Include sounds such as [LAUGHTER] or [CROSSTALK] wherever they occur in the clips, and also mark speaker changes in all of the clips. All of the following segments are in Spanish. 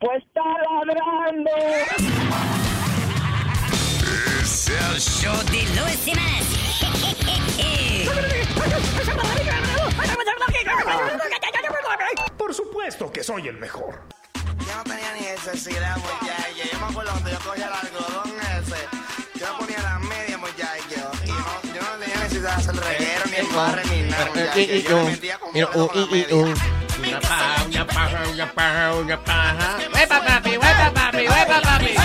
Speaker 1: Pues está ladrando.
Speaker 2: Es el show de Luis
Speaker 3: Por supuesto que soy el mejor.
Speaker 4: Yo no tenía ni necesidad, muchacho. Yo me acuerdo cuando yo cogía el algodón ese. Yo me ponía las medias, muchacho. Y no, yo no tenía necesidad de hacer reguero, ni embarre, ni nada,
Speaker 5: Eh,
Speaker 4: muchacho. Yo me metía con con la media.
Speaker 5: Una paja, una paja, una paja, una paja. ¡Huepa, papi! ¡Huepa, papi! ¡Huepa, papi!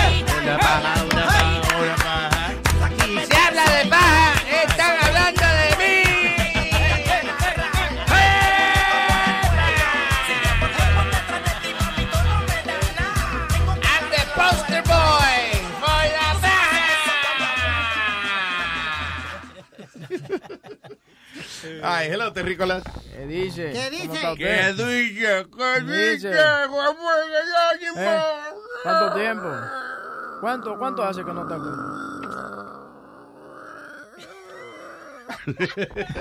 Speaker 5: Una paja, una paja, una paja. Y se habla de paja, están hablando de mí. I'm the poster boy for la paja. Ay, hello, terrícolas.
Speaker 6: ¿Qué dice? ¿Qué dice?
Speaker 5: ¿Qué dice? ¿Qué
Speaker 6: Dice.
Speaker 5: dice?
Speaker 7: Eh.
Speaker 6: ¿Cuánto tiempo? ¿Cuánto, ¿Cuánto hace que no está aquí?
Speaker 7: [LAUGHS]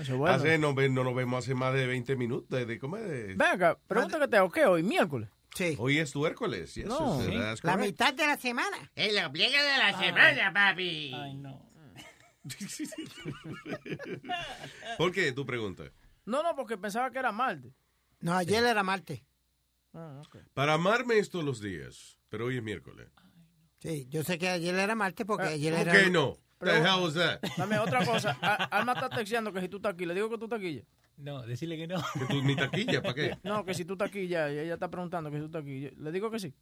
Speaker 6: Eso es bueno.
Speaker 7: Hace, no, ve- no nos vemos hace más de 20 minutos. desde- ¿cómo es?
Speaker 6: Venga, pregunta que te hago. ¿Qué hoy? ¿Miércoles?
Speaker 8: Sí.
Speaker 7: Hoy es tu Hércules. yes,
Speaker 6: No.
Speaker 7: sir,
Speaker 6: Sí.
Speaker 7: that's
Speaker 8: La
Speaker 7: correct.
Speaker 8: mitad de la semana. Ah.
Speaker 5: El ombligo de la semana, papi.
Speaker 7: [LAUGHS] ¿Por qué tu pregunta?
Speaker 6: [LAUGHS] No, no, porque pensaba que era martes.
Speaker 8: No, ayer era martes.
Speaker 6: Ah, ok.
Speaker 7: Para amarme es todos los días, pero hoy es miércoles.
Speaker 8: Sí, yo sé que ayer era martes porque ayer
Speaker 7: ¿Por
Speaker 8: era.
Speaker 7: qué Ah, no? The hell was that?
Speaker 6: Dame otra cosa. A- Alma está texteando que si tú estás aquí. Le digo que tú estás aquí ya.
Speaker 9: No, decirle que no.
Speaker 7: [LAUGHS] ¿Que tú, mi taquilla? ¿Para qué?
Speaker 6: [LAUGHS] No, que si tú estás aquí ya. Y Ella está preguntando que si tú estás aquí. Le digo que sí.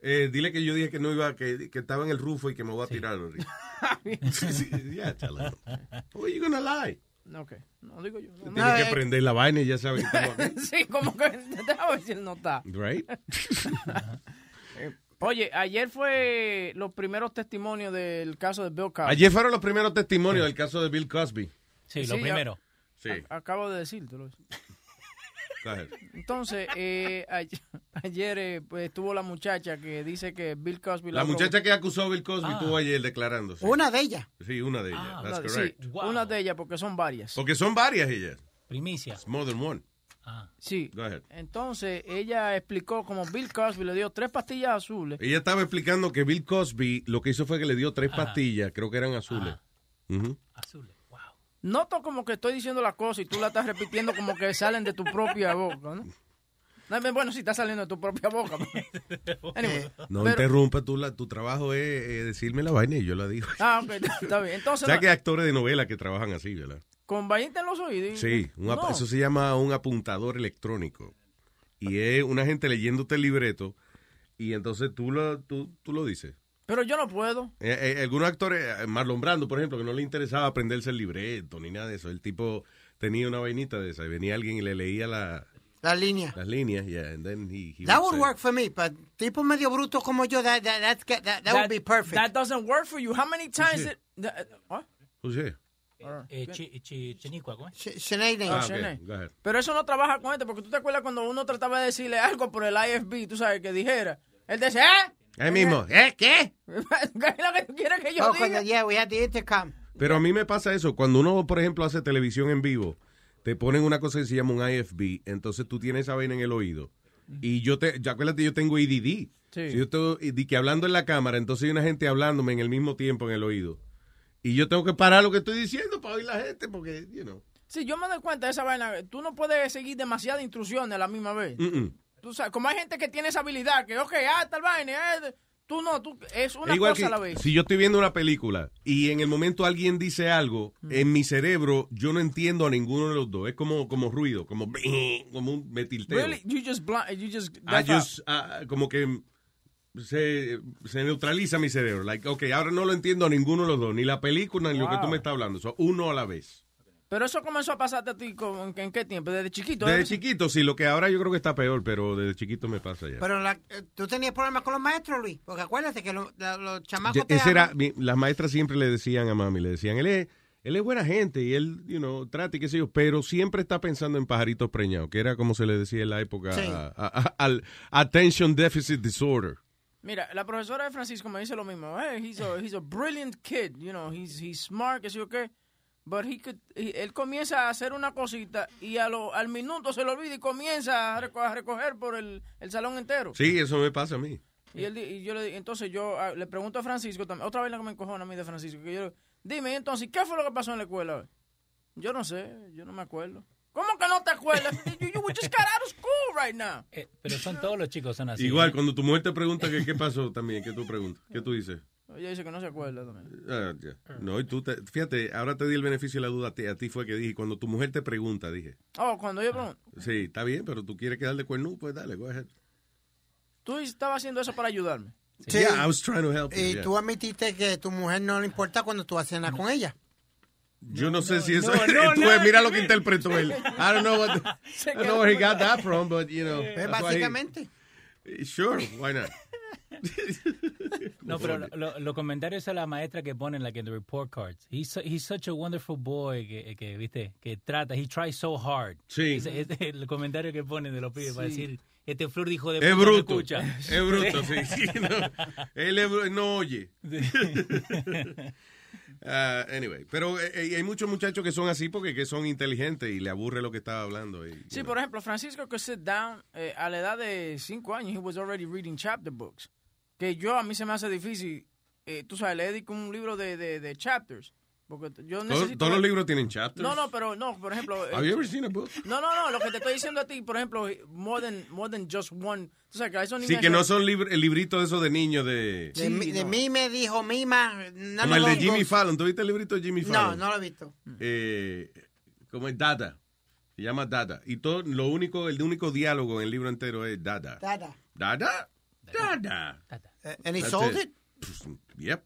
Speaker 7: Eh, dile que yo dije que no iba, que, que estaba en el rufo y que me voy a tirar
Speaker 6: [LAUGHS]
Speaker 7: ahorita. [LAUGHS] Sí, sí, yeah, tell him. Why you gonna lie?
Speaker 6: No, ok. No, digo yo. No, eh.
Speaker 7: Tiene que prender la vaina y ya sabe que estamos
Speaker 6: [LAUGHS]
Speaker 7: aquí.
Speaker 6: no. Sí, como que déjame ver si él no está. [LAUGHS]
Speaker 7: Right?
Speaker 6: Eh, Oye, ayer fue los primeros testimonios del caso de Bill Cosby.
Speaker 7: Ayer fueron los primeros testimonios del caso de Bill Cosby.
Speaker 9: Sí, lo
Speaker 6: Sí,
Speaker 9: primero.
Speaker 7: Sí,
Speaker 6: Acabo de decírtelo. eso.
Speaker 7: go
Speaker 9: [LAUGHS]
Speaker 7: ahead.
Speaker 6: Entonces, eh, ayer, [LAUGHS] ayer, eh, pues, estuvo la muchacha que dice que Bill Cosby...
Speaker 7: La
Speaker 6: logró-
Speaker 7: muchacha que acusó a Bill Cosby
Speaker 9: Ah.
Speaker 7: estuvo ayer declarándose.
Speaker 8: Una de ellas.
Speaker 7: Sí, una de ellas.
Speaker 9: Ah,
Speaker 7: That's
Speaker 6: Sí,
Speaker 7: correct.
Speaker 9: Wow.
Speaker 6: una de ellas, porque son varias.
Speaker 7: Porque son varias ellas.
Speaker 9: Primicia.
Speaker 7: It's more than one.
Speaker 9: Ah.
Speaker 6: Sí.
Speaker 7: Go ahead.
Speaker 6: Entonces, ella explicó como Bill Cosby le dio tres pastillas azules.
Speaker 7: Ella estaba explicando que Bill Cosby lo que hizo fue que le dio tres pastillas, creo que eran azules. Ujú.
Speaker 9: Azul. Wow.
Speaker 6: Noto como que estoy diciendo la cosa y tú la estás repitiendo como que salen de tu propia boca, ¿no? No, Bueno, si está saliendo de tu propia boca. pero- Anyway,
Speaker 7: No
Speaker 6: pero-
Speaker 7: interrumpa, tú la- tu trabajo es eh, decirme la vaina y yo la digo.
Speaker 6: Ah, ok, [LAUGHS] está bien. Entonces,
Speaker 7: ¿Sabes que hay actores de novela que trabajan así, verdad?
Speaker 6: con vainita en los oídos. y-
Speaker 7: Sí, un ap-
Speaker 6: No.
Speaker 7: eso se llama un apuntador electrónico. Y es una gente leyéndote el libreto y entonces tú lo, tú, tú lo dices.
Speaker 6: Pero yo no puedo.
Speaker 7: Eh, eh, algunos actores, eh, Marlon Brando, por ejemplo, que no le interesaba aprenderse el libreto ni nada de eso. El tipo tenía una vainita de esa y venía alguien y le leía la-
Speaker 8: La línea.
Speaker 7: las líneas. Yeah, and then he- he
Speaker 8: That
Speaker 7: would
Speaker 8: would
Speaker 7: say-
Speaker 8: work for me, but tipo medio bruto como yo, that, that, that's ca- that, that would be perfect.
Speaker 6: That doesn't work for you. How many times
Speaker 7: Sí.
Speaker 6: it- that- what?
Speaker 7: Who's here?
Speaker 9: Eh, chi, chi- chinicua, ¿cómo es?
Speaker 8: Sh- Sinead.
Speaker 7: Ah,
Speaker 6: sí,
Speaker 7: ok,
Speaker 6: no.
Speaker 7: go ahead.
Speaker 6: Pero eso no trabaja con este, porque tú te acuerdas cuando uno trataba de decirle algo por el IFB, tú sabes, que dijera. Él decía, ¿eh?
Speaker 7: Ahí mismo. ¿Eh? ¿Qué?
Speaker 6: [LAUGHS] ¿Qué es lo que tú quieres que yo
Speaker 8: Oh,
Speaker 6: diga?
Speaker 8: cuando, yeah, we had the intercom.
Speaker 7: Pero a mí me pasa eso. Cuando uno, por ejemplo, hace televisión en vivo, te ponen una cosa que se llama un IFB, entonces tú tienes esa vaina en el oído. Y yo te, ya acuérdate, yo tengo ADD.
Speaker 6: Sí.
Speaker 7: Si yo estoy di que hablando en la cámara, entonces hay una gente hablándome en el mismo tiempo en el oído. Y yo tengo que parar lo que estoy diciendo para oír la gente, porque, you know.
Speaker 6: Sí, yo me doy cuenta de esa vaina. Tú no puedes seguir demasiadas instrucciones a la misma vez.
Speaker 7: Mm-mm.
Speaker 6: Tú sabes, como hay gente que tiene esa habilidad, que, ok, ah, tal vaina, eh, tú no, tú, es una
Speaker 7: Es igual
Speaker 6: cosa
Speaker 7: que
Speaker 6: a la vez.
Speaker 7: si yo estoy viendo una película y en el momento alguien dice algo,
Speaker 6: Mm.
Speaker 7: en mi cerebro yo no entiendo a ninguno de los dos. Es como, como ruido, como, [LAUGHS] como un metilteo.
Speaker 6: Really, you just blind, you just,
Speaker 7: Ah,
Speaker 6: that's
Speaker 7: yo
Speaker 6: a-
Speaker 7: s- ah, como que se, se neutraliza mi cerebro. Like, ok, ahora no lo entiendo a ninguno de los dos, ni la película ni lo que tú
Speaker 6: Wow.
Speaker 7: me estás hablando. So, uno a la vez.
Speaker 6: Pero eso comenzó a pasarte a ti con- en qué tiempo? Desde chiquito.
Speaker 7: Desde
Speaker 6: ¿eh?
Speaker 7: chiquito, sí, lo que ahora yo creo que está peor, pero desde chiquito me pasa ya.
Speaker 8: Pero la- eh, tú tenías problemas con los maestros, Luis. Porque acuérdate que lo- la- los chamacos.
Speaker 7: Ya,
Speaker 8: te
Speaker 7: ese era,
Speaker 8: hablan.
Speaker 7: mi- las maestras siempre le decían a mami, le decían, él es, él es buena gente y él, you know, trata y qué sé yo, pero siempre está pensando en pajaritos preñados, que era como se le decía en la época
Speaker 6: Sí.
Speaker 7: a- a- a- al Attention Deficit Disorder.
Speaker 6: Mira, la profesora de Francisco me dice lo mismo. Hey, he's a, he's a brilliant kid, you know, he's, he's smart, que sé yo qué. But he could, he- él comienza a hacer una cosita y a lo, al minuto se lo olvida y comienza a, reco- a recoger por el, el salón entero.
Speaker 7: Sí, eso me pasa a mí.
Speaker 6: Y, él, di- y yo le, entonces yo ah, le pregunto a Francisco, también, otra vez la que me encojona a mí de Francisco, que yo, dime entonces, ¿qué fue lo que pasó en la escuela? hoy?" Yo no sé, yo no me acuerdo. ¿Cómo que no te acuerdas? [LAUGHS] you, you just got out of school right now.
Speaker 9: Pero son todos los chicos, son así.
Speaker 7: Igual, cuando tu mujer te pregunta que qué pasó también, ¿qué tú preguntas? ¿Qué tú dices?
Speaker 6: Ella dice que no se acuerda también.
Speaker 7: Ah, ya. No, y tú, te- fíjate, ahora te di el beneficio de la duda, a ti, a ti fue que dije, cuando tu mujer te pregunta, dije,
Speaker 6: Oh, cuando yo pregunto,
Speaker 7: Ah, sí, está bien, pero tú quieres quedar de cuerno, pues dale, go ahead.
Speaker 6: tú estabas haciendo eso para ayudarme.
Speaker 8: Sí.
Speaker 7: Yeah, I was trying to help you,
Speaker 8: Y
Speaker 7: yeah.
Speaker 8: tú admitiste que a tu mujer no le importa cuando tú haces nada con ella.
Speaker 7: Yo no, sé si eso
Speaker 8: no, no,
Speaker 7: tú
Speaker 8: nada
Speaker 7: ves, mira
Speaker 8: que
Speaker 7: lo que
Speaker 8: ver.
Speaker 7: interpretó él. I don't know what
Speaker 5: [LAUGHS]
Speaker 7: the- I don't know where he got that from, but you know.
Speaker 8: Pues
Speaker 7: that's why he-
Speaker 8: básicamente.
Speaker 7: Sure, why not?
Speaker 9: [LAUGHS] No, pero lo- lo- los comentarios a la maestra que ponen, like in the report cards. He's, su- he's such a wonderful boy que, que, viste, que trata, he tries so hard.
Speaker 7: Sí.
Speaker 9: Ese- ese- el comentario que ponen de los pibes para
Speaker 7: Sí.
Speaker 9: decir, [LAUGHS] este flor dijo de puta,
Speaker 7: Es
Speaker 9: no
Speaker 7: bruto.
Speaker 9: escucha.
Speaker 7: Es
Speaker 9: [LAUGHS]
Speaker 7: bruto, sí. sí, no. Él es bru- no oye. [LAUGHS] Ah, anyway, pero eh, eh, hay muchos muchachos que son así porque que son inteligentes y le aburre lo que estaba hablando. y-
Speaker 6: Sí, por ejemplo, Francisco que sit down eh, a la edad de 5 años, he was already reading chapter books. Que yo, a mí se me hace difícil, eh, tú sabes, leer un libro de, de, de chapters. Porque t- yo
Speaker 7: Todos,
Speaker 6: necesito...
Speaker 7: todos los libros tienen chapters.
Speaker 6: No, no, pero no, por ejemplo... eh,
Speaker 7: Have you ever seen a book?
Speaker 6: No, no, no, lo que te estoy diciendo a ti, por ejemplo, more than, more than just one... Tú sabes que hay esos
Speaker 7: Sí,
Speaker 6: niños
Speaker 7: que no son libr- el librito de esos de niños de...
Speaker 8: De, mi- de mí me dijo Mima. none
Speaker 7: Como
Speaker 8: of
Speaker 7: el de
Speaker 8: those
Speaker 7: Jimmy
Speaker 8: goes.
Speaker 7: Fallon. ¿Tú viste el librito de Jimmy
Speaker 8: No,
Speaker 7: Fallon?
Speaker 8: no lo he visto.
Speaker 7: eh, como es Dada. Se llama Dada. Y todo, lo único, el único diálogo en el libro entero es Dada.
Speaker 8: Dada.
Speaker 7: Dada. Dada.
Speaker 8: Eh, And he
Speaker 7: That's
Speaker 8: sold
Speaker 7: it.
Speaker 8: it.
Speaker 7: Yep.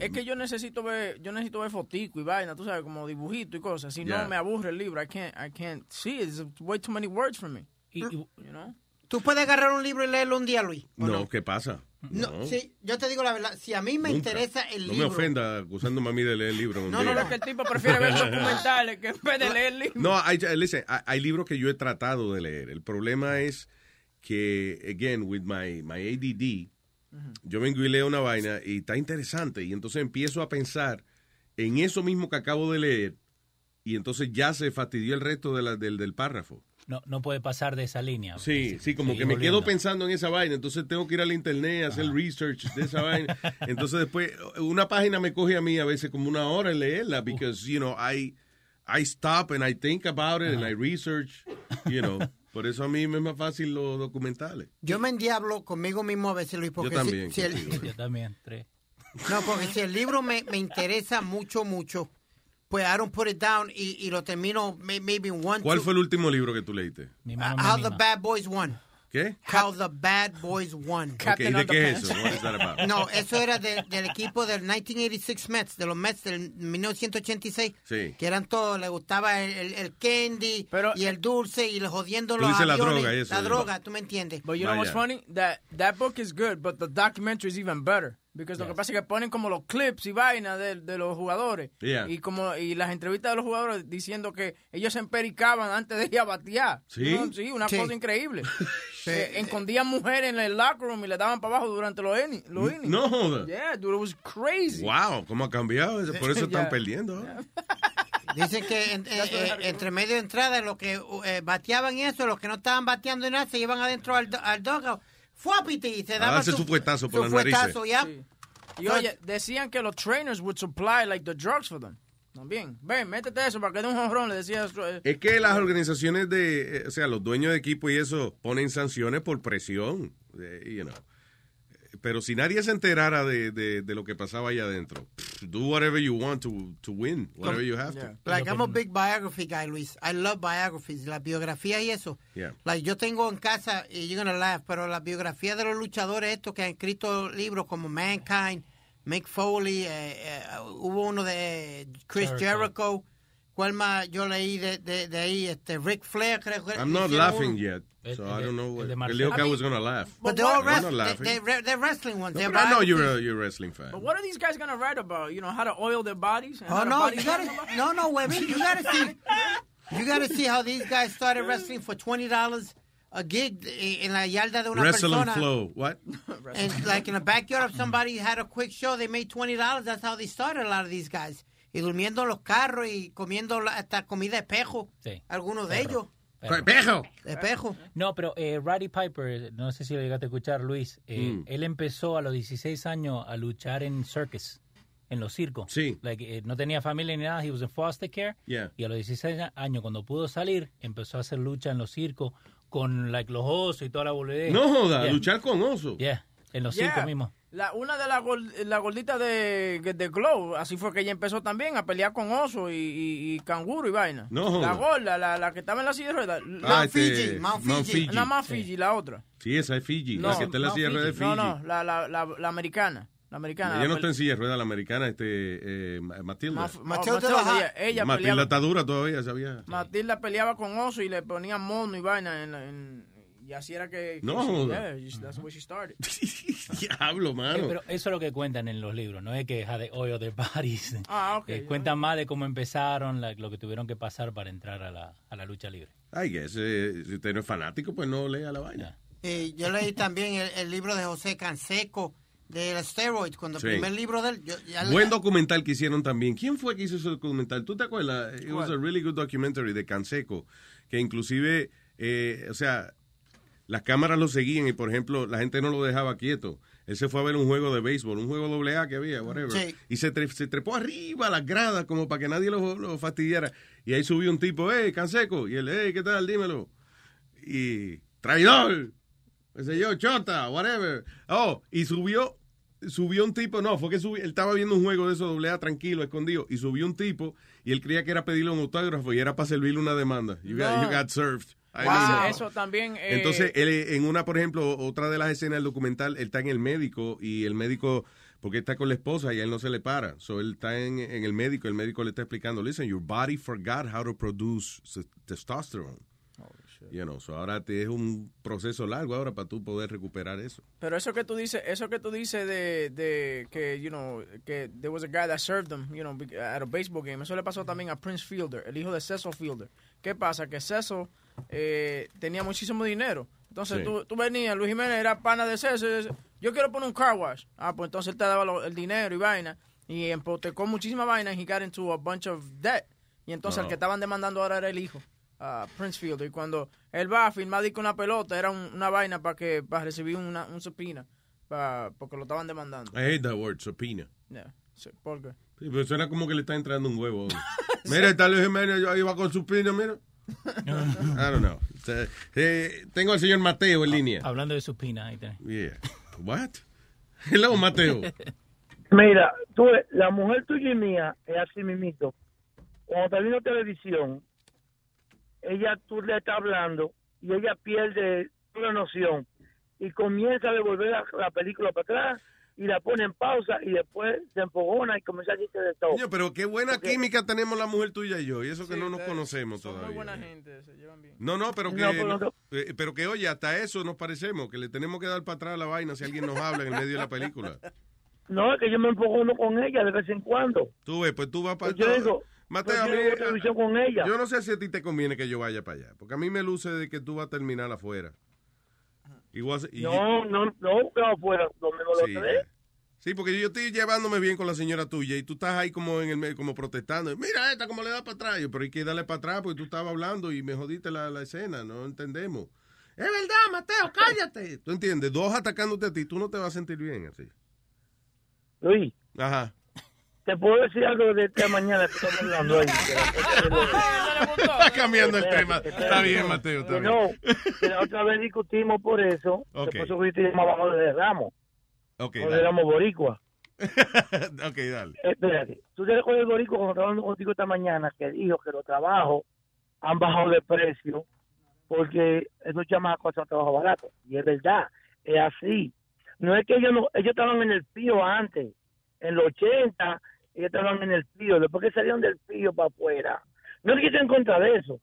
Speaker 6: Es que yo necesito ver, yo necesito ver fotico y vaina, tú sabes, como dibujito y cosas. Si
Speaker 7: Ya.
Speaker 6: no, me aburre el libro. I can't, I can't see it. It's way too many words for me. you know?
Speaker 8: Tú puedes agarrar un libro y leerlo un día, Luis.
Speaker 7: No, ¿qué pasa?
Speaker 8: No, sí, yo te digo la verdad. Si a mí me
Speaker 7: Oh. Nunca.
Speaker 8: interesa el
Speaker 7: No me
Speaker 8: libro.
Speaker 7: ofenda acusándome a mí de leer el libro.
Speaker 8: No, no, no, que
Speaker 6: El tipo prefiere
Speaker 7: [LAUGHS]
Speaker 6: ver documentales que en vez de leer libros.
Speaker 7: No, hay, eh, listen, hay, hay libros que yo he tratado de leer. El problema es que, again, with my, my ADD, yo vengo y leo una vaina y está interesante. Y entonces empiezo a pensar en eso mismo que acabo de leer. Y entonces ya se fastidió el resto de la- del, del párrafo.
Speaker 9: No, no puede pasar de esa línea.
Speaker 7: Sí, sí, como que
Speaker 9: seguir
Speaker 7: me quedo
Speaker 9: volviendo.
Speaker 7: pensando en esa vaina. Entonces tengo que ir al internet a hacer research de esa vaina. Entonces después, una página me coge a mí a veces como una hora en leerla. Because, you know, I, I stop and I think about it and I research, you know. Por eso a mí me es más fácil los documentales.
Speaker 8: Yo me endiablo conmigo mismo a veces, Luis, porque si-
Speaker 7: también,
Speaker 8: si, el-
Speaker 7: contigo.
Speaker 9: Yo también, tres.
Speaker 8: [LAUGHS] no, porque si el libro me, me interesa mucho, mucho, pues I don't put it down y, y lo termino may- maybe in one,
Speaker 7: ¿Cuál
Speaker 8: two-
Speaker 7: fue el último libro que tú leíste?
Speaker 8: Uh, How the Bad Boys Won.
Speaker 7: ¿Qué?
Speaker 8: How the Bad Boys Won.
Speaker 7: Ok, ¿y de qué es eso? What is that about?
Speaker 8: No, eso era de- del equipo del 1986 Mets, de los Mets del 1986,
Speaker 7: Sí.
Speaker 8: que eran todos, le gustaba el, el- el candy y el dulce y le jodiendo
Speaker 7: Tú
Speaker 8: los
Speaker 7: dices la
Speaker 8: aviones.
Speaker 7: droga y eso,
Speaker 8: La
Speaker 7: ¿no?
Speaker 8: droga, tú me entiendes.
Speaker 6: But you
Speaker 7: Ah,
Speaker 6: know what's funny? That that book is good, but the documentary is even better. Because lo que pasa es que ponen como los clips y vaina de, de los jugadores.
Speaker 7: Yeah.
Speaker 6: Y como y las entrevistas de los jugadores diciendo que ellos se empericaban antes de ir a batear.
Speaker 7: ¿Sí?
Speaker 6: No, sí, una
Speaker 7: Sí.
Speaker 6: cosa
Speaker 7: [LAUGHS]
Speaker 6: increíble. Eh, Escondían mujeres en el locker room y le daban para abajo durante los innings. Los innings.
Speaker 7: No joda.
Speaker 6: Yeah, dude, it was crazy.
Speaker 7: Wow, cómo ha cambiado. eso. Por
Speaker 8: [LAUGHS]
Speaker 7: eso están
Speaker 6: Ya.
Speaker 7: perdiendo. ahora.
Speaker 8: Dicen que en- eh, eh, entre medio de entrada, los que eh, bateaban y eso, los que no estaban bateando y nada, se iban adentro al, do- al dugout. Fuapiti, y se daban
Speaker 7: darse su fuetazo por
Speaker 8: su
Speaker 7: las narices.
Speaker 8: fuetazo, ya.
Speaker 6: Y oye, decían que los trainers would supply like the drugs for them. También. Ven, métete eso para que dé un jonrón, le decía. eh,
Speaker 7: Es que las organizaciones de, eh, o sea, los dueños de equipo y eso ponen sanciones por presión, eh, you know. Pero si nadie se enterara de, de- de lo que pasaba allá adentro, pff, do whatever you want to, to win, whatever you have to.
Speaker 8: Like, I'm a big biography guy, Luis. I love biographies, las biografías y eso.
Speaker 7: Yeah.
Speaker 8: Like, yo tengo en casa, y you're gonna laugh, pero las biografías de los luchadores estos que han escrito libros como Mankind, Mick Foley, eh, eh, hubo uno de Chris Jericho,
Speaker 9: Jericho.
Speaker 8: ¿Cuál más yo leí de, de, de ahí? Este, Rick Flair, creo que.
Speaker 7: I'm not
Speaker 8: hicieron
Speaker 7: laughing
Speaker 8: uno.
Speaker 7: yet, so I don't know. What,
Speaker 9: de
Speaker 7: I
Speaker 9: Marcelo.
Speaker 7: think I
Speaker 9: I
Speaker 7: was gonna laugh.
Speaker 8: But they're all
Speaker 7: I'm not
Speaker 8: wrestling.
Speaker 7: laughing.
Speaker 8: They, they, they're wrestling ones.
Speaker 7: No,
Speaker 8: They're
Speaker 7: but I know
Speaker 8: biographies.
Speaker 7: you're a, you're a wrestling fan.
Speaker 6: But what are these guys gonna write about? You know how to oil their bodies? and how
Speaker 8: Oh
Speaker 6: to
Speaker 8: no,
Speaker 6: body
Speaker 8: you
Speaker 6: shame
Speaker 8: gotta
Speaker 6: somebody?
Speaker 8: no no women, you gotta see you gotta see how these guys started wrestling for twenty dollars a gig eh, en la yarda de una
Speaker 7: Wrestle and
Speaker 8: persona.
Speaker 7: flow. What?
Speaker 8: And like in the backyard of somebody had a quick show, they made twenty dollars. That's how they started a lot of these guys. Y durmiendo en los carros y comiendo la- hasta comida espejo.
Speaker 9: Sí.
Speaker 8: Algunos de ellos.
Speaker 9: Perro.
Speaker 8: Espejo.
Speaker 9: No, pero eh, Roddy Piper, no sé si lo llegaste a escuchar, Luis. eh,
Speaker 7: Mm.
Speaker 9: Él empezó a los 16 años a luchar en circus, en los circos.
Speaker 7: Sí.
Speaker 9: Like, eh, no tenía familia ni nada, he was in foster care.
Speaker 7: Yeah.
Speaker 9: Y a los 16 a- años, cuando pudo salir, empezó a hacer lucha en los circos con like, los osos y toda la boludez.
Speaker 7: No joda,
Speaker 9: Yeah.
Speaker 7: luchar con oso.
Speaker 9: Yeah, en los
Speaker 6: Yeah.
Speaker 9: circos mismo.
Speaker 6: La, una de las gol- la gorditas de, de Glow, así fue que ella empezó también a pelear con oso y, y, y canguro y vaina.
Speaker 7: No.
Speaker 6: La gorda, la, la que estaba en la silla de ruedas. La-
Speaker 7: Ah, este, Mount Fiji.
Speaker 6: No, más Fiji, la otra.
Speaker 7: Sí, esa es Fiji.
Speaker 6: No,
Speaker 7: la que está en la
Speaker 6: no,
Speaker 7: silla de ruedas de Fiji.
Speaker 6: No, no, la, la, la, la americana. La americana.
Speaker 7: Ella
Speaker 6: la
Speaker 7: no
Speaker 6: pel-
Speaker 7: está en silla de ruedas, la americana, este, eh, Ma- Matilda.
Speaker 6: Maf- Matilda, ella, ella
Speaker 7: Matilda
Speaker 6: peleaba,
Speaker 7: está dura todavía, sabía.
Speaker 6: Matilda peleaba con oso y le ponía mono y vaina en, la- en- y así era que...
Speaker 7: No,
Speaker 6: que-
Speaker 7: joda.
Speaker 6: yeah, that's where she started.
Speaker 9: [LAUGHS]
Speaker 7: Diablo,
Speaker 9: Eh,
Speaker 7: mano.
Speaker 9: pero eso es lo que cuentan en los libros, no es que how they oil their bodies.
Speaker 6: Ah, ok.
Speaker 9: Eh, cuentan más de cómo empezaron, like, lo que tuvieron que pasar para entrar a la, a la lucha libre.
Speaker 7: Ay, que ese- si usted no es fanático, pues no lea la vaina.
Speaker 8: Eh, yo leí también el, el libro de José Canseco de los steroids, cuando
Speaker 7: Sí.
Speaker 8: el primer libro de él. yo- ya le-
Speaker 7: Buen documental que hicieron también. ¿Quién fue que hizo ese documental? ¿Tú te acuerdas? It was a really good documentary de Canseco, que inclusive, eh, o sea, las cámaras lo seguían y, por ejemplo, la gente no lo dejaba quieto. Él se fue a ver un juego de béisbol, un juego doble A que había, whatever.
Speaker 8: Sí.
Speaker 7: Y se, tre- se trepó arriba a las gradas como para que nadie lo, lo fastidiara. Y ahí subió un tipo, hey, Canseco. Y él, hey, ¿qué tal? Dímelo. Y, traidor. qué sé yo, chota, whatever. Oh, y subió, subió un tipo, no, fue que subió, él estaba viendo un juego de eso doble A tranquilo, escondido, y subió un tipo y él creía que era pedirle un autógrafo y era para servirle una demanda. You, got,
Speaker 6: No.
Speaker 7: you got served. Ahí
Speaker 6: Wow.
Speaker 7: mismo.
Speaker 6: Eso también... eh,
Speaker 7: Entonces, él, eh, en una, por ejemplo, otra de las escenas del documental, él está en el médico y el médico, porque está con la esposa y a él no se le para. So, él está en, en el médico, el médico le está explicando, listen, your body forgot how to produce s- testosterone. You know, so ahora te, es un proceso largo ahora para tú poder recuperar eso.
Speaker 6: Pero eso que tú dices, eso que tú dices de, de que, you know, que there was a guy that served them, you know, be- at a baseball game. Eso le pasó también a Prince Fielder, el hijo de Cecil Fielder. ¿Qué pasa? Que Cecil eh, tenía muchísimo dinero. Entonces
Speaker 7: Sí.
Speaker 6: tú, tú venías, Luis Jiménez era pana de Cecil. y dice, Yo quiero poner un car wash. Ah, pues entonces él te daba lo- el dinero y vaina. Y empotecó muchísima vaina y he got into a bunch of debt. Y entonces el
Speaker 7: Ah.
Speaker 6: que estaban demandando ahora era el hijo, a Prince Fielder. Y cuando él va a firmar disco una pelota, era un- una vaina para que para recibir una, un subpoena, pa- porque lo estaban demandando.
Speaker 7: I hate that word, supina.
Speaker 6: Yeah. Sí, ¿Por qué?
Speaker 7: Sí, pero suena como que le está entrando un
Speaker 6: [LAUGHS]
Speaker 7: huevo. mira, tal vez Jiménez, yo iba con supina, mira. I don't know. O sea, eh, tengo al señor Mateo en línea.
Speaker 9: Ah, Hablando de supina, ahí tenés.
Speaker 7: Yeah. What? Hello,
Speaker 9: [LAUGHS]
Speaker 7: Mateo.
Speaker 10: Mira, tú, ves, la mujer tuya y mía es así mismito. Cuando está viendo televisión, ella tú le estás hablando y ella pierde toda noción y comienza a devolver la, la película para atrás y la pone en pausa y después se empogona y comienza a decirte de todo.
Speaker 7: Coño, pero qué buena química tenemos la mujer tuya y yo, y eso que no nos conocemos todavía.
Speaker 6: gente, se llevan bien.
Speaker 7: No, no, pero que,
Speaker 10: No, pero no.
Speaker 7: eh, pero que oye, hasta eso nos parecemos, que le tenemos que dar para atrás la vaina si alguien nos habla en el medio de la película.
Speaker 10: No, es que yo me empogono con ella de vez en cuando.
Speaker 7: Tú ves, pues tú vas para
Speaker 10: Pues yo digo,
Speaker 7: Mateo,
Speaker 10: pues yo
Speaker 7: a mí-
Speaker 10: veo televisión con ella.
Speaker 7: Yo no sé si a ti te conviene que yo vaya para allá, porque a mí me luce de que tú vas a terminar afuera. Igual, y-
Speaker 10: No, no, no, que afuera, lo menos
Speaker 7: Sí. eh.
Speaker 10: los tres.
Speaker 7: Sí, porque yo estoy llevándome bien con la señora tuya y tú estás ahí como en el medio, como protestando. Mira esta, cómo le da para atrás. Yo, pero hay que darle para atrás porque tú estabas hablando y me jodiste la, la escena. No entendemos. Es verdad, Mateo, cállate. ¿Tú entiendes? Dos atacándote a ti, tú no te vas a sentir bien así.
Speaker 10: Luis,
Speaker 7: Ajá.
Speaker 10: te puedo decir algo de esta mañana que estamos hablando ahí.
Speaker 7: Está cambiando el tema. Está bien, Mateo, está
Speaker 10: Que
Speaker 7: bien.
Speaker 10: no, que la otra vez discutimos por eso.
Speaker 7: Ok.
Speaker 10: que Por eso fuiste llamado a Jorge de Ramos.
Speaker 7: Ok,
Speaker 10: Jorge
Speaker 7: dale.
Speaker 10: Ramos Boricua.
Speaker 7: [LAUGHS] ok, dale.
Speaker 10: Espérate, tú te recuerdas de Boricua cuando estaba hablando contigo esta mañana que dijo que los trabajos han bajado de precio porque esos chamacos hacen trabajo barato. Y es verdad, es así. No es que ellos no, ellos estaban en el pío antes, en los 80, ellos estaban en el pío, después que salieron del pío para afuera, No es que esté en contra de eso,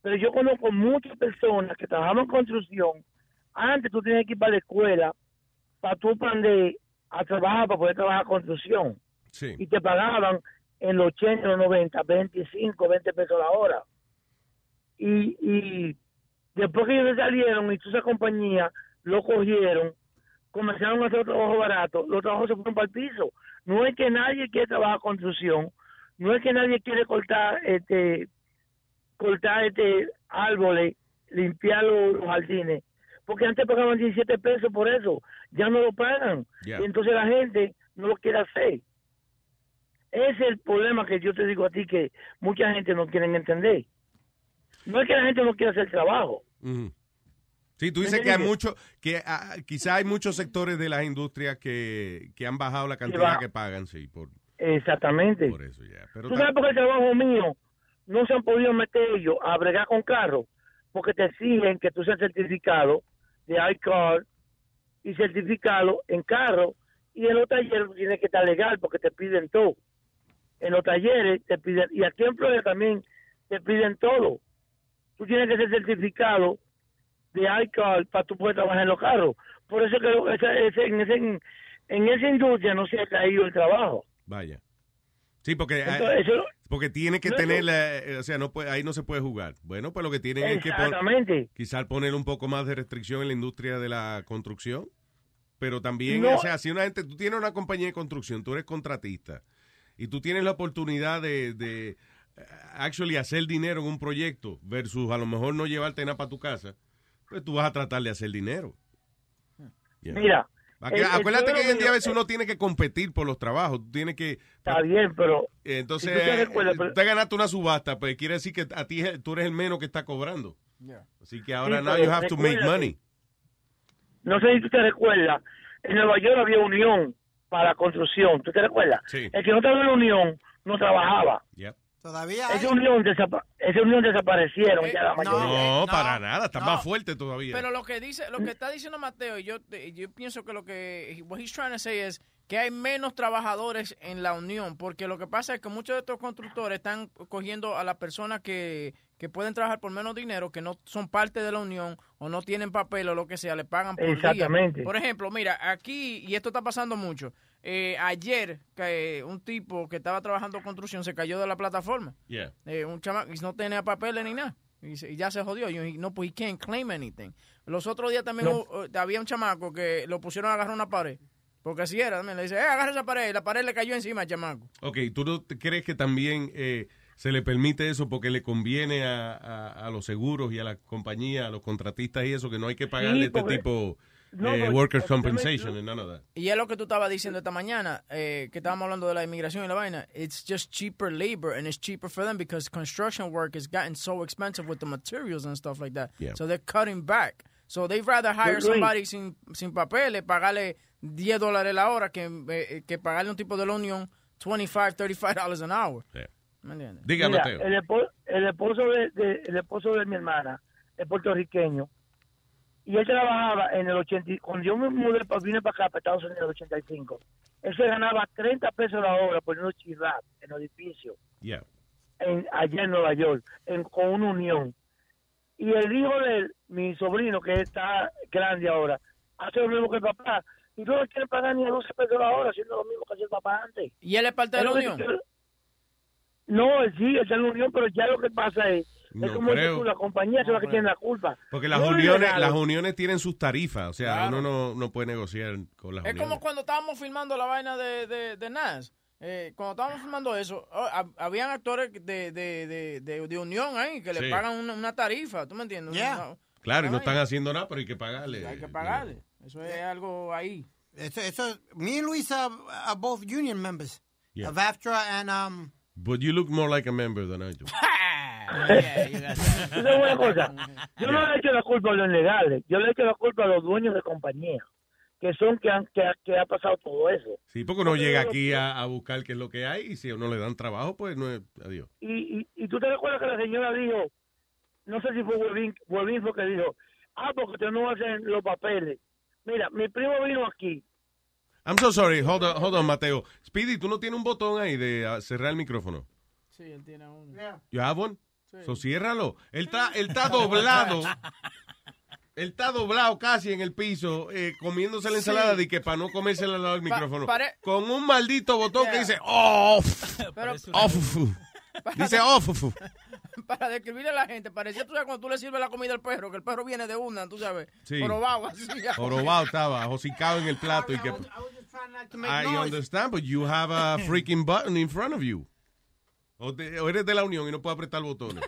Speaker 10: pero yo conozco muchas personas que trabajaban en construcción. Antes tú tenías que ir para la escuela para tú aprender a trabajar, para poder trabajar construcción.
Speaker 7: Sí.
Speaker 10: Y te pagaban en los 80, los 90, 25, 20 pesos la hora. Y, y después que ellos salieron y toda esa compañía lo cogieron, comenzaron a hacer trabajo barato, los trabajos se fueron para el piso. No es que nadie quiere trabajar construcción, no es que nadie quiere cortar este cortar este árboles, limpiar los, los jardines, porque antes pagaban 17 pesos por eso, ya no lo pagan.
Speaker 11: Ya.
Speaker 10: Y entonces la gente no lo quiere hacer. Ese es el problema que yo te digo a ti que mucha gente no quiere entender. No es que la gente no quiera hacer el trabajo.
Speaker 7: Ujú. Sí, tú dices que hay mucho, que ah, quizá hay muchos sectores de las industrias que, que han bajado la cantidad
Speaker 10: baja.
Speaker 7: que pagan, sí, por,
Speaker 10: Exactamente.
Speaker 7: por eso ya. Pero
Speaker 10: ¿Tú
Speaker 7: ta-
Speaker 10: sabes por qué el trabajo mío no se han podido meter ellos a bregar con carro? Porque te exigen que tú seas certificado de iCar y certificado en carro. Y en los talleres tiene que estar legal porque te piden todo. En los talleres te piden, y aquí en Florida también te piden todo. Tú tienes que ser certificado de iCar para tú poder trabajar en los carros. Por eso que lo- esa- ese- en, ese- en esa industria no se ha caído el trabajo.
Speaker 7: vaya. Sí, porque, ah,
Speaker 10: Entonces, eso-
Speaker 7: porque tiene que
Speaker 10: no,
Speaker 7: tener,
Speaker 10: eso-
Speaker 7: la- eh, o sea, no puede, ahí no se puede jugar. Bueno, pues lo que tienen es que pon-
Speaker 10: Exactamente.
Speaker 7: quizá poner un poco más de restricción en la industria de la construcción, pero también,
Speaker 10: No.
Speaker 7: o sea, si una gente, tú tienes una compañía de construcción, tú eres contratista y tú tienes la oportunidad de, de eh, actually hacer dinero en un proyecto versus a lo mejor no llevarte nada para tu casa, pues tú vas a tratar de hacer dinero. Yeah.
Speaker 10: Mira,
Speaker 7: Acu-
Speaker 10: el- el
Speaker 7: Acuérdate que
Speaker 10: pueblo
Speaker 7: hoy en día a
Speaker 10: mío-
Speaker 7: veces uno tiene que competir por los trabajos, tú tienes que...
Speaker 10: Está bien, pero...
Speaker 7: Entonces,
Speaker 10: si tú te
Speaker 7: eh,
Speaker 10: recuerdas, pero-
Speaker 7: tú te ganaste una subasta, pues quiere decir que a ti es- tú eres el menos que está cobrando. Así que ahora
Speaker 10: Sí,
Speaker 7: now
Speaker 10: pero
Speaker 7: you have to make
Speaker 10: recuérdate.
Speaker 7: money.
Speaker 10: No sé si tú te recuerdas, en Nueva York había unión para la construcción, ¿tú te recuerdas?
Speaker 7: Sí.
Speaker 10: El que no estaba en la unión no trabajaba.
Speaker 8: Todavía
Speaker 10: Esa unión, desapa- esa unión desaparecieron ya la mayoría.
Speaker 7: Eh, No, para nada, está más fuerte todavía.
Speaker 6: Pero lo que dice, lo que está diciendo Mateo, y yo, te- yo pienso que lo que what he's trying to say es que hay menos trabajadores en la unión, porque lo que pasa es que muchos de estos constructores están cogiendo a las personas que, que pueden trabajar por menos dinero, que no son parte de la unión o no tienen papel o lo que sea, le pagan por
Speaker 10: Exactamente.
Speaker 6: día. Por ejemplo, mira, aquí, y esto está pasando mucho, eh, ayer que eh, un tipo que estaba trabajando construcción se cayó de la plataforma.
Speaker 7: Yeah.
Speaker 6: Eh, un chamaco y no tenía papeles ni nada. Y, se- y ya se jodió. Y, y no, pues he can't claim anything. Los otros días también
Speaker 12: No.
Speaker 6: hubo- eh, había un chamaco que lo pusieron a agarrar una pared. Porque así era. también. Le dice, eh, agarra esa pared. Y la pared le cayó encima al chamaco.
Speaker 7: Ok, ¿tú no te- crees que también eh, se le permite eso porque le conviene a, a- a los seguros y a las compañías, a los contratistas y eso, que no hay que pagarle este
Speaker 6: porque-
Speaker 7: tipo
Speaker 6: No,
Speaker 7: eh,
Speaker 6: porque-
Speaker 7: workers'
Speaker 6: usted me-
Speaker 7: compensation and none of that?
Speaker 6: Y es lo que tú estabas diciendo esta mañana, eh, que estábamos hablando de la inmigración y la vaina. It's just cheaper labor and it's cheaper for them because construction work has gotten so expensive with the materials and stuff like that.
Speaker 12: Yeah.
Speaker 6: So they're cutting back. So they'd rather hire
Speaker 12: Luis.
Speaker 6: somebody sin, sin papeles, pagarle 10 dólares la hora que, eh, que pagarle un tipo de la unión 25, 35 dollars an hour. ¿Me entiendes?
Speaker 7: Diga,
Speaker 10: Mira,
Speaker 7: Mateo.
Speaker 10: el, espo- el esposo de, de- el esposo de mi hermana es puertorriqueño y él trabajaba en el 80. y- Cuando yo me mudé, pa- vine para acá, para Estados Unidos en el 85, él se ganaba 30 pesos la hora por un chirrap en el edificio.
Speaker 5: [LAUGHS]
Speaker 7: Yeah.
Speaker 10: en, allá en Nueva York, en, con una unión. Y el hijo de él, mi sobrino, que está grande ahora, hace lo mismo que el papá. Y no le quieren pagar ni a 12 pesos la hora, haciendo lo mismo que hacía el papá antes.
Speaker 6: ¿Y él es parte de la unión?
Speaker 10: No, él sí, él está en la unión, pero ya lo que pasa es,
Speaker 7: No
Speaker 10: es como dices
Speaker 7: creo.
Speaker 10: tú, la compañía es la que tiene la culpa.
Speaker 7: Porque las
Speaker 10: No es
Speaker 7: uniones
Speaker 10: legal.
Speaker 7: las uniones tienen sus tarifas, o sea, uno no, no puede negociar con las
Speaker 6: Es
Speaker 7: uniones.
Speaker 6: como cuando estábamos filmando la vaina de, de, de Nas. Eh, cuando estábamos filmando eso, oh, hab- habían actores de, de, de, de, de unión ahí que
Speaker 7: Sí.
Speaker 6: le pagan una, una tarifa, ¿tú me entiendes? Una-
Speaker 7: Claro, y no
Speaker 6: una
Speaker 7: están
Speaker 6: vaina.
Speaker 7: haciendo nada, pero hay que pagarle.
Speaker 6: Hay que pagarle. Eso es algo ahí.
Speaker 8: Eso, eso, me and Luis are, are both union members
Speaker 7: Yeah.
Speaker 8: of AFTRA and um.
Speaker 7: But you look more like a member than I do.
Speaker 10: Tú sabes una cosa, yo no le echo la culpa a los legales, yo le echo la culpa a los dueños de compañía, que son que han, que, ha- que ha pasado todo eso.
Speaker 7: Sí, porque
Speaker 6: [LAUGHS]
Speaker 7: uno llega aquí a, a buscar qué es lo que hay y si a uno le dan trabajo, pues no es. Adiós.
Speaker 10: y, y, y tú te recuerdas que la señora dijo, no sé si fue Huevín, Huevín fue que dijo, ah, porque ustedes no hacen los papeles. Mira, mi primo vino aquí.
Speaker 7: I'm so sorry. Hold on, hold on, Mateo. Speedy, tú no tienes un botón ahí de ah, cerrar el micrófono.
Speaker 6: Sí, él tiene uno.
Speaker 7: You have one? So, ciérralo. Él está, él está doblado. Él está doblado casi en el piso, eh, comiéndose la ensalada de que para no comérsela al lado del
Speaker 6: Pa-
Speaker 7: micrófono.
Speaker 6: pare-
Speaker 7: Con un maldito botón que "Oh,
Speaker 6: Yeah.
Speaker 7: dice off.
Speaker 6: [LAUGHS] Pero-
Speaker 7: off.
Speaker 6: [LAUGHS]
Speaker 7: Dice "Oh, off.
Speaker 6: Para describirle a la gente, parecía tú sabes cuando tú le sirves la comida al perro, que el perro viene de una, tú sabes.
Speaker 7: Sí.
Speaker 6: Jorobado, así. [LAUGHS]
Speaker 7: Jorobado estaba, hocicado en el plato y que. I understand, but you have a freaking button in front of you. O, te- o eres de la Unión y no puedes apretar botones.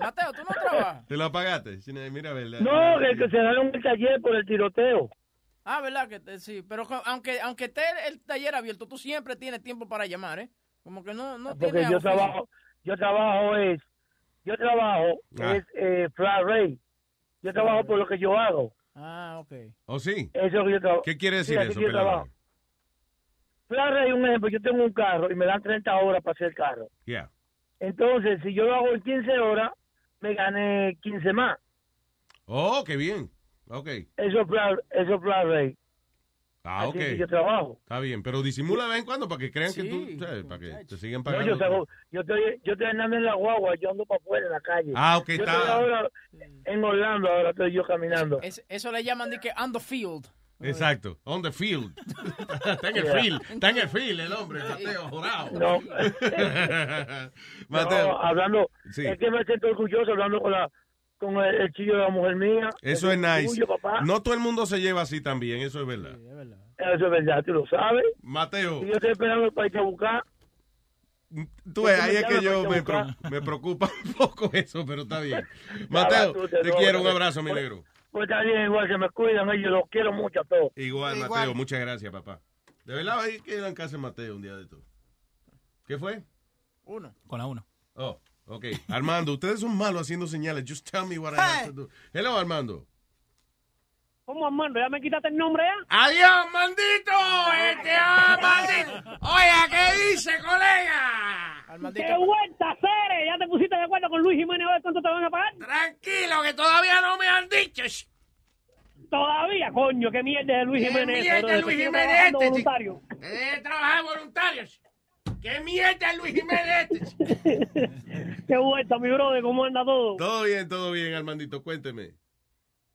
Speaker 6: Mateo, tú no trabajas.
Speaker 7: Te lo apagaste. Shina, Mira, verdad.
Speaker 10: No, que, que cerraron el taller por el tiroteo.
Speaker 6: Ah, ¿verdad? que te- Sí, pero co- aunque, aunque esté el taller abierto, tú siempre tienes tiempo para llamar, ¿eh? Como que no, no
Speaker 10: Porque
Speaker 6: tienes
Speaker 10: yo
Speaker 6: oficio.
Speaker 10: trabajo, yo trabajo es, yo trabajo
Speaker 7: Ah.
Speaker 10: es eh, flat rate. Yo trabajo por lo que yo hago.
Speaker 6: Ah, ok.
Speaker 7: ¿O sí?
Speaker 10: Eso es lo que yo trabajo.
Speaker 7: ¿Qué quiere decir
Speaker 10: Mira,
Speaker 7: eso,
Speaker 10: yo
Speaker 7: pelado?
Speaker 10: trabajo. Flat rate, un ejemplo, yo tengo un carro y me dan 30 horas para hacer el carro.
Speaker 7: Yeah.
Speaker 10: Entonces, si yo lo hago en 15 horas, me gané 15 más.
Speaker 7: Oh, qué bien. Ok.
Speaker 10: Eso es flat, eso es flat rate.
Speaker 7: Ah,
Speaker 10: Así
Speaker 7: ok.
Speaker 10: es que yo trabajo.
Speaker 7: Está bien, pero disimula de vez en cuando para que crean que tú. ¿sabes? Para que te sigan
Speaker 10: No,
Speaker 7: pagando.
Speaker 10: yo, salgo- yo estoy, yo estoy andando en la guagua, yo ando para afuera en la calle.
Speaker 7: Ah, ok,
Speaker 10: yo
Speaker 7: está.
Speaker 10: Estoy ahora en Orlando, ahora estoy yo caminando.
Speaker 6: Es- eso le llaman de que on the field.
Speaker 7: Exacto. On the
Speaker 10: [LAUGHS]
Speaker 7: field. [LAUGHS] está en el
Speaker 10: Yeah.
Speaker 7: field. Está en el field el hombre, Mateo, jorado. [LAUGHS]
Speaker 10: No.
Speaker 7: Mateo.
Speaker 10: No, hablando,
Speaker 7: Sí.
Speaker 10: es que me siento orgulloso hablando con la con el, el chillo de la mujer mía.
Speaker 7: Eso es nice.
Speaker 10: tuyo, papá.
Speaker 7: No todo el mundo se lleva así también, eso es verdad.
Speaker 10: Eso es verdad, tú lo sabes.
Speaker 7: Mateo.
Speaker 10: Y yo estoy esperando para irte a buscar.
Speaker 7: Tú ves,
Speaker 10: Yo te
Speaker 7: ahí es
Speaker 10: llamo
Speaker 7: que yo
Speaker 10: para
Speaker 7: me,
Speaker 10: irte a
Speaker 7: pro- me preocupa [LAUGHS] un poco eso, pero está
Speaker 10: [LAUGHS]
Speaker 7: bien. Mateo,
Speaker 10: tú,
Speaker 7: te
Speaker 10: robo,
Speaker 7: quiero, un
Speaker 10: te-
Speaker 7: abrazo, mi negro.
Speaker 10: Pues está bien, igual se me cuidan, ellos los quiero mucho a todos.
Speaker 7: Igual,
Speaker 10: Igual.
Speaker 7: Mateo, muchas gracias, papá. De verdad, ahí quedan en casa de Mateo un día de todo. ¿Qué fue?
Speaker 6: Uno.
Speaker 9: Con la uno.
Speaker 7: Oh, ok. Armando, ustedes son malos haciendo señales. Just tell me what I have to do. Hello, Armando.
Speaker 11: ¿Cómo, Armando? ¿Ya me quitaste el nombre ya?
Speaker 5: ¡Adiós, maldito! ¡Este ah, maldito! Oiga, ¿qué dice, colega?
Speaker 11: ¡Qué vuelta, Cere! ¿Ya te pusiste de acuerdo con Luis Jiménez a ver cuánto te van a pagar?
Speaker 5: Tranquilo, que todavía no me han dicho. sh-
Speaker 11: Todavía, coño, qué mierda de Luis
Speaker 5: ¿Qué
Speaker 11: Jiménez. eso,
Speaker 5: mierda
Speaker 11: brother, que
Speaker 5: es Luis
Speaker 11: sigue
Speaker 5: Jiménez
Speaker 11: trabajando
Speaker 5: este,
Speaker 11: voluntario.
Speaker 5: Me Deje de trabajar voluntarios. ¡Qué mierda es Luis Jiménez este! sh-
Speaker 11: Qué vuelta, mi brother, ¿cómo anda todo?
Speaker 7: Todo bien, todo bien, Armandito. Cuénteme.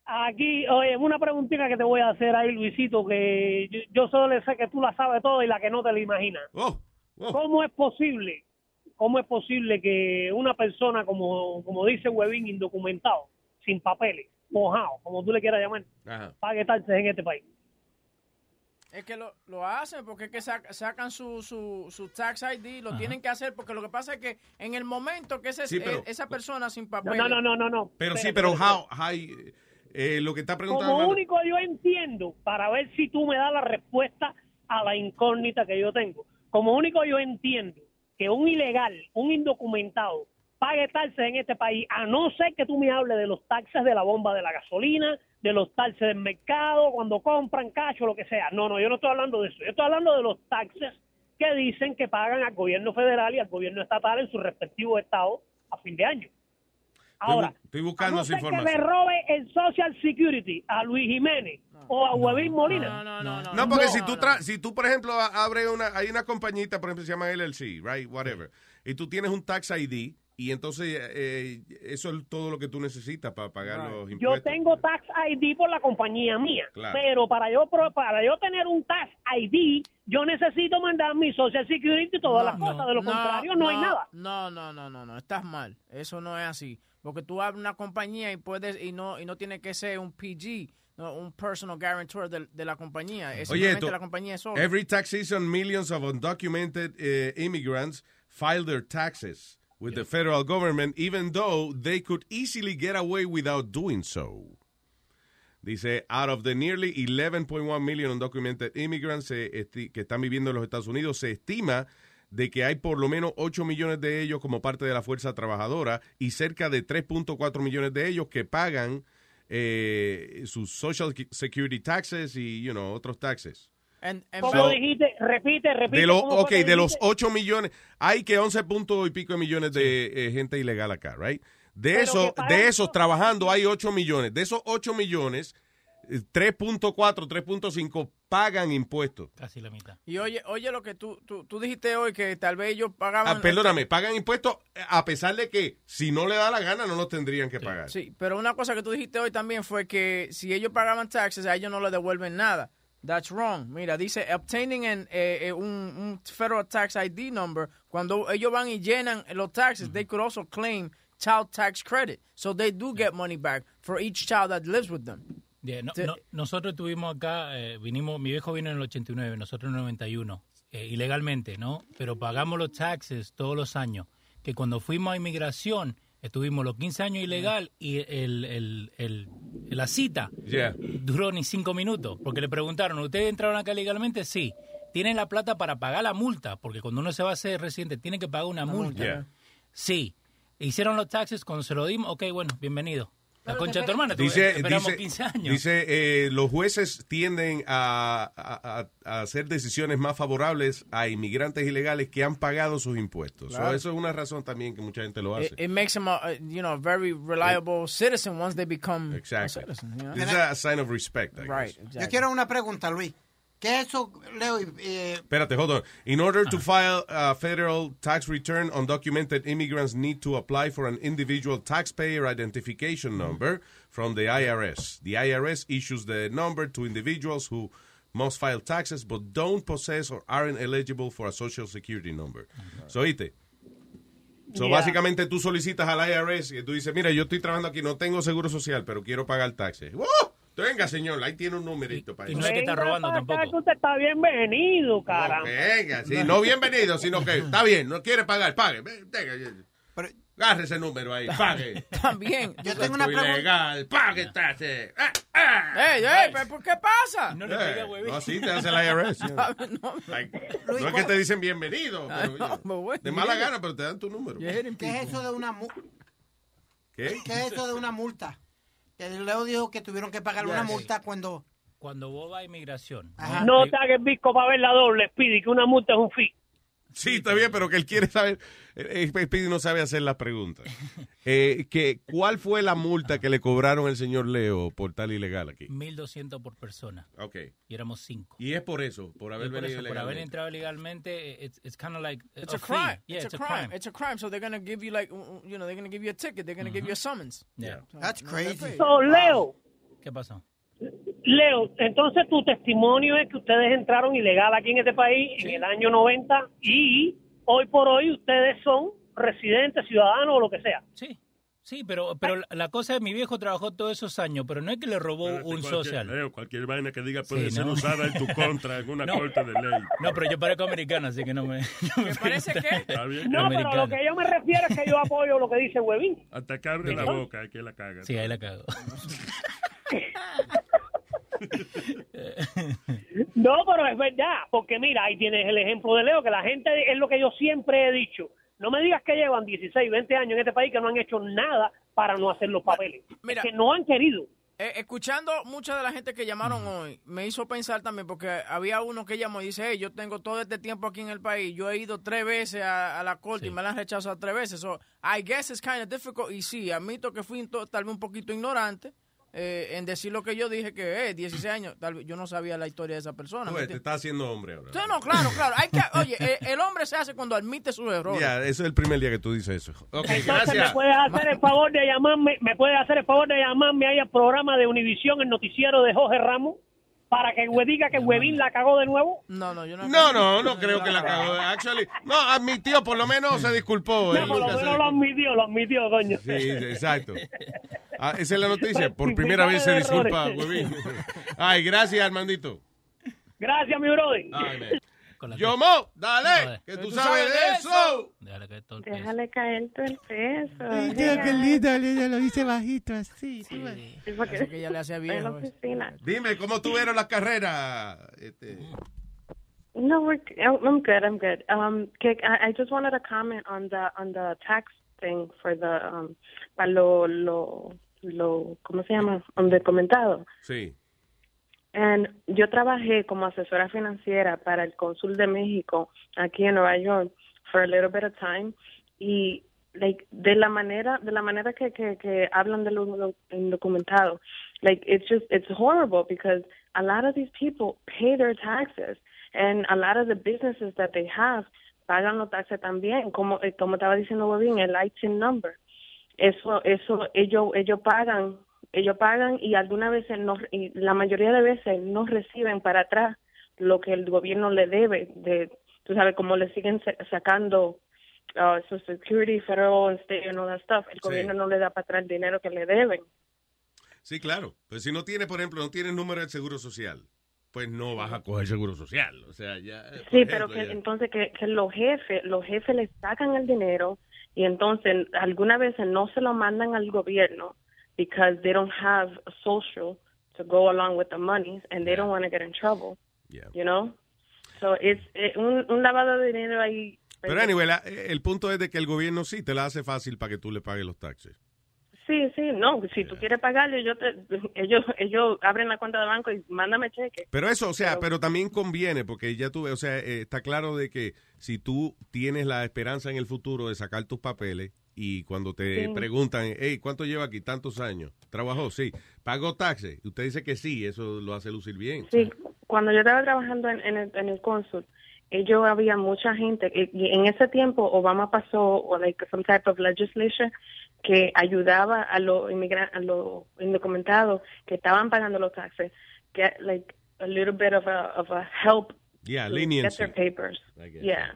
Speaker 11: Aquí, oye, una preguntita que te voy a hacer ahí, Luisito, que yo, yo solo sé que tú la sabes toda y la que no te la imaginas. ¿Cómo es posible? ¿Cómo es posible que una persona, como, como dice Webin, indocumentado, sin papeles, mojado, como tú le quieras llamar,
Speaker 7: Ajá.
Speaker 11: pague taxes en este país?
Speaker 6: Es que lo, lo hacen porque es que sac- sacan su, su, su tax ID, lo tienen que hacer porque lo que pasa es que en el momento que ese, eh,
Speaker 7: Sí, pero-
Speaker 6: esa persona sin
Speaker 11: No,
Speaker 6: papel...
Speaker 11: no, no, no, no. no.
Speaker 7: Pero sí,
Speaker 11: Espérate,
Speaker 7: pero
Speaker 11: espérate.
Speaker 7: how, how- eh, lo que está preguntando
Speaker 11: Como
Speaker 7: Armando-
Speaker 11: único yo entiendo, para ver si tú me das la respuesta a la incógnita que yo tengo, como único yo entiendo que un ilegal, un indocumentado, pague taxes en este país, a no ser que tú me hables de los taxes de la bomba de la gasolina, de los taxes del mercado, cuando compran cacho, lo que sea. No, no, yo no estoy hablando de eso. Yo estoy hablando de los taxes que dicen que pagan al gobierno federal y al gobierno estatal en sus respectivos estados a fin de año.
Speaker 7: Estoy bu-
Speaker 11: Ahora,
Speaker 7: estoy buscando
Speaker 11: a no
Speaker 7: esa
Speaker 11: ser que
Speaker 7: información.
Speaker 11: me robe el Social Security a Luis Jiménez o a Huevín Molina.
Speaker 7: No, porque si tú, tra- si tú, por ejemplo, a- abre una, hay una compañita, por ejemplo, se llama LLC, right, whatever, y tú tienes un tax ID, y entonces eh, eso es todo lo que tú necesitas para pagar los
Speaker 11: Yo
Speaker 7: impuestos.
Speaker 11: tengo Tax ID por la compañía mía,
Speaker 7: Claro.
Speaker 11: pero para yo pro- para yo tener un Tax ID, yo necesito mandar mi Social Security y todas las cosas. De lo contrario, no, hay nada.
Speaker 6: No, no, no, no, no, estás mal. Eso no es así. Porque tú abres una compañía y puedes y no y no tiene que ser un PG, no, un personal guarantor del- de, la compañía. Es
Speaker 7: Oye,
Speaker 6: simplemente
Speaker 7: esto-
Speaker 6: la compañía es sola.
Speaker 7: Every tax season, millions of undocumented eh, immigrants file their taxes with the federal government, even though they could easily get away without doing so. Dice, out of the nearly 11.1 million undocumented immigrants eh, esti- que están viviendo en los Estados Unidos, se estima de que hay por lo menos 8 millones de ellos como parte de la fuerza trabajadora y cerca de 3.4 millones de ellos que pagan eh, sus Social Security taxes y, you know, otros taxes.
Speaker 6: And- and-
Speaker 11: Como
Speaker 7: So-
Speaker 11: dijiste, repite, repite.
Speaker 7: De los,
Speaker 11: ¿cómo fue
Speaker 7: ok,
Speaker 11: que
Speaker 7: de los
Speaker 11: dijiste?
Speaker 7: 8 millones, hay que 11 punto y pico de millones de eh, gente ilegal acá, right? De,
Speaker 11: Pero
Speaker 7: eso,
Speaker 11: que para
Speaker 7: de esos trabajando hay 8 millones. eh, De esos 8 millones, 3.4, 3.5 pagan impuestos.
Speaker 9: Casi la mitad.
Speaker 6: Y oye, oye lo que tú, tú, tú dijiste hoy, que tal vez ellos pagaban...
Speaker 7: Ah, perdóname, pagan impuestos eh, a pesar de que si no le da la gana no los tendrían que pagar.
Speaker 6: Sí, pero una cosa que tú dijiste hoy también fue que si ellos pagaban taxes, a ellos no les devuelven nada. That's wrong. Mira, dice obtaining an, eh, eh, un, un federal tax ID number. Cuando ellos van y llenan los taxes, they could also claim child tax credit. So they do get money back for each child that lives with them.
Speaker 9: Yeah, no-
Speaker 6: Te-
Speaker 9: no- nosotros tuvimos acá, eh, vinimos, mi viejo vino en el 89, nosotros en el 91, eh, ilegalmente, ¿no? Pero pagamos los taxes todos los años. Que cuando fuimos a inmigración, estuvimos los 15 años ilegal y el, el- el- la cita
Speaker 7: Yeah.
Speaker 9: duró ni cinco minutos. Porque le preguntaron, ¿ustedes entraron acá legalmente? Sí. ¿Tienen la plata para pagar la multa? Porque cuando uno se va a ser residente, tiene que pagar una multa.
Speaker 7: multa, Yeah.
Speaker 9: Sí. Hicieron los taxes, cuando se lo dimos, ok, bueno, bienvenido. La concha de tu hermana, tú-
Speaker 7: Dice,
Speaker 9: esperamos
Speaker 7: dice-
Speaker 9: 15 años.
Speaker 7: dice, eh, los jueces tienden a, a- a- a hacer decisiones más favorables a inmigrantes ilegales que han pagado sus impuestos. So,
Speaker 6: Claro. Eh,
Speaker 7: eso es una razón también que mucha gente lo hace.
Speaker 6: It, it makes them, a, a, you know, a very reliable citizen once they become
Speaker 7: Exacto.
Speaker 6: a citizen. you know?
Speaker 7: This is a sign of respect. I guess.
Speaker 6: Right,
Speaker 8: Yo quiero una pregunta, Luis. ¿Qué es eso, Leo? y- eh,
Speaker 7: Espérate, hold on. In order to file a federal tax return, undocumented immigrants need to apply for an individual taxpayer identification number from the IRS. The IRS issues the number to individuals who must file taxes but don't possess or aren't eligible for a social security number. So, oíste. So,
Speaker 12: Yeah.
Speaker 7: básicamente tú solicitas al IRS y tú dices, mira, yo estoy trabajando aquí, no tengo seguro social, pero quiero pagar taxes. ¡Wow! Venga, señor, ahí tiene un numerito para eso.
Speaker 11: Venga para acá, que usted está bienvenido, caramba.
Speaker 7: Venga, sí, no bienvenido, sino que está bien, no quiere pagar, pague. ven, Venga, yo- agarre ese número ahí, pague.
Speaker 6: También.
Speaker 8: Yo
Speaker 7: tengo una pregunta. Ilegal, pague taxes. Ah,
Speaker 6: Hey, hey, pero ¿por qué pasa?
Speaker 9: No
Speaker 7: eh,
Speaker 6: [LAUGHS]
Speaker 7: no, así te hace el IRS. Like, no es que te dicen bienvenido, pero, oye, de mala gana, pero te dan tu número.
Speaker 8: ¿Qué es eso de una mu-
Speaker 7: ¿Qué?
Speaker 8: ¿Qué es eso de una multa? Que Leo dijo que tuvieron que pagar una
Speaker 9: Yes.
Speaker 8: multa cuando...
Speaker 9: Cuando vos vas a inmigración,
Speaker 11: No tagues disco para ver la doble, Speedy, que una multa es un fee.
Speaker 7: Sí, está bien, pero que él quiere saber. eh, eh, Speedy no sabe hacer las [LAUGHS] preguntas. Eh, que, ¿Cuál fue la multa que le cobraron el señor Leo por tal ilegal aquí?
Speaker 9: 1.200 por persona.
Speaker 7: Ok.
Speaker 9: Y éramos cinco.
Speaker 7: Y es por eso, por haber
Speaker 9: Y por,
Speaker 7: venido
Speaker 9: eso, por
Speaker 7: ilegalmente.
Speaker 9: haber entrado legalmente, it's, it's kind of like
Speaker 6: It's a
Speaker 9: Oh, fee.
Speaker 6: crime.
Speaker 9: Yeah,
Speaker 6: it's, a, crime. It's a crime. So they're gonna give you like, uh, you know, they're gonna give you a ticket. They're gonna give you a summons.
Speaker 9: Yeah.
Speaker 8: That's
Speaker 6: crazy.
Speaker 11: So, Leo,
Speaker 9: Ah. ¿Qué pasó?
Speaker 11: Leo, entonces tu testimonio es que ustedes entraron ilegal aquí en este país en el año 90 y hoy por hoy ustedes son residentes, ciudadanos o lo que sea.
Speaker 9: Sí. Sí, pero, pero la, la cosa es mi viejo trabajó todos esos años, pero no es que le robó un
Speaker 13: cualquier-
Speaker 9: social.
Speaker 13: Leo, cualquier vaina que diga eh, puede
Speaker 9: Sí,
Speaker 13: ser
Speaker 9: ¿no?
Speaker 13: usada en
Speaker 9: [LAUGHS]
Speaker 13: tu contra en una
Speaker 9: No.
Speaker 13: corte de ley.
Speaker 9: No, pero yo parezco americano, así que no me... [LAUGHS] No me
Speaker 11: parece
Speaker 9: preguntan.
Speaker 11: No, pero lo que yo me refiero es que yo apoyo lo que dice Huevín.
Speaker 13: Hasta que abre
Speaker 9: ¿De
Speaker 13: la
Speaker 9: qué?
Speaker 13: boca, hay que la caga.
Speaker 9: Sí, ahí la cago.
Speaker 11: No, pero es verdad, porque mira, ahí tienes el ejemplo de Leo, que la gente es lo que yo siempre he dicho. No me digas que llevan 16, 20 años en este país que no han hecho nada para no hacer los papeles.
Speaker 6: Mira.
Speaker 11: Es que no han querido.
Speaker 6: Eh, escuchando mucha de la gente que llamaron hoy, me hizo pensar también, porque había uno que llamó y dice, hey, yo tengo todo este tiempo aquí en el país, yo he ido tres veces a, a la corte y me la han rechazado tres veces. So, I guess it's kind of difficult. Y sí, admito que fui to- tal vez un poquito ignorante eh, en decir lo que yo dije, que eh, 16 años, tal vez yo no sabía la historia de esa persona.
Speaker 7: Tú
Speaker 6: ¿me
Speaker 7: ves, te
Speaker 6: entiendes?
Speaker 7: está haciendo hombre ahora.
Speaker 6: Sí, no, claro, claro. Hay que, oye, eh, el hombre se hace cuando admite sus errores.
Speaker 7: Ya, eso es el primer día que tú dices eso. Ok, [LAUGHS]
Speaker 11: Entonces me
Speaker 7: gracias.
Speaker 11: puedes hacer el favor de llamarme, me puedes hacer el favor de llamarme ahí al programa de Univisión, el noticiero de Jorge Ramos, para que hue- diga que Huevín la cagó de nuevo.
Speaker 6: No, no, yo
Speaker 7: No, no, no creo que la acabó. Actually, no, [LAUGHS] admitió, por lo menos se disculpó.
Speaker 11: No,
Speaker 7: él
Speaker 11: por lo
Speaker 7: nunca se
Speaker 11: menos lo admitió, lo admitió, coño.
Speaker 7: Sí, exacto. Ah, esa es la noticia. Por primera vez se
Speaker 11: Rectificar
Speaker 7: disculpa,
Speaker 11: errores.
Speaker 7: huevín. Ay, gracias, Armandito.
Speaker 11: Gracias, mi brother.
Speaker 7: Ay, man. Yomo, dale, que tú sabes de eso.
Speaker 14: Déjale caerte el peso.
Speaker 15: Mira qué lindo, Lina, lo hice bajito así. tú ves.
Speaker 6: Eso que ya le hacía
Speaker 14: En la
Speaker 6: viejo. eh.
Speaker 14: oficina.
Speaker 7: Dime, ¿cómo tuvieron las carreras? Este,
Speaker 14: No, we're, oh, I'm good. I'm good. Um, que- I, I just wanted to comment on the on the tax thing for the um, pa lo lo lo ¿cómo se llama? Donde comentado.
Speaker 7: sí.
Speaker 14: And yo trabajé como asesora financiera para el cónsul de México aquí en Nueva York for a little bit of time y like de la manera de la manera que que, que hablan de los indocumentados Like it's just it's horrible because a lot of these people pay their taxes and a lot of the businesses that they have pagan los taxes también, como eh, como estaba diciendo Bobín, el item number. Eso eso ellos ellos pagan, ellos pagan y algunas veces no y la mayoría de veces no reciben para atrás lo que el gobierno le debe de tú sabes como le siguen sa- sacando uh, Social Security, Federal and State and all that stuff. El gobierno no le da para atrás el dinero que le deben.
Speaker 7: Sí, claro. Pero si no tienes, por ejemplo, no tienes número del seguro social, pues no vas a coger seguro social. O sea, ya. eh, por
Speaker 14: Sí,
Speaker 7: ejemplo,
Speaker 14: pero que
Speaker 7: ya.
Speaker 14: entonces que, que los jefes, los jefes le sacan el dinero y entonces algunas veces no se lo mandan al gobierno because they don't have a social to go along with the money and they don't want to get in trouble. You know? So it's eh, un, un lavado de dinero ahí.
Speaker 7: Pero anyway, la- el punto es de que el gobierno sí te la hace fácil para que tú le pagues los taxes.
Speaker 14: Sí, sí, no, si tú quieres pagarle, yo te, [LAUGHS] ellos ellos abren la cuenta de banco y mándame cheque.
Speaker 7: Pero eso, o sea, pero, también conviene, porque ya tú, o sea, eh, está claro de que si tú tienes la esperanza en el futuro de sacar tus papeles y cuando te
Speaker 14: Sí.
Speaker 7: preguntan, hey, ¿cuánto lleva aquí? Tantos años. ¿Trabajó? Sí. ¿Pagó taxes? Y usted dice que sí, eso lo hace lucir bien.
Speaker 14: Sí, cuando yo estaba trabajando en, en el, en el cónsul, ellos había mucha gente, y, y en ese tiempo Obama pasó o like some type of legislation que ayudaba a los inmigrantes, a los indocumentados que estaban pagando los taxes, get like a little bit of a, of a help
Speaker 7: Yeah,
Speaker 14: to get
Speaker 7: leniency.
Speaker 14: their papers.
Speaker 7: I [LAUGHS] get
Speaker 14: Yeah.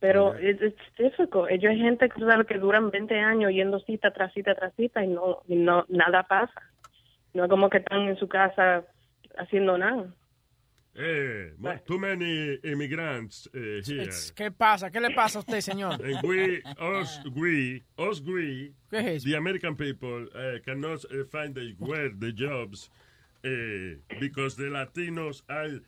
Speaker 14: Pero it's, it's difficult. Ellos hay gente que, tú sabes, que duran 20 años yendo cita tras cita tras cita y no, y no nada pasa. No es como que están en su casa haciendo nada.
Speaker 13: [LAUGHS] Eh, mo- too many immigrants eh, here.
Speaker 6: ¿Qué pasa? ¿Qué le pasa a usted, señor?
Speaker 13: And we, us, we, us, we,
Speaker 6: ¿Qué es eso?
Speaker 13: the American people eh, cannot eh, find the, where the jobs eh, because the Latinos are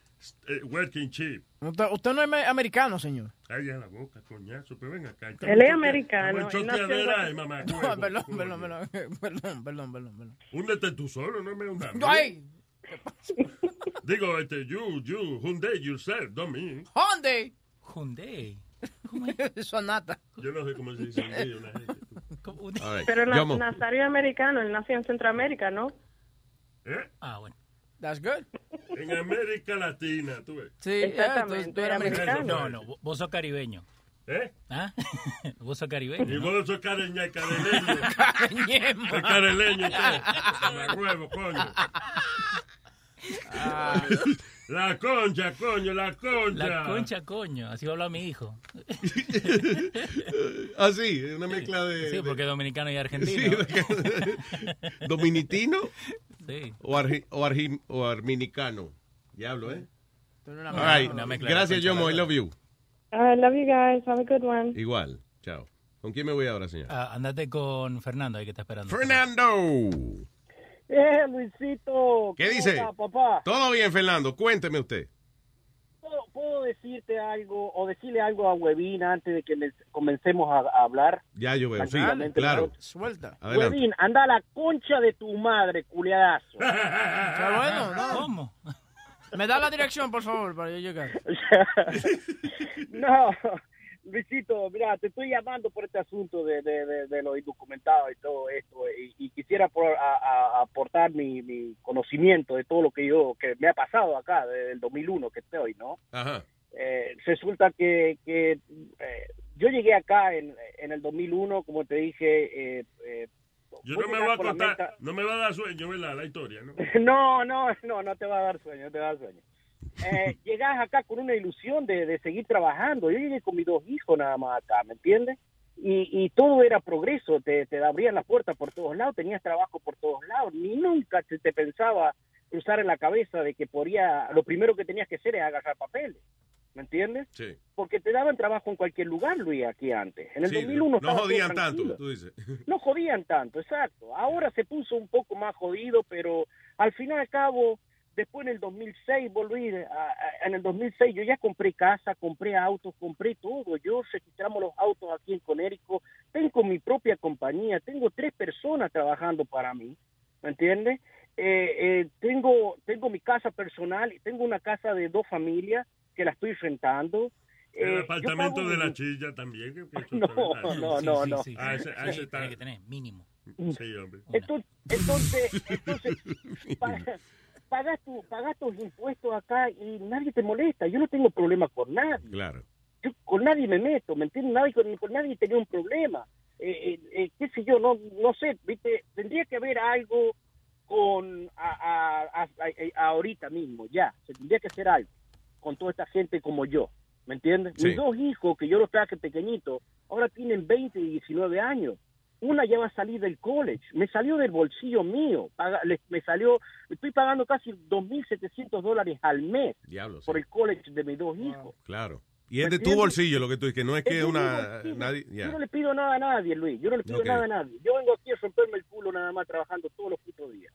Speaker 13: eh, working cheap.
Speaker 6: Usted, usted no es me- americano, señor.
Speaker 13: Calla la boca, coñazo, pero ven acá.
Speaker 6: Él es americano,
Speaker 13: Como en
Speaker 6: él nació en
Speaker 13: choteadera,
Speaker 6: Guate-
Speaker 13: eh, mamá,
Speaker 6: No,
Speaker 13: huevo,
Speaker 6: [LAUGHS] perdón,
Speaker 13: coño.
Speaker 6: perdón, perdón, perdón, perdón, perdón, perdón.
Speaker 13: Húndete tú solo, no me hundas. a mí.
Speaker 6: ¡Ay!
Speaker 13: Digo, este, you, you, hunde yourself, no me.
Speaker 6: Hyundai.
Speaker 9: Hyundai.
Speaker 6: Sonata.
Speaker 13: [LAUGHS] Yo no sé cómo se dice hunde una gente.
Speaker 7: All right.
Speaker 14: Pero na-
Speaker 7: Yomo.
Speaker 14: Nazario es americano, él nació en Centroamérica, ¿no?
Speaker 9: Ah, bueno.
Speaker 6: That's good.
Speaker 13: ¿Eh? En América Latina, tú ves.
Speaker 6: Sí,
Speaker 9: Exactamente,
Speaker 13: tú- tú eres americano.
Speaker 9: No, no, vo- vos sos caribeño.
Speaker 13: ¿Eh?
Speaker 9: ¿Ah? [LAUGHS] Vos sos
Speaker 13: Y
Speaker 9: caribeño. ¿no?
Speaker 13: vos sos careña, careleño.
Speaker 6: Careñema.
Speaker 13: El careleño, usted. Mamagüevo, coño. La concha, coño, la concha.
Speaker 9: La concha, coño. Así habla mi hijo.
Speaker 7: Ah, sí, una mezcla de...
Speaker 9: Sí,
Speaker 7: de-
Speaker 9: porque es dominicano y argentino.
Speaker 7: Sí, porque- ¿Dominicano?
Speaker 9: Sí.
Speaker 7: O, argi- o, argi- o arminicano. Diablo, ¿eh?
Speaker 6: Tú eres
Speaker 7: All
Speaker 6: una mezcla.
Speaker 7: right.
Speaker 9: Una mezcla de
Speaker 7: Gracias,
Speaker 9: concha,
Speaker 7: Yomo.
Speaker 9: la
Speaker 7: I love you.
Speaker 14: Ah, I love you guys. Have a good one.
Speaker 7: Igual. Chao. ¿Con quién me voy ahora, señor?
Speaker 9: Ah, andate con Fernando, ahí que está esperando.
Speaker 7: Fernando.
Speaker 16: Eh, Luisito.
Speaker 7: ¿Qué
Speaker 16: ¿cómo
Speaker 7: dice?
Speaker 16: está, papá?
Speaker 7: Todo bien, Fernando. Cuénteme usted.
Speaker 16: ¿Puedo, puedo decirte algo o decirle algo a Huevín antes de que les comencemos a, a hablar?
Speaker 7: Ya yo veo, sí,
Speaker 16: Tranquilamente,
Speaker 7: claro.
Speaker 6: Suelta.
Speaker 7: Adelante.
Speaker 16: Huevín, anda a la concha de tu madre,
Speaker 6: [LAUGHS]
Speaker 16: culiadazo.
Speaker 6: Está bueno, ¿no? ¿Cómo? Me da la dirección, por favor, para yo llegar.
Speaker 16: No, Luisito, mira, te estoy llamando por este asunto de, de, de- de los indocumentados y todo esto, y, y quisiera por- a- a- aportar mi, mi conocimiento de todo lo que yo, que me ha pasado acá desde el 2001 que estoy, ¿no?
Speaker 7: Ajá.
Speaker 16: Eh, resulta que, que, eh, yo llegué acá en, en el 2001, como te dije, eh, eh,
Speaker 13: Yo
Speaker 16: voy
Speaker 13: no me
Speaker 16: llegar
Speaker 13: voy a
Speaker 16: por la
Speaker 13: contar, no me va a dar sueño, ¿verdad? La historia, ¿no?
Speaker 16: [LAUGHS] no, no, no, no te va a dar sueño, no te va a dar sueño. Eh, llegas acá con una ilusión de, de seguir trabajando. Yo llegué con mis dos hijos nada más acá, ¿me entiendes? Y, y todo era progreso, te, te abrían las puertas por todos lados, tenías trabajo por todos lados, ni nunca se te pensaba cruzar en la cabeza de que podía, lo primero que tenías que hacer es agarrar papeles, ¿me entiendes?
Speaker 7: Sí.
Speaker 16: Porque te daban trabajo en cualquier lugar, Luis, aquí antes. En el
Speaker 7: Sí,
Speaker 16: 2001
Speaker 7: no
Speaker 16: estaba todo
Speaker 7: jodían
Speaker 16: tranquilo
Speaker 7: tanto, tú dices.
Speaker 16: no jodían tanto, exacto. Ahora se puso un poco más jodido, pero al final y al cabo, después en el 2006 volví, a- a- en el 2006 yo ya compré casa, compré autos, compré todo. Yo registramos los autos aquí en Conérico, tengo mi propia compañía, tengo tres personas trabajando para mí, ¿me entiendes? Eh, eh, tengo, tengo mi casa personal, y tengo una casa de dos familias que la estoy rentando
Speaker 13: El
Speaker 16: eh, yo
Speaker 13: apartamento
Speaker 16: pago
Speaker 13: de la
Speaker 16: mi-
Speaker 13: chilla también. que- que
Speaker 16: [LAUGHS]
Speaker 13: eso
Speaker 16: No,
Speaker 13: está bien.
Speaker 16: no, no, no.
Speaker 13: Ah, ese- ah, ese
Speaker 16: Sí,
Speaker 13: está-
Speaker 16: tiene que
Speaker 9: tener mínimo.
Speaker 13: Sí, hombre. Ah,
Speaker 16: Entonces,
Speaker 13: [LAUGHS]
Speaker 16: entonces, entonces, pa- pagas, tu- pagas tus impuestos acá y nadie te molesta. Yo no tengo problema con nadie.
Speaker 7: Claro.
Speaker 16: Yo con nadie me meto, ¿me entiendes? Nadie, con, con nadie tenía un problema. Eh, eh, eh, qué sé yo, no, no sé, ¿viste? Tendría que haber algo con a, a- a- a- a ahorita mismo, ya. Se tendría que hacer algo con toda esta gente como yo, ¿me entiendes?
Speaker 5: Sí.
Speaker 16: Mis dos hijos, que yo los traje pequeñitos, ahora tienen 20 y 19 años. Una ya va a salir del college. Me salió del bolsillo mío. Paga- le- me salió, estoy pagando casi 2.700 dólares al mes
Speaker 7: Diablo, sí.
Speaker 16: por el college de mis dos hijos.
Speaker 7: Claro. Y es de tu
Speaker 16: ¿Entiendes?
Speaker 7: bolsillo lo que tú dices, que no es que
Speaker 16: Es de mi
Speaker 7: una...
Speaker 16: bolsillo.
Speaker 7: Nadie, ya.
Speaker 16: Yo no le pido nada a nadie, Luis. Yo no le pido
Speaker 7: Ok.
Speaker 16: nada a nadie. Yo vengo aquí a romperme el culo nada más trabajando todos los putos días.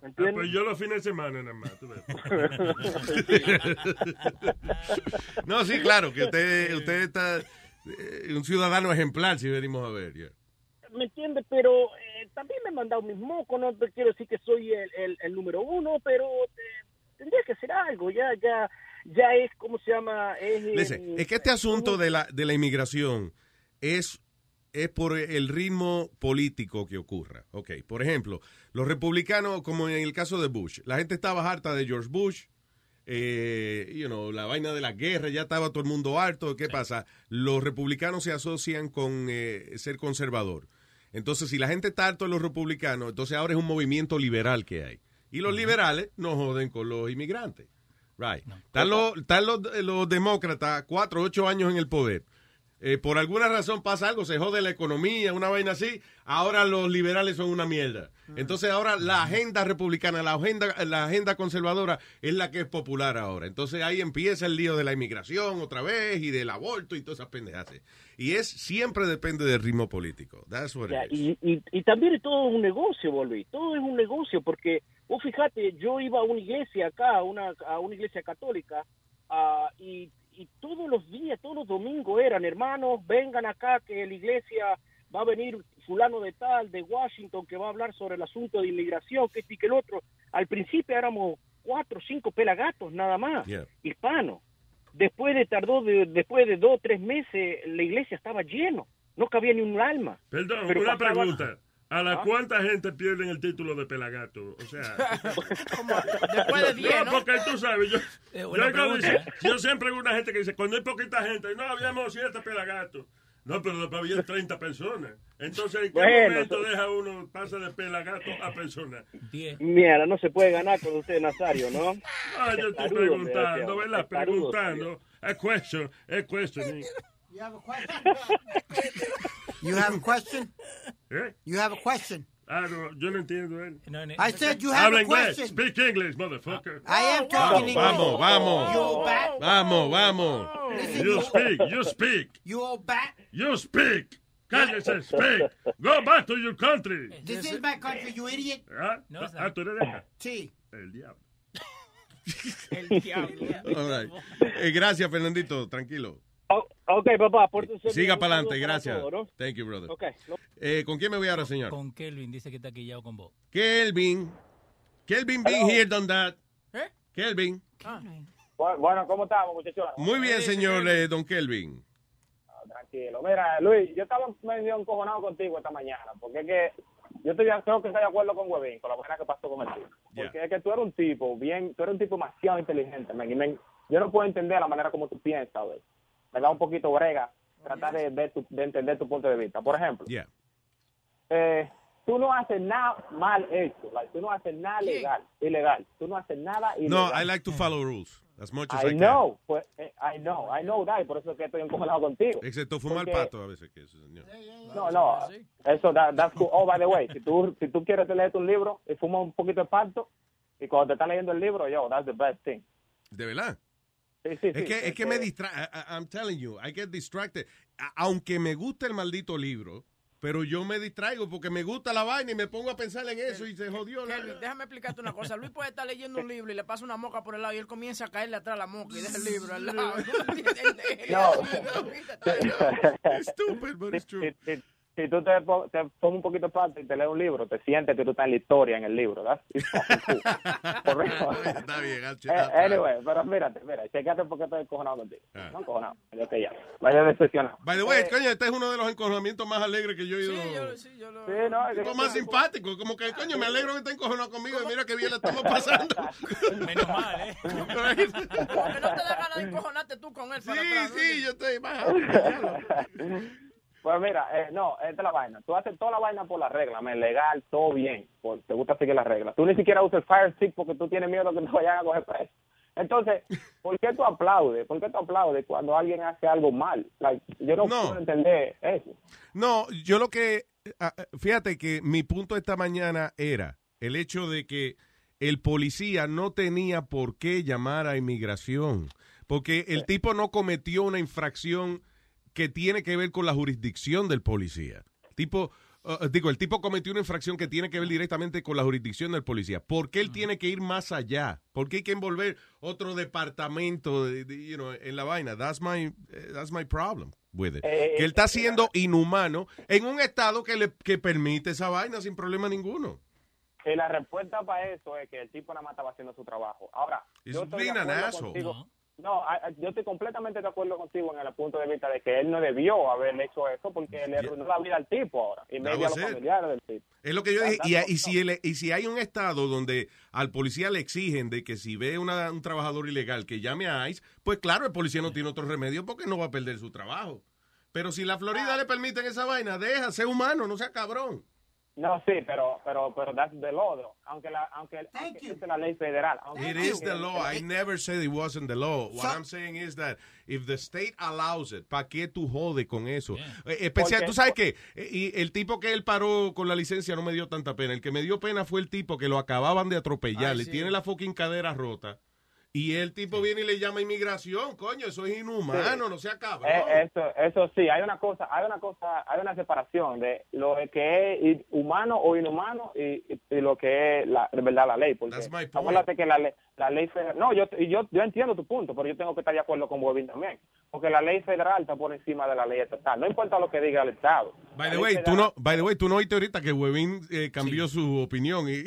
Speaker 16: ¿Me
Speaker 13: Ah,
Speaker 16: entiendes?
Speaker 13: pues yo los fines de semana nada más. tú ves.
Speaker 7: [LAUGHS]
Speaker 16: [LAUGHS]
Speaker 13: [LAUGHS]
Speaker 7: No, sí, claro, que usted, usted está eh, un ciudadano ejemplar, si venimos a ver. ya.
Speaker 16: ¿Me entiendes? Pero eh, también me han mandado mis mocos. No te quiero decir que soy el, el- el número uno, pero eh, tendría que hacer algo. Ya, ya, ya es, ¿cómo se llama? Es, eh,
Speaker 7: Listen, es que este asunto de la, de la inmigración es, es por el ritmo político que ocurra. Ok, por ejemplo, los republicanos, como en el caso de Bush, la gente estaba harta de George Bush, eh, you know, la vaina de la guerra, ya estaba todo el mundo harto. ¿Qué pasa? Los republicanos se asocian con eh, ser conservador. Entonces, si la gente está harto de los republicanos, entonces ahora es un movimiento liberal que hay. Y los liberales no joden con los inmigrantes. Right. Están, los, están los, eh, los demócratas cuatro, ocho años en el poder. Eh, por alguna razón pasa algo, se jode la economía, una vaina así. Ahora los liberales son una mierda. Entonces ahora la agenda republicana, la agenda, la agenda conservadora es la que es popular ahora. Entonces ahí empieza el lío de la inmigración otra vez y del aborto y todas esas pendejas. Y es siempre depende del ritmo político. That's what it
Speaker 16: Ya,
Speaker 7: is.
Speaker 16: y, y, y también es todo un negocio, vos, Luis, todo es un negocio, porque vos fíjate, yo iba a una iglesia acá, a una, a una iglesia católica, ah, y, y todos los días, todos los domingos eran, hermanos, vengan acá que la iglesia va a venir fulano de tal, de Washington, que va a hablar sobre el asunto de inmigración, que este y que el otro. Al principio éramos cuatro o cinco pelagatos nada más,
Speaker 7: Yeah.
Speaker 16: hispanos. Después de tardó de- después de dos o tres meses la iglesia estaba lleno, no cabía ni un alma.
Speaker 13: Perdón,
Speaker 16: Pero
Speaker 13: una
Speaker 16: pasaba-
Speaker 13: pregunta. ¿A la
Speaker 16: Ah.
Speaker 13: cuánta gente pierden el título de pelagato? O
Speaker 16: [LAUGHS]
Speaker 13: sea,
Speaker 16: Después de diez,
Speaker 13: no,
Speaker 16: ¿no?
Speaker 13: porque tú sabes, yo, yo,
Speaker 16: buena
Speaker 13: digo,
Speaker 16: pregunta.
Speaker 13: dice- yo siempre veo una gente que dice, cuando hay poquita gente, no, habíamos siete pelagatos. este No, pero después había 30 personas. Entonces, ¿en qué
Speaker 16: Bueno,
Speaker 13: momento
Speaker 16: entonces-
Speaker 13: deja uno, pasa de pelagato a
Speaker 16: [LAUGHS]
Speaker 13: persona?
Speaker 16: Mira, no se puede ganar con usted, Nazario, ¿no?
Speaker 13: Ah, yo estoy
Speaker 16: Testarudo,
Speaker 13: preguntando,
Speaker 16: desgraciado.
Speaker 13: ¿verdad?
Speaker 16: Testarudo,
Speaker 13: Preguntando. Es question, es questioning.
Speaker 8: You
Speaker 17: pues,
Speaker 8: have a question? you have a question?
Speaker 13: ¿Eh?
Speaker 8: You have a question?
Speaker 13: Ah, no, yo no entiendo él.
Speaker 8: I said you have
Speaker 13: Habla
Speaker 8: a
Speaker 13: inglés.
Speaker 8: question.
Speaker 13: Speak English, motherfucker. Oh,
Speaker 8: I am talking
Speaker 7: Vamos,
Speaker 8: English.
Speaker 7: vamos.
Speaker 8: You old bat.
Speaker 7: Vamos, vamos.
Speaker 13: You speak, you speak,
Speaker 8: You old bat.
Speaker 13: you speak. Cállese, speak. Go back to your country.
Speaker 8: This is my country,
Speaker 7: eh,
Speaker 8: you idiot.
Speaker 13: ¿Ah?
Speaker 8: No, it's not.
Speaker 13: ah, tú eres de acá.
Speaker 8: Sí.
Speaker 13: El diablo.
Speaker 8: El
Speaker 7: [LAUGHS]
Speaker 8: diablo.
Speaker 7: All right. Eh, gracias, Fernandito, tranquilo.
Speaker 18: Oh,
Speaker 16: ok, papá, por tu
Speaker 7: Siga para adelante, gracias. Thank you, brother.
Speaker 16: Ok. no-
Speaker 7: Eh, ¿Con quién me voy ahora, señor?
Speaker 9: Con Kelvin, dice que está quillado con vos.
Speaker 7: Kelvin. Kelvin, been here, done that. Kelvin.
Speaker 18: Bu- Bueno, ¿cómo estamos, muchachos? Ah,
Speaker 7: Muy bien, señor eh, Don Kelvin.
Speaker 18: Tranquilo. Mira, Luis, yo estaba medio encojonado contigo esta mañana, porque es que yo estoy, de- creo que estoy de acuerdo con Huevín, con la buena que pasó con el tipo. Porque es que tú eres un tipo bien, tú eres un tipo demasiado inteligente, man, y men, yo no puedo entender la manera como tú piensas, güey. Me da un poquito brega tratar de, ver tu- de entender tu punto de vista. Por ejemplo,
Speaker 7: Yeah.
Speaker 18: eh, tú no haces nada mal hecho, like, tú no haces nada legal, ilegal, tú no haces nada
Speaker 7: No,
Speaker 18: ilegal.
Speaker 7: I like to follow rules as much as I,
Speaker 18: I
Speaker 7: can.
Speaker 18: know, pues, eh, I know, I know that, y por eso es que estoy encojonado contigo.
Speaker 7: Excepto fumar
Speaker 18: Porque-
Speaker 7: pato a veces. Que eh, eso, señor.
Speaker 18: No, no, eso, da that's cool. Oh, by the way, si tú, si tú quieres leerte un libro y fumas un poquito de pasto, y cuando te estás leyendo el libro, yo, that's the best thing.
Speaker 7: De verdad.
Speaker 18: Sí, sí, sí.
Speaker 7: Es que, es que me distrae. I- I- I'm telling you, I get distracted. A- Aunque me gusta el maldito libro, pero yo me distraigo porque me gusta la vaina y me pongo a pensar en eso y se jodió. la-
Speaker 6: Kelvin, déjame explicarte una cosa. Luis puede estar leyendo un libro y le pasa una moca por el lado y él comienza a caerle atrás la moca y deja el libro al lado.
Speaker 18: No.
Speaker 7: [LAUGHS] Stupid, but it's true.
Speaker 18: Si, si- si tú te, po- te tomas un poquito de parte y te lees un libro, te sientes que tú estás en la historia en el libro, ¿verdad?
Speaker 7: [LAUGHS] Está bien, H.
Speaker 18: Eh, anyway, pero mírate, mira, checate porque estoy encojonado contigo. No encojonado, yo que ya. Vaya decepcionado.
Speaker 7: Ah. By the
Speaker 18: [LAUGHS]
Speaker 7: way, [LAUGHS] coño, este es uno de los encojonamientos más alegres que yo he ido.
Speaker 18: Sí, no,
Speaker 7: Tipo más simpático, como que, coño, me alegro que esté encojonado conmigo y mira qué bien la
Speaker 18: [LAUGHS]
Speaker 7: estamos pasando. [LAUGHS] Menos mal, ¿eh?
Speaker 6: Ahora encojonate tú con él. Sí,
Speaker 7: sí, yo estoy más.
Speaker 18: Pues mira, eh, no, esta es la vaina. Tú haces toda la vaina por la regla, men, legal, todo bien. por- te gusta seguir las reglas. Tú ni siquiera usas el fire stick porque tú tienes miedo que te [LAUGHS] vayan a coger preso. Entonces, ¿por qué tú aplaudes? ¿Por qué tú aplaudes cuando alguien hace algo mal? Like, yo no,
Speaker 7: No.
Speaker 18: puedo entender eso.
Speaker 7: No, yo lo que. ah, ah, Fíjate que mi punto esta mañana era el hecho de que el policía no tenía por qué llamar a inmigración. Porque el tipo no cometió una infracción que tiene que ver con la jurisdicción del policía. Tipo. ah, digo, el tipo cometió una infracción que tiene que ver directamente con la jurisdicción del policía. ¿Por qué él tiene que ir más allá? ¿Por qué hay que envolver otro departamento de- de- you know, en la vaina? That's my, eh, that's my problem with it.
Speaker 18: Eh,
Speaker 7: que él está siendo inhumano en un estado que le que permite esa vaina sin problema ninguno.
Speaker 18: Y la respuesta para eso es que el tipo nada más estaba haciendo su trabajo. Ahora,
Speaker 7: He's
Speaker 18: yo estoy de
Speaker 7: being an
Speaker 18: acuerdo
Speaker 7: asshole.
Speaker 18: contigo. No, a- a- yo estoy completamente de acuerdo contigo en el punto de vista de que él no debió haber hecho eso porque le arruinó la vida al tipo ahora. Y
Speaker 7: That
Speaker 18: medio
Speaker 7: was
Speaker 18: a los
Speaker 7: it.
Speaker 18: familiares del tipo.
Speaker 7: Es lo que yo dije. Y, a- y si, el- y si hay un estado donde al policía le exigen de que si ve una- un trabajador ilegal que llame a ICE, pues claro, el policía no tiene otro remedio porque no va a perder su trabajo. Pero si la
Speaker 18: Ah.
Speaker 7: Florida le permiten esa vaina, deja, sé humano, no sea cabrón.
Speaker 18: No, sí, pero pero pero that's the law, though. aunque la aunque, aunque esa es la ley federal. Aunque
Speaker 7: It is the law. I never said it wasn't the law. What
Speaker 18: So-
Speaker 7: I'm saying is that if the state allows it, ¿para qué tú jode con eso? Eh, especial,
Speaker 18: Porque-
Speaker 7: tú sabes que y el tipo que él paró con la licencia no me dio tanta pena. El que me dio pena fue el tipo que lo acababan de atropellar.
Speaker 19: Ay,
Speaker 7: le
Speaker 19: sí.
Speaker 7: tiene la fucking cadera rota. Y el tipo viene y le llama inmigración. Coño, eso es inhumano,
Speaker 18: Sí.
Speaker 7: no sea cabrón.
Speaker 18: Eh, eso eso sí, hay una cosa, hay una cosa, hay una separación de lo que es humano o inhumano y, y- y lo que es la de verdad la ley, porque
Speaker 7: That's my point.
Speaker 18: acuérdate que la, le- la ley federal, no, yo, y yo yo entiendo tu punto, pero yo tengo que estar de acuerdo con Bobín también, porque la ley federal está por encima de la ley estatal, no importa lo que diga el estado.
Speaker 7: By the
Speaker 18: La ley
Speaker 7: way, tú
Speaker 18: federal-
Speaker 7: no, by the way, tú no oíste ahorita que Webin eh, cambió su opinión y, [LAUGHS]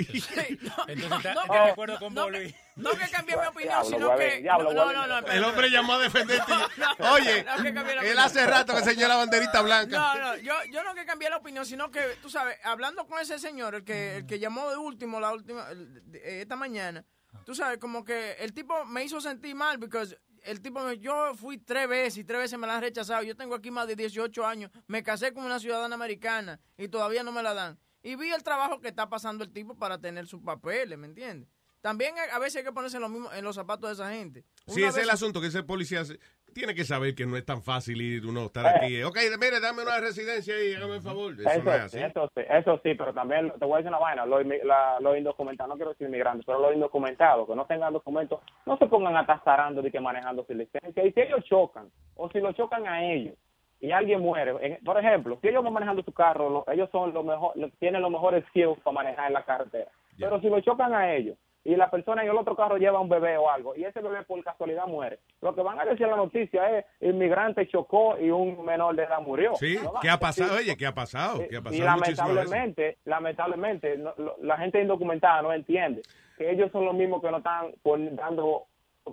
Speaker 9: Entonces, está,
Speaker 6: no,
Speaker 9: está de acuerdo con Bobby.
Speaker 6: No que cambié mi opinión,
Speaker 7: Diablo,
Speaker 6: sino
Speaker 7: huevín,
Speaker 6: que.
Speaker 7: diablo,
Speaker 6: No, no,
Speaker 7: huevín.
Speaker 6: no, no,
Speaker 7: el
Speaker 6: espera.
Speaker 7: hombre llamó a
Speaker 6: [LAUGHS]
Speaker 7: defenderte.
Speaker 6: no,
Speaker 7: Oye,
Speaker 6: no, que cambié la
Speaker 7: él
Speaker 6: opinión.
Speaker 7: hace rato que enseñó la banderita blanca.
Speaker 6: No, no, yo, yo no que cambié la opinión, sino que, tú sabes, hablando con ese señor, el que, el que llamó de último la última, el- de- esta mañana, tú sabes, como que el tipo me hizo sentir mal, porque el tipo, me- yo fui tres veces y tres veces me la han rechazado. Yo tengo aquí más de 18 años, me casé con una ciudadana americana y todavía no me la dan. Y vi el trabajo que está pasando el tipo para tener sus papeles, ¿me entiendes? También a a veces hay que ponerse en los, mismos- en los zapatos de esa gente.
Speaker 7: Sí,
Speaker 6: Una
Speaker 7: ese es el
Speaker 6: vez-
Speaker 7: asunto, que ese policía se- tiene que saber que no es tan fácil ir uno
Speaker 18: Eh.
Speaker 7: estar aquí. Ok, mire, dame una residencia y hágame el favor. Eso
Speaker 18: Eso,
Speaker 7: no es así.
Speaker 18: sí, eso sí, eso sí, pero también te voy a decir una vaina, los, inmi- la- los indocumentados, no quiero decir inmigrantes, pero los indocumentados que no tengan documentos, no se pongan atazarando de que manejando sin licencia. Y si ellos chocan, o si lo chocan a ellos, y alguien muere, en- por ejemplo, si ellos van manejando su carro, lo- ellos son los mejor, los- tienen los mejores skills para manejar en la carretera. Pero si lo chocan a ellos, y la persona en el otro carro lleva un bebé o algo, y ese bebé por casualidad muere, lo que van a decir en la noticia es, inmigrante chocó y un menor de edad murió.
Speaker 7: Sí,
Speaker 18: No van
Speaker 7: ¿qué
Speaker 18: a
Speaker 7: ha pasado?
Speaker 18: decir-
Speaker 7: Oye, ¿qué ha pasado? ¿Qué ha
Speaker 18: y
Speaker 7: pasado? muchísimas veces.
Speaker 18: lamentablemente, lamentablemente, no- lo- la gente indocumentada no entiende que ellos son los mismos que no están pon- dando,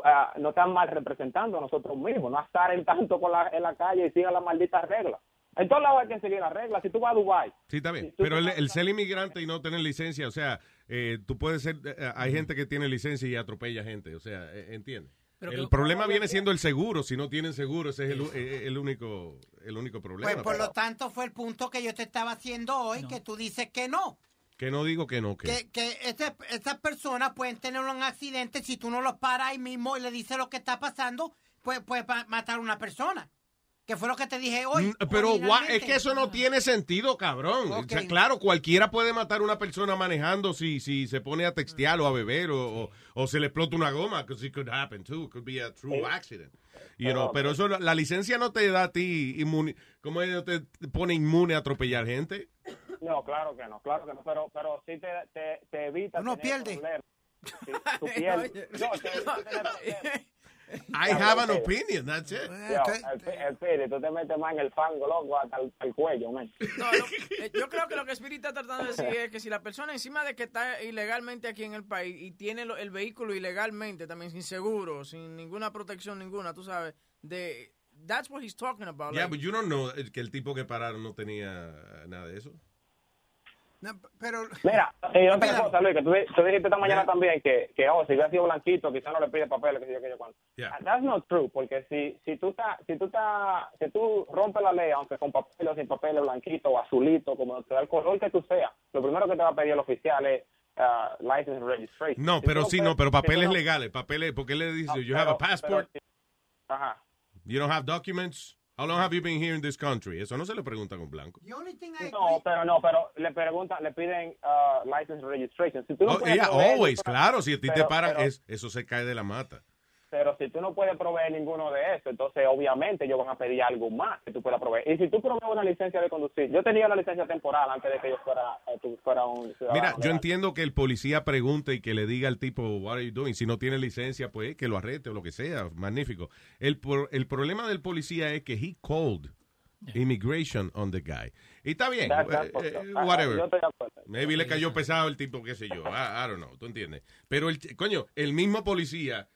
Speaker 18: ah, no están mal representando a nosotros mismos, no estar tanto con la, en la calle y sigan las malditas reglas. En todos lados hay que seguir las reglas. Si tú vas a Dubái,
Speaker 7: Sí, está bien. Pero el, el ser inmigrante y no tener licencia, o sea, eh, tú puedes ser. eh, hay gente que tiene licencia y atropella gente, o sea, eh, entiende.
Speaker 9: Pero
Speaker 7: el
Speaker 9: que-
Speaker 7: problema viene siendo el seguro. Si no tienen seguro, ese es el, u- eh, el único el único problema.
Speaker 8: Pues por
Speaker 7: Pero
Speaker 8: lo tanto fue el punto que yo te estaba haciendo hoy, que tú dices que no.
Speaker 7: Que no digo que no, que.
Speaker 8: Que, que este- estas personas pueden tener un accidente si tú no los paras ahí mismo y le dices lo que está pasando, pues puede matar a una persona. Que fue lo que te dije hoy.
Speaker 7: Mm, Pero gua-
Speaker 8: originalmente.
Speaker 7: es que eso no tiene sentido, cabrón. O sea,
Speaker 8: Ok.
Speaker 7: claro, cualquiera puede matar a una persona manejando si, si se pone a textear o a beber o, o- o se le explota una goma, because it could happen too, could be a true accident. You know, pero eso la licencia no te da a ti inmune, como no te pone inmune a atropellar gente.
Speaker 18: no, claro que no, claro que no, pero, pero sí te, te, te evita. Uno pierde. tú pierdes. No, te evita tener problemas.
Speaker 7: I have an opinion, that's it.
Speaker 18: el Piri, tú te metes más en el fango, loco, hasta el, el cuello, man.
Speaker 6: [LAUGHS] Eh, Yo creo que lo que Spirit está tratando de decir es que si la persona encima de que está ilegalmente aquí en el país y tiene lo- el vehículo ilegalmente también sin seguro, sin ninguna protección ninguna, tú sabes, de that's what he's talking about.
Speaker 7: Yeah,
Speaker 6: like-
Speaker 7: but you don't know eh, que el tipo que pararon no tenía nada de eso.
Speaker 8: Pero,
Speaker 18: Mira, y otra cosa, Luis, que tú, di- tú dijiste esta mañana también que, que oh, si hubiera sido blanquito, quizás no le pide papeles, que sé yo, que yo cuánto. Ah,
Speaker 7: Yeah.
Speaker 18: That's not true, porque si, si tú estás, si tú estás, si tú rompes la ley, aunque con papel o sin papel, blanquito o azulito, como te da el color que tú seas, lo primero que te va a pedir el oficial es ah, license and registration.
Speaker 7: No, pero
Speaker 18: tú Ah,
Speaker 7: sí, no, pero papeles legales, papeles, porque él le dice, you have a
Speaker 18: pero-
Speaker 7: passport,
Speaker 18: pero si- Ajá.
Speaker 7: you don't have documents, how long have you been here in this country? Eso no se le pregunta con blanco.
Speaker 18: No, pero no, pero le preguntan, le piden ah, license and registration. Si tú no
Speaker 7: Oh,
Speaker 18: puedes
Speaker 7: yeah,
Speaker 18: proveer-
Speaker 7: always, claro, si a ti te
Speaker 18: pero-
Speaker 7: paran,
Speaker 18: pero-
Speaker 7: es- eso se cae de la mata.
Speaker 18: Pero si tú no puedes proveer ninguno de eso, entonces obviamente ellos van a pedir algo más que tú puedas proveer. Y si tú provees una licencia de conducir, yo tenía una licencia temporal antes de que yo fuera, eh, tú fuera un ciudadano.
Speaker 7: Mira, yo
Speaker 18: legal.
Speaker 7: entiendo que el policía pregunte y que le diga al tipo, what are you doing? Si no tiene licencia, pues que lo arrete o lo que sea. Magnífico. El, por- el problema del policía es que he called immigration on the guy. Y está bien,
Speaker 18: That's- that's
Speaker 7: eh,
Speaker 18: for
Speaker 7: eh,
Speaker 18: sure. Ah,
Speaker 7: whatever.
Speaker 18: yo estoy de acuerdo.
Speaker 7: Maybe le cayó pesado el tipo, qué sé yo. Ah, I, I don't know, ¿tú entiendes? Pero, el, ch- coño, el mismo policía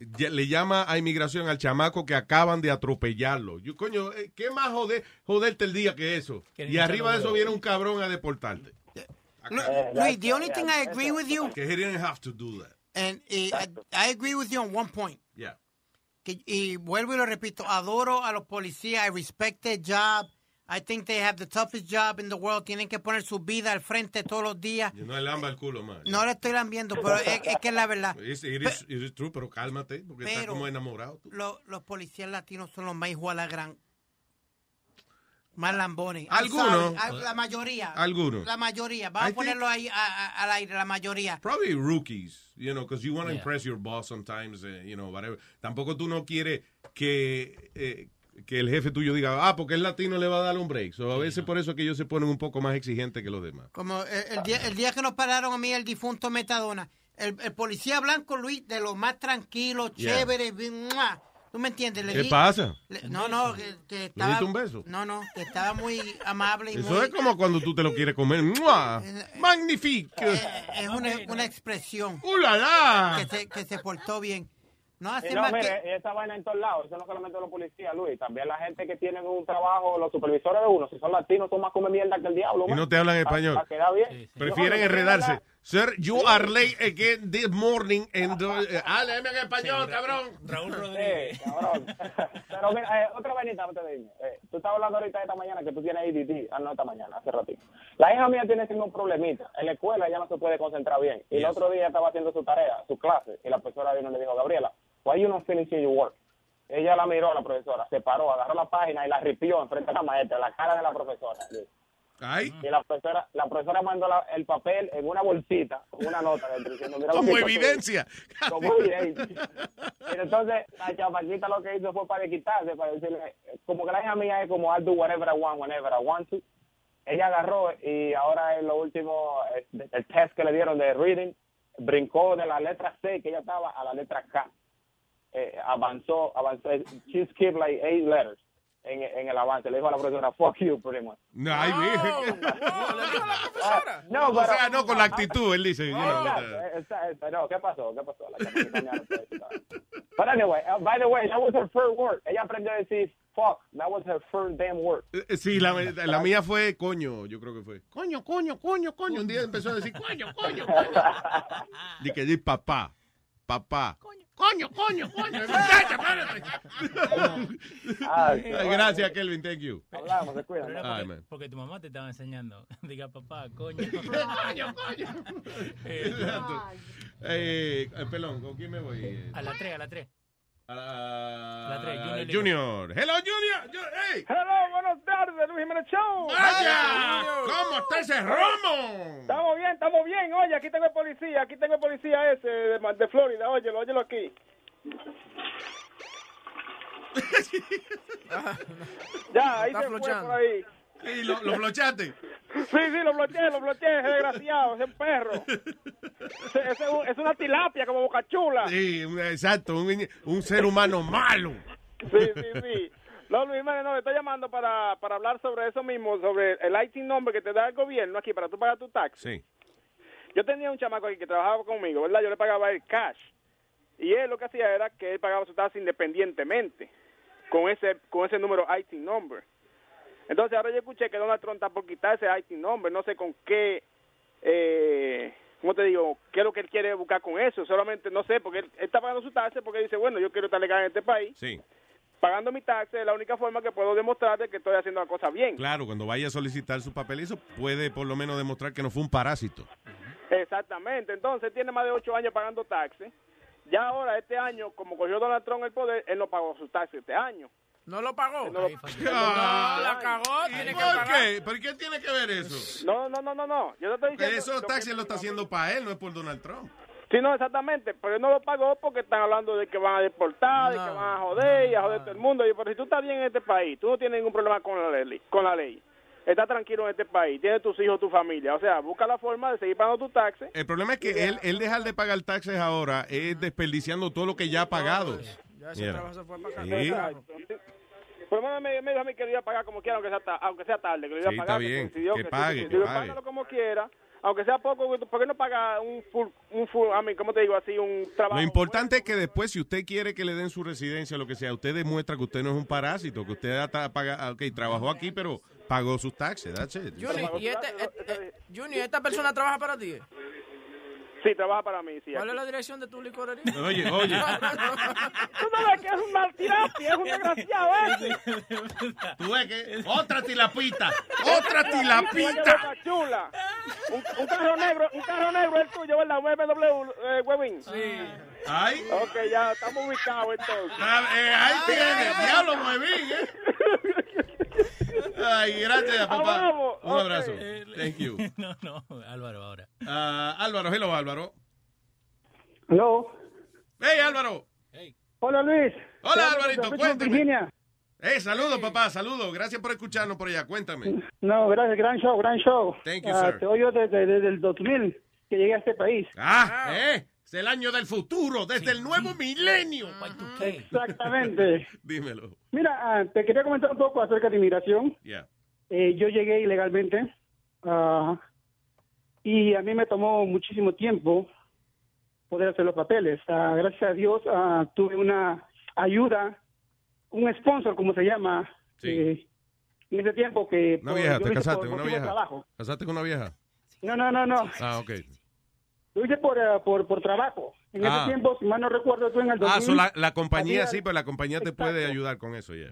Speaker 7: ya- le llama a inmigración al chamaco que acaban de atropellarlo. Yo, coño, eh, ¿qué más joder, joderte el día que eso?
Speaker 9: Que
Speaker 7: Y arriba de eso
Speaker 9: no-
Speaker 7: viene un cabrón a deportarte.
Speaker 8: Luis, the only thing I agree with you,
Speaker 7: Que he didn't have to do that.
Speaker 8: and eh, I, I agree with you on one point.
Speaker 7: Yeah.
Speaker 8: que- y vuelvo y lo repito, adoro a los policías, I respect their job, I think they have the toughest job in the world, tienen que poner su vida al frente todos los días.
Speaker 7: Y No le lamba el culo más.
Speaker 8: No le estoy lambiendo, pero es, es que es la verdad.
Speaker 7: It is- it is- it is true, pero cálmate, porque está
Speaker 8: Pero-
Speaker 7: como enamorado.
Speaker 8: Lo- los policías latinos son los más hijos a la gran. Más lambones. I'm
Speaker 7: Algunos.
Speaker 8: sorry, al- La mayoría.
Speaker 7: Algunos.
Speaker 8: La mayoría. Vamos
Speaker 7: I
Speaker 8: a ponerlo ahí a- a- al aire, la mayoría.
Speaker 7: Probably rookies, you know, because you want to
Speaker 8: Yeah.
Speaker 7: impress your boss sometimes, eh, you know, whatever. Tampoco tú no quieres que, eh, que el jefe tuyo diga, ah, porque es latino le va a dar un break. So, a veces por eso es que ellos se ponen un poco más exigentes que los demás.
Speaker 8: Como el, el día, el día que nos pararon a mí el difunto Metadona, el, el policía blanco Luis, de lo más tranquilo,
Speaker 7: Yeah.
Speaker 8: chévere, bien, ¡mua! ¿tú me entiendes? Le
Speaker 7: ¿Qué
Speaker 8: di-
Speaker 7: pasa?
Speaker 8: le- no, no, que, que estaba...
Speaker 7: diste un beso?
Speaker 8: No, no, que estaba muy amable y
Speaker 7: Eso
Speaker 8: muy...
Speaker 7: es como cuando tú te lo quieres comer. ¡Mua! Magnífico.
Speaker 8: Eh, Es una, una expresión.
Speaker 7: la!
Speaker 8: Que se, que se portó bien. No hace
Speaker 18: Y no,
Speaker 8: más que...
Speaker 20: eh,
Speaker 18: mire, esa vaina en todos lados, eso no solamente los policías, Luis, también la gente que tiene un trabajo, los supervisores de uno, si son latinos, son más come mierda que el diablo.
Speaker 7: Y
Speaker 18: man.
Speaker 7: no te hablan
Speaker 18: Pa-
Speaker 7: español.
Speaker 18: pa' quedar bien.
Speaker 7: Prefieren
Speaker 18: No, no,
Speaker 7: enredarse. Sir, you are late again this morning. And, uh, háblame en español, cabrón. [LAUGHS]
Speaker 9: Raúl
Speaker 18: Sí, cabrón. Pero mira, eh, otra vainita antes de irme. Eh, tú estabas hablando ahorita esta mañana que tú tienes ADD. Ah, no, esta mañana, hace ratito. La hija mía tiene siempre un problemita. En la escuela ella no se puede concentrar bien. Y el
Speaker 19: Yes.
Speaker 18: otro día estaba haciendo su tarea, su clase, y la profesora vino y le dijo, Gabriela, why you not finishing your work? Ella la miró a la profesora, se paró, agarró la página y la ripió enfrente a la maestra, la cara de la profesora.
Speaker 7: Ay.
Speaker 18: Y la profesora, la profesora mandó la- el papel en una bolsita, con una nota dentro, diciendo, mira lo
Speaker 7: Como
Speaker 18: que pasó".
Speaker 7: evidencia.
Speaker 18: Como evidencia. Pero entonces la chapaquita lo que hizo fue para quitarse, para decirle, como que la hija mía es como I'll do whatever I want, whenever I want to. Ella agarró y ahora en lo último, eh, el test que le dieron de reading, brincó de la letra C que ella estaba a la letra K. Eh, avanzó, avanzó, she skipped like eight letters en, en el avance. Le dijo a la profesora, fuck you, pretty much.
Speaker 7: No, ay, virgen.
Speaker 18: Ah, no,
Speaker 7: o
Speaker 18: pero-
Speaker 7: sea, no con la actitud, él dice. you know,
Speaker 18: Exacto,
Speaker 21: eh,
Speaker 18: exacto. No, ¿qué pasó? ¿Qué pasó? La chapaquita me arrojó. But anyway, uh, by the way, that was her first word. Ella aprendió a decir fuck. That was her first damn word.
Speaker 7: eh, Sí, la, la mía fue coño, yo creo que fue.
Speaker 15: Coño, coño, coño, coño. Un día empezó a decir, coño, coño, coño.
Speaker 7: Di que di papá, papá.
Speaker 15: Coño, coño, coño. Muchacha, espérate.
Speaker 18: Ah,
Speaker 7: Ay, Gracias, Kelvin, thank you.
Speaker 18: Hablamos, se
Speaker 9: Pero era
Speaker 7: Ay,
Speaker 9: porque,
Speaker 7: man.
Speaker 9: porque tu mamá te estaba enseñando. [LAUGHS] Diga, papá, coño.
Speaker 15: [LAUGHS] Coño,
Speaker 9: [LAUGHS]
Speaker 15: coño.
Speaker 7: Exacto. Eh, eh, pelón, ¿con quién me voy? Eh,
Speaker 9: A las 3, a las 3.
Speaker 7: A la,
Speaker 9: la tres, Junior.
Speaker 7: Junior. Hello, Junior. Yo- hey.
Speaker 19: Hello, buenas tardes, Luis Jiménez Show.
Speaker 7: ¡Vaya! ¿Cómo está ese romo?
Speaker 19: Estamos bien, estamos bien. Oye, aquí tengo el policía, aquí tengo el policía ese de, Ma- de Florida. Óyelo, óyelo
Speaker 7: [LAUGHS]
Speaker 19: aquí. ya, ahí
Speaker 15: Está
Speaker 19: se
Speaker 15: flochando.
Speaker 19: fue por ahí.
Speaker 7: Sí, lo, lo blochaste. [LAUGHS]
Speaker 19: Sí, sí, lo bloqueé, lo bloqueé, ese desgraciado, ese perro. Es, es un- es una tilapia como boca chula.
Speaker 7: Sí, un- exacto, un, un ser humano malo.
Speaker 19: Sí, sí, sí. No, Luis Manuel, no, me está llamando para, para hablar sobre eso mismo, sobre el IT number que te da el gobierno aquí para tú pagar tu tax.
Speaker 7: Sí.
Speaker 19: Yo tenía un chamaco aquí que trabajaba conmigo, ¿verdad? Yo le pagaba el cash. Y él lo que hacía era que él pagaba su taxa independientemente con ese con ese número IT number. Entonces ahora yo escuché que Donald Trump está por quitar ese IT number, no sé con qué, eh, ¿cómo te digo? ¿Qué es lo que él quiere buscar con eso? Solamente no sé, porque él, él está pagando su taxa porque dice, bueno, yo quiero estar legal en este país
Speaker 7: Sí.
Speaker 19: pagando mi taxa es la única forma que puedo demostrar de que estoy haciendo la cosa bien.
Speaker 7: Claro, cuando vaya a solicitar su papel, eso puede por lo menos demostrar que no fue un parásito.
Speaker 19: Exactamente. Entonces tiene más de ocho años pagando taxes. Ya ahora, este año, como cogió Donald Trump el poder, él no pagó su taxes este año.
Speaker 6: ¿No lo pagó?
Speaker 19: No, la
Speaker 6: cagó.
Speaker 19: Tiene
Speaker 7: ¿Por qué? ¿Por qué tiene que ver eso?
Speaker 19: No, no, no, no, no. Yo no estoy
Speaker 7: Porque
Speaker 19: diciendo...
Speaker 7: esos taxis lo está haciendo para él, no es por Donald Trump.
Speaker 19: Sí, no, exactamente. Pero él no lo pagó porque están hablando de que van a deportar, de que van a joder y a joder todo el mundo. Y, pero si tú estás bien en este país, tú no tienes ningún problema con la ley. Con la ley. Estás tranquilo en este país, tienes tus hijos, tu familia. O sea, busca la forma de seguir pagando tus taxes.
Speaker 7: El problema es que él, él dejar de pagar taxes ahora es desperdiciando todo lo que ya ha pagado.
Speaker 19: Ya
Speaker 7: Yeah. Sí.
Speaker 19: Exacto. Pero mamá Pues me, me dijo a mí que lo iba a pagar como quiera, aunque sea, ta- aunque sea tarde. Que lo iba
Speaker 7: Sí,
Speaker 19: a
Speaker 7: está
Speaker 19: pagar,
Speaker 7: bien.
Speaker 19: coincidió
Speaker 7: Que
Speaker 19: sí,
Speaker 7: pague,
Speaker 19: coincidió.
Speaker 7: que pague.
Speaker 19: Págalo como quiera, aunque sea poco. ¿Por qué no paga un full, un full, a mí, cómo te digo, así, un trabajo?
Speaker 7: Lo importante es que después, si usted quiere que le den su residencia, lo que sea, usted demuestra que usted no es un parásito, que usted está paga- ah, ok, trabajó aquí, pero pagó sus taxes. That's it.
Speaker 6: Junior, ¿y este- este- eh, Junior, ¿esta persona trabaja para ti?
Speaker 19: Sí, trabaja para mí, sí. aquí.
Speaker 6: ¿Cuál es la dirección de tu licorería?
Speaker 7: Oye,
Speaker 6: [LAUGHS]
Speaker 7: oye.
Speaker 6: Tú
Speaker 19: sabes que es un martirapia, es un desgraciado, ¿eh?
Speaker 7: Tú ves que otra tilapita, Oh, otra tilapita.
Speaker 19: Chula. Un, un carro negro, un carro negro es el tuyo, ¿verdad? BMW, eh, Webin. Sí.
Speaker 7: Ay.
Speaker 19: Ok, ya, estamos ubicados entonces.
Speaker 7: ah, eh, ahí tiene, diablo, Webin, ¿eh? Ay, gracias, papá. Un abrazo.
Speaker 22: Eh,
Speaker 7: Eh, Thank you.
Speaker 9: [LAUGHS] no, no, Álvaro, ahora.
Speaker 7: Ah, Álvaro, hello, Álvaro.
Speaker 21: Hello.
Speaker 7: Hey, Álvaro.
Speaker 21: Hola, Luis.
Speaker 7: Hola,
Speaker 21: Saludos
Speaker 7: Alvarito,
Speaker 21: desde Richmond,
Speaker 7: cuéntame.
Speaker 21: Virginia.
Speaker 7: Hey, eh, saludos, papá, saludos. Gracias por escucharnos por allá, cuéntame.
Speaker 21: No, gracias, gran show, gran show.
Speaker 7: Thank you,
Speaker 21: Ah,
Speaker 7: sir.
Speaker 21: Te oigo desde, desde el 2000 que llegué a este país.
Speaker 7: Ah, eh, es el año del futuro, desde el nuevo milenio.
Speaker 21: Exactamente.
Speaker 7: [LAUGHS] Dímelo.
Speaker 21: Mira, ah, te quería comentar un poco acerca de inmigración.
Speaker 7: Yeah.
Speaker 21: Eh, yo llegué ilegalmente ah, y a mí me tomó muchísimo tiempo poder hacer los papeles. Ah, gracias a Dios ah, tuve una ayuda, un sponsor, como se llama, eh, en ese tiempo que...
Speaker 7: Una
Speaker 21: por-
Speaker 7: vieja,
Speaker 21: yo
Speaker 7: te
Speaker 21: lo hice
Speaker 7: casaste,
Speaker 21: por
Speaker 7: una
Speaker 21: motivo de
Speaker 7: vieja.
Speaker 21: trabajo.
Speaker 7: ¿Casaste con una vieja?
Speaker 21: No, no, no, no.
Speaker 7: Ah, ok.
Speaker 21: Lo hice por, eh, por, por trabajo. En
Speaker 7: Ah.
Speaker 21: ese tiempo, si mal no recuerdo, tú en el 2000
Speaker 7: Ah, so la, la compañía,
Speaker 21: había,
Speaker 7: sí, pero la compañía te puede ayudar con eso, ya.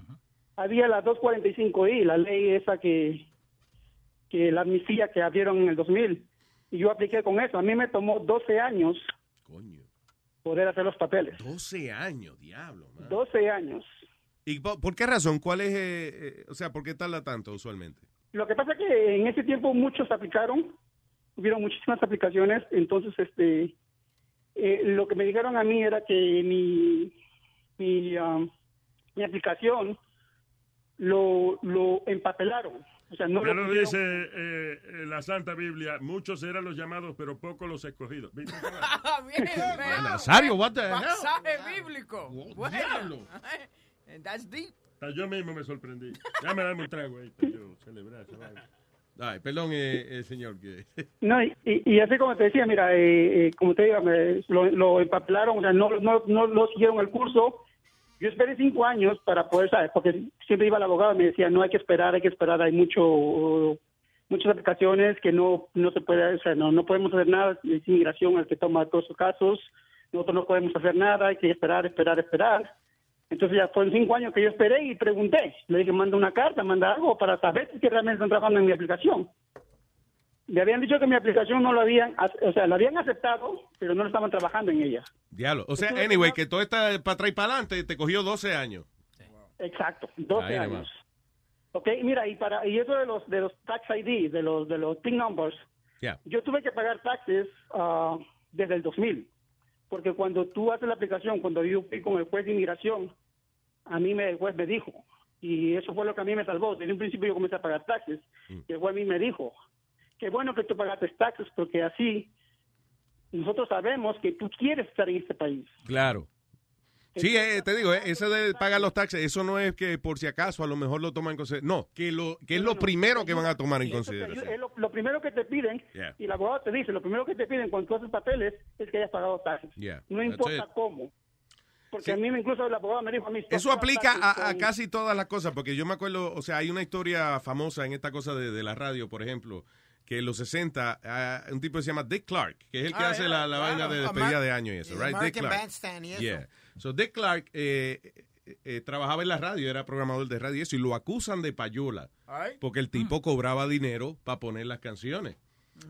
Speaker 21: Había la 245I, la ley esa que, que la amnistía que abrieron en el 2000. Y yo apliqué con eso. A mí me tomó 12 años
Speaker 7: Coño.
Speaker 21: poder hacer los papeles.
Speaker 7: 12 años, diablo. man.
Speaker 21: 12 años.
Speaker 7: ¿Y po- por qué razón? ¿Cuál es, eh, eh, o sea, por qué tarda tanto usualmente?
Speaker 21: Lo que pasa es que en ese tiempo muchos aplicaron, hubieron muchísimas aplicaciones, entonces este eh, lo que me dijeron a mí era que mi mi, um, mi aplicación lo, lo empapelaron, o sea, no
Speaker 13: Ya
Speaker 21: lo
Speaker 13: lo
Speaker 21: pusieron-
Speaker 13: dice eh, eh, la Santa Biblia, muchos eran los llamados, pero pocos los escogidos. ¿Viste?
Speaker 7: Nazario, what the hell?
Speaker 6: Ah, Pasaje bíblico. Bueno.
Speaker 13: diablo.
Speaker 6: And That's deep.
Speaker 13: Hasta Ah, yo mismo me sorprendí. Ya me dame un trago ahí para yo celebrar esa vaina.
Speaker 7: Ay, perdón, eh, eh, señor. Que... [LAUGHS]
Speaker 21: No, y, y- y así como te decía, mira, eh, eh, como te digo, me- lo, lo empapelaron, o sea, no, no, no lo siguieron el curso. Yo esperé cinco años para poder, ¿sabes? Porque siempre iba al abogado y me decía, no hay que esperar, hay que esperar, hay mucho muchas aplicaciones que no no se puede, o sea, no, no podemos hacer nada, es inmigración el que toma todos sus casos, nosotros no podemos hacer nada, hay que esperar, esperar, esperar. Entonces ya fueron cinco años que yo esperé y pregunté, le dije, manda una carta, manda algo para saber si realmente están trabajando en mi aplicación. Le habían dicho que mi aplicación no lo habían, ac- o sea, la habían aceptado, pero no lo estaban trabajando en ella.
Speaker 7: Diablo. O sea, anyway, que todo está para atrás y para adelante, te cogió 12 años.
Speaker 21: Exacto, 12
Speaker 7: Ahí
Speaker 21: años.
Speaker 7: nomás.
Speaker 21: Ok, mira, y para y eso de los de los tax ID, de los de los PIN numbers,
Speaker 7: Yeah.
Speaker 21: yo tuve que pagar taxes ah, desde el 2000, porque cuando tú haces la aplicación, cuando yo fui con el juez de inmigración, a mí me, el juez me dijo, y eso fue lo que a mí me salvó. Desde un principio yo comencé a pagar taxes,
Speaker 7: Mm.
Speaker 21: y el juez a mí me dijo, qué bueno que tú pagaste taxes, porque así nosotros sabemos que tú quieres estar en este país.
Speaker 7: Claro. Sí, eh, te digo, eh, eso de pagar los taxes, eso no es que por si acaso a lo mejor lo toman en consideración. No, que, lo, que es lo primero que van a tomar en consideración.
Speaker 21: Es lo, lo primero que te piden,
Speaker 7: Yeah.
Speaker 21: y el abogado te dice, lo primero que te piden cuando tú haces papeles es que hayas pagado taxes.
Speaker 7: Yeah,
Speaker 21: No
Speaker 7: that's
Speaker 21: importa
Speaker 7: it.
Speaker 21: cómo. Porque a mí me- incluso el abogado me dijo a mí... "Tú
Speaker 7: Eso
Speaker 21: pagas
Speaker 7: aplica
Speaker 21: taxes
Speaker 7: a, a
Speaker 21: con-
Speaker 7: casi todas las cosas, porque yo me acuerdo, o sea, hay una historia famosa en esta cosa de, de la radio, por ejemplo, que en los 60, ah, un tipo que se llama Dick Clark, que es el que
Speaker 8: Ah,
Speaker 7: hace
Speaker 8: yeah,
Speaker 7: la, la
Speaker 8: claro.
Speaker 7: vaina de
Speaker 8: Amar-
Speaker 7: despedida de año y eso, right? Dick
Speaker 8: American
Speaker 7: Clark.
Speaker 8: Bandstand y eso.
Speaker 7: Yeah. So Dick Clark eh, eh, eh, trabajaba en la radio, era programador de radio y eso, y lo acusan de payola,
Speaker 6: Ay.
Speaker 7: porque el
Speaker 6: Mm.
Speaker 7: tipo cobraba dinero para poner las canciones.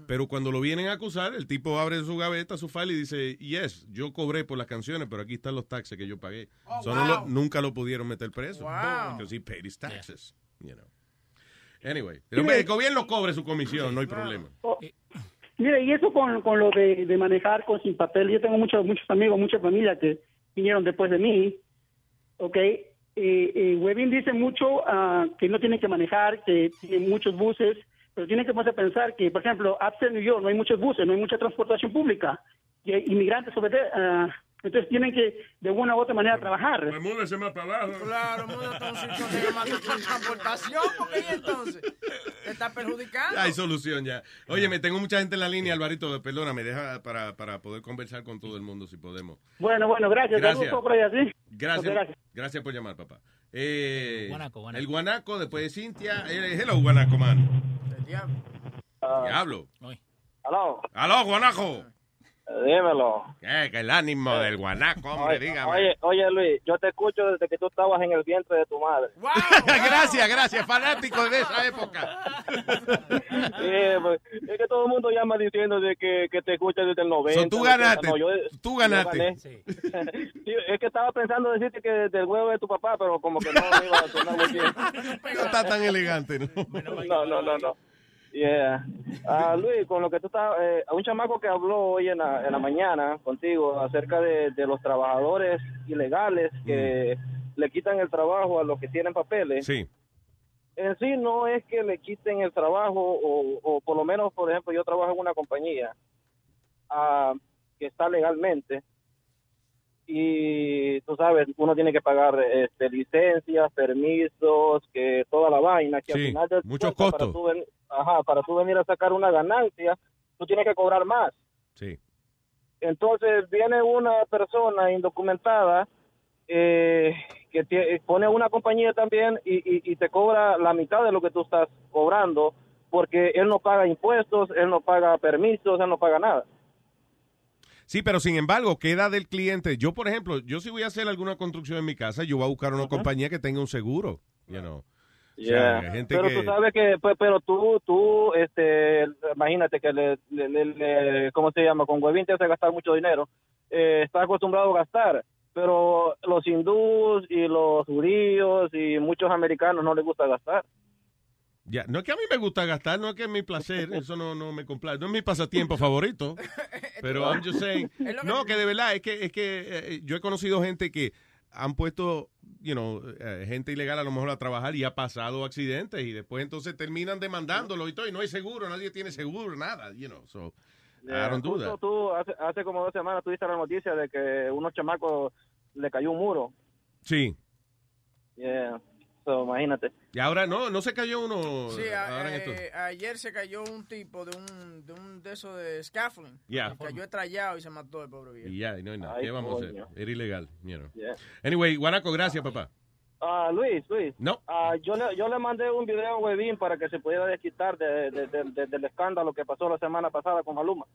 Speaker 7: Pero cuando lo vienen a acusar, el tipo abre su gaveta, su file y dice, yes, yo cobré por las canciones, pero aquí están los taxes que yo pagué.
Speaker 6: Oh,
Speaker 7: So, no lo-
Speaker 6: wow.
Speaker 7: nunca lo pudieron meter preso.
Speaker 6: Wow.
Speaker 7: Because he paid his taxes, you know. Anyway, el, hombre- el gobierno cobre su comisión, no hay problema.
Speaker 21: Mire, y eso con, con lo de, de manejar con sin papel, yo tengo muchos muchos amigos, mucha familia que vinieron después de mí, ¿ok? Eh, eh, Webin dice mucho ah, que no tienen que manejar, que tienen muchos buses, pero tienen que ponerse a pensar que, por ejemplo, upstate New York no hay muchos buses, no hay mucha transportación pública, y hay inmigrantes sobre todo, ah, entonces tienen que de una u otra manera trabajar.
Speaker 23: Pues múdese más para abajo.
Speaker 6: Claro, múdate a un sitio que llama transportación, porque ahí entonces te está perjudicando.
Speaker 7: Ya Hay solución ya. Oye, me tengo mucha gente en la línea, Alvarito, perdóname, deja para, para poder conversar con todo el mundo si podemos.
Speaker 21: Bueno, bueno, gracias.
Speaker 7: Gracias.
Speaker 21: Saludos por allá, ¿sí?
Speaker 7: Gracias,
Speaker 21: Ok,
Speaker 7: gracias.
Speaker 21: gracias.
Speaker 7: por llamar, papá. Eh,
Speaker 9: Guanaco, guanaco.
Speaker 7: El guanaco, después de Cintia. eh, hello, guanaco, man. Diablo.
Speaker 24: Aló.
Speaker 7: Aló, guanaco.
Speaker 24: Dímelo.
Speaker 7: Eh, que el ánimo del guanaco, hombre,
Speaker 24: oye,
Speaker 7: dígame.
Speaker 24: Oye, oye, Luis, yo te escucho desde que tú estabas en el vientre de tu madre.
Speaker 7: [LAUGHS] gracias, gracias, fanático de esa época.
Speaker 24: Sí, pues, es que todo el mundo llama diciendo de que, que te escucha desde el 90.
Speaker 7: So, tú
Speaker 24: 80.
Speaker 7: ganaste,
Speaker 24: ah, yo-
Speaker 7: tú
Speaker 24: yo
Speaker 7: ganaste.
Speaker 24: gané. [LAUGHS] Sí, es que estaba pensando decirte que desde el huevo de tu papá, pero como que no me iba a
Speaker 7: [LAUGHS]
Speaker 24: sonar muy bien.
Speaker 7: No está tan elegante, ¿no?
Speaker 24: No, no, no, no. Yeah. Ah, Luis, con lo que tú estás, eh, un chamaco que habló hoy en la, en la mañana contigo acerca de, de los trabajadores ilegales que
Speaker 7: Mm.
Speaker 24: le quitan el trabajo a los que tienen papeles.
Speaker 7: Sí.
Speaker 24: En sí no es que le quiten el trabajo o, o por lo menos, por ejemplo, yo trabajo en una compañía ah, que está legalmente y tú sabes, uno tiene que pagar este, licencias, permisos, que toda la vaina, que
Speaker 7: Sí,
Speaker 24: al final del
Speaker 7: muchos
Speaker 24: cuentas,
Speaker 7: costos.
Speaker 24: Para tú, ven- ajá, para tú venir a sacar una ganancia, tú tienes que cobrar más.
Speaker 7: Sí.
Speaker 24: Entonces viene una persona indocumentada eh, que tie- pone una compañía también y, y- y te cobra la mitad de lo que tú estás cobrando porque él no paga impuestos, él no paga permisos, él no paga nada.
Speaker 7: Sí, pero sin embargo, queda del cliente. Yo, por ejemplo, yo si voy a hacer alguna construcción en mi casa, yo voy a buscar una compañía que tenga un seguro, you know. O sea,
Speaker 24: Yeah.
Speaker 7: hay gente
Speaker 24: pero
Speaker 7: que-
Speaker 24: tú sabes que, pues, pero tú, tú, este, imagínate que le, le- le- le- ¿cómo se llama? Con Huevín te hace gastar mucho dinero. Eh, está acostumbrado a gastar, pero los hindús y los judíos y muchos americanos no les gusta gastar.
Speaker 7: Ya, no es que a mí me gusta gastar, no es que es mi placer, eso no, no me complace, no es mi pasatiempo favorito,
Speaker 6: [LAUGHS]
Speaker 7: pero I'm just saying, no, que de verdad, es que, es que eh, yo he conocido gente que han puesto, you know, eh, gente ilegal a lo mejor a trabajar y ha pasado accidentes y después entonces terminan demandándolo y todo, y no hay seguro, nadie tiene seguro, nada, you know, so, I don't do
Speaker 24: Justo
Speaker 7: that.
Speaker 24: tú, hace, hace como dos semanas tuviste la noticia de que unos chamacos le cayó un muro.
Speaker 7: Sí,
Speaker 24: Yeah. So, imagínate.
Speaker 7: y ahora no, no se cayó uno
Speaker 6: Sí, a-
Speaker 7: ahora en esto.
Speaker 6: eh, ayer se cayó un tipo de un de, un de esos de scaffolding.
Speaker 7: Yeah.
Speaker 6: Se cayó estrellado y se mató el pobre viejo.
Speaker 7: Y ya, y no hay nada,
Speaker 6: Ay,
Speaker 7: ¿qué vamos a
Speaker 6: coño.
Speaker 7: hacer? Era ilegal, you know.
Speaker 24: Yeah.
Speaker 7: Anyway, Guanaco, gracias, papá.
Speaker 24: Ah, Luis, Luis.
Speaker 7: No.
Speaker 24: Ah, yo, le, yo le mandé un video a Webin para que se pudiera desquitar de, de- de- de- del escándalo que pasó la semana pasada con Maluma.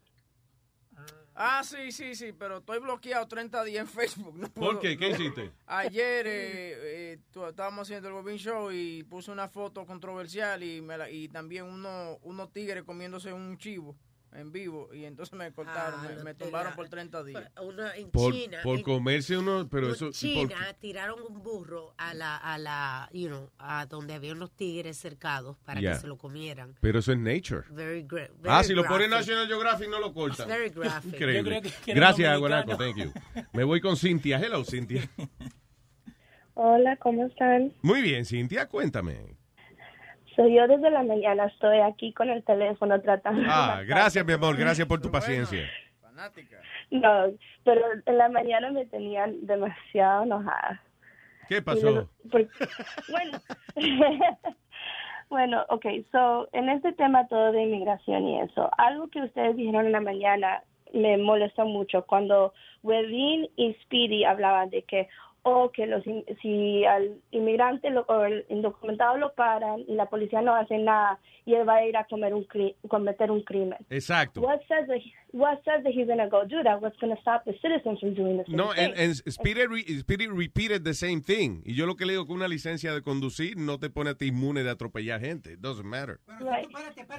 Speaker 6: Ah, sí, sí, sí, pero estoy bloqueado 30 días en Facebook. No
Speaker 7: ¿Por
Speaker 6: puedo-
Speaker 7: qué? ¿Qué
Speaker 6: no.
Speaker 7: hiciste?
Speaker 6: Ayer eh, eh, tu- estábamos haciendo el Bobin Show y puse una foto controversial y, me la- y también uno, unos tigres comiéndose un chivo en vivo y entonces me cortaron, me- me, tumbaron por 30 días.
Speaker 25: Uno en
Speaker 7: Por,
Speaker 25: China.
Speaker 7: por
Speaker 25: en
Speaker 7: comerse uno, pero eso... ¿por
Speaker 25: China tiraron un burro a la, a la, you know, a donde había unos tigres cercados para
Speaker 7: Yeah.
Speaker 25: que se lo comieran.
Speaker 7: Pero eso es nature.
Speaker 25: Very gra- very
Speaker 7: ah, si lo pone en
Speaker 25: graphic.
Speaker 7: National Geographic no lo cortan. [LAUGHS]
Speaker 25: It's very graphic.
Speaker 7: Increíble.
Speaker 25: Yo creo que- que era
Speaker 7: Gracias,
Speaker 25: dominicano.
Speaker 7: Guanaco. Thank you. Me voy con Cintia. Hello, Cintia.
Speaker 20: Hola, ¿cómo están?
Speaker 7: Muy bien, Cintia, cuéntame.
Speaker 20: Soy yo desde la mañana, estoy aquí con el teléfono tratando.
Speaker 7: Ah, gracias, mi amor. Gracias por tu paciencia.
Speaker 6: Fanática.
Speaker 20: [LAUGHS] No, pero en la mañana me tenían demasiado enojada.
Speaker 7: ¿Qué pasó?
Speaker 20: Porque- bueno, [LAUGHS] bueno, ok, so, en este tema todo de inmigración y eso, algo que ustedes dijeron en la mañana me molestó mucho cuando Webin y Speedy hablaban de que, o que los, in- si al inmigrante lo- o el indocumentado lo paran y la policía no hace nada y él va a ir a comer un cri- cometer un crimen.
Speaker 7: Exacto.
Speaker 20: What says that he- what says that he's going to go do that? What's going to stop the citizens from doing the same
Speaker 7: No,
Speaker 20: thing?
Speaker 7: and, and Spirit, re- Spirit repeated the same thing. Y yo lo que le digo que una licencia de conducir no te pone a ti inmune de atropellar gente. It doesn't matter.
Speaker 20: Right.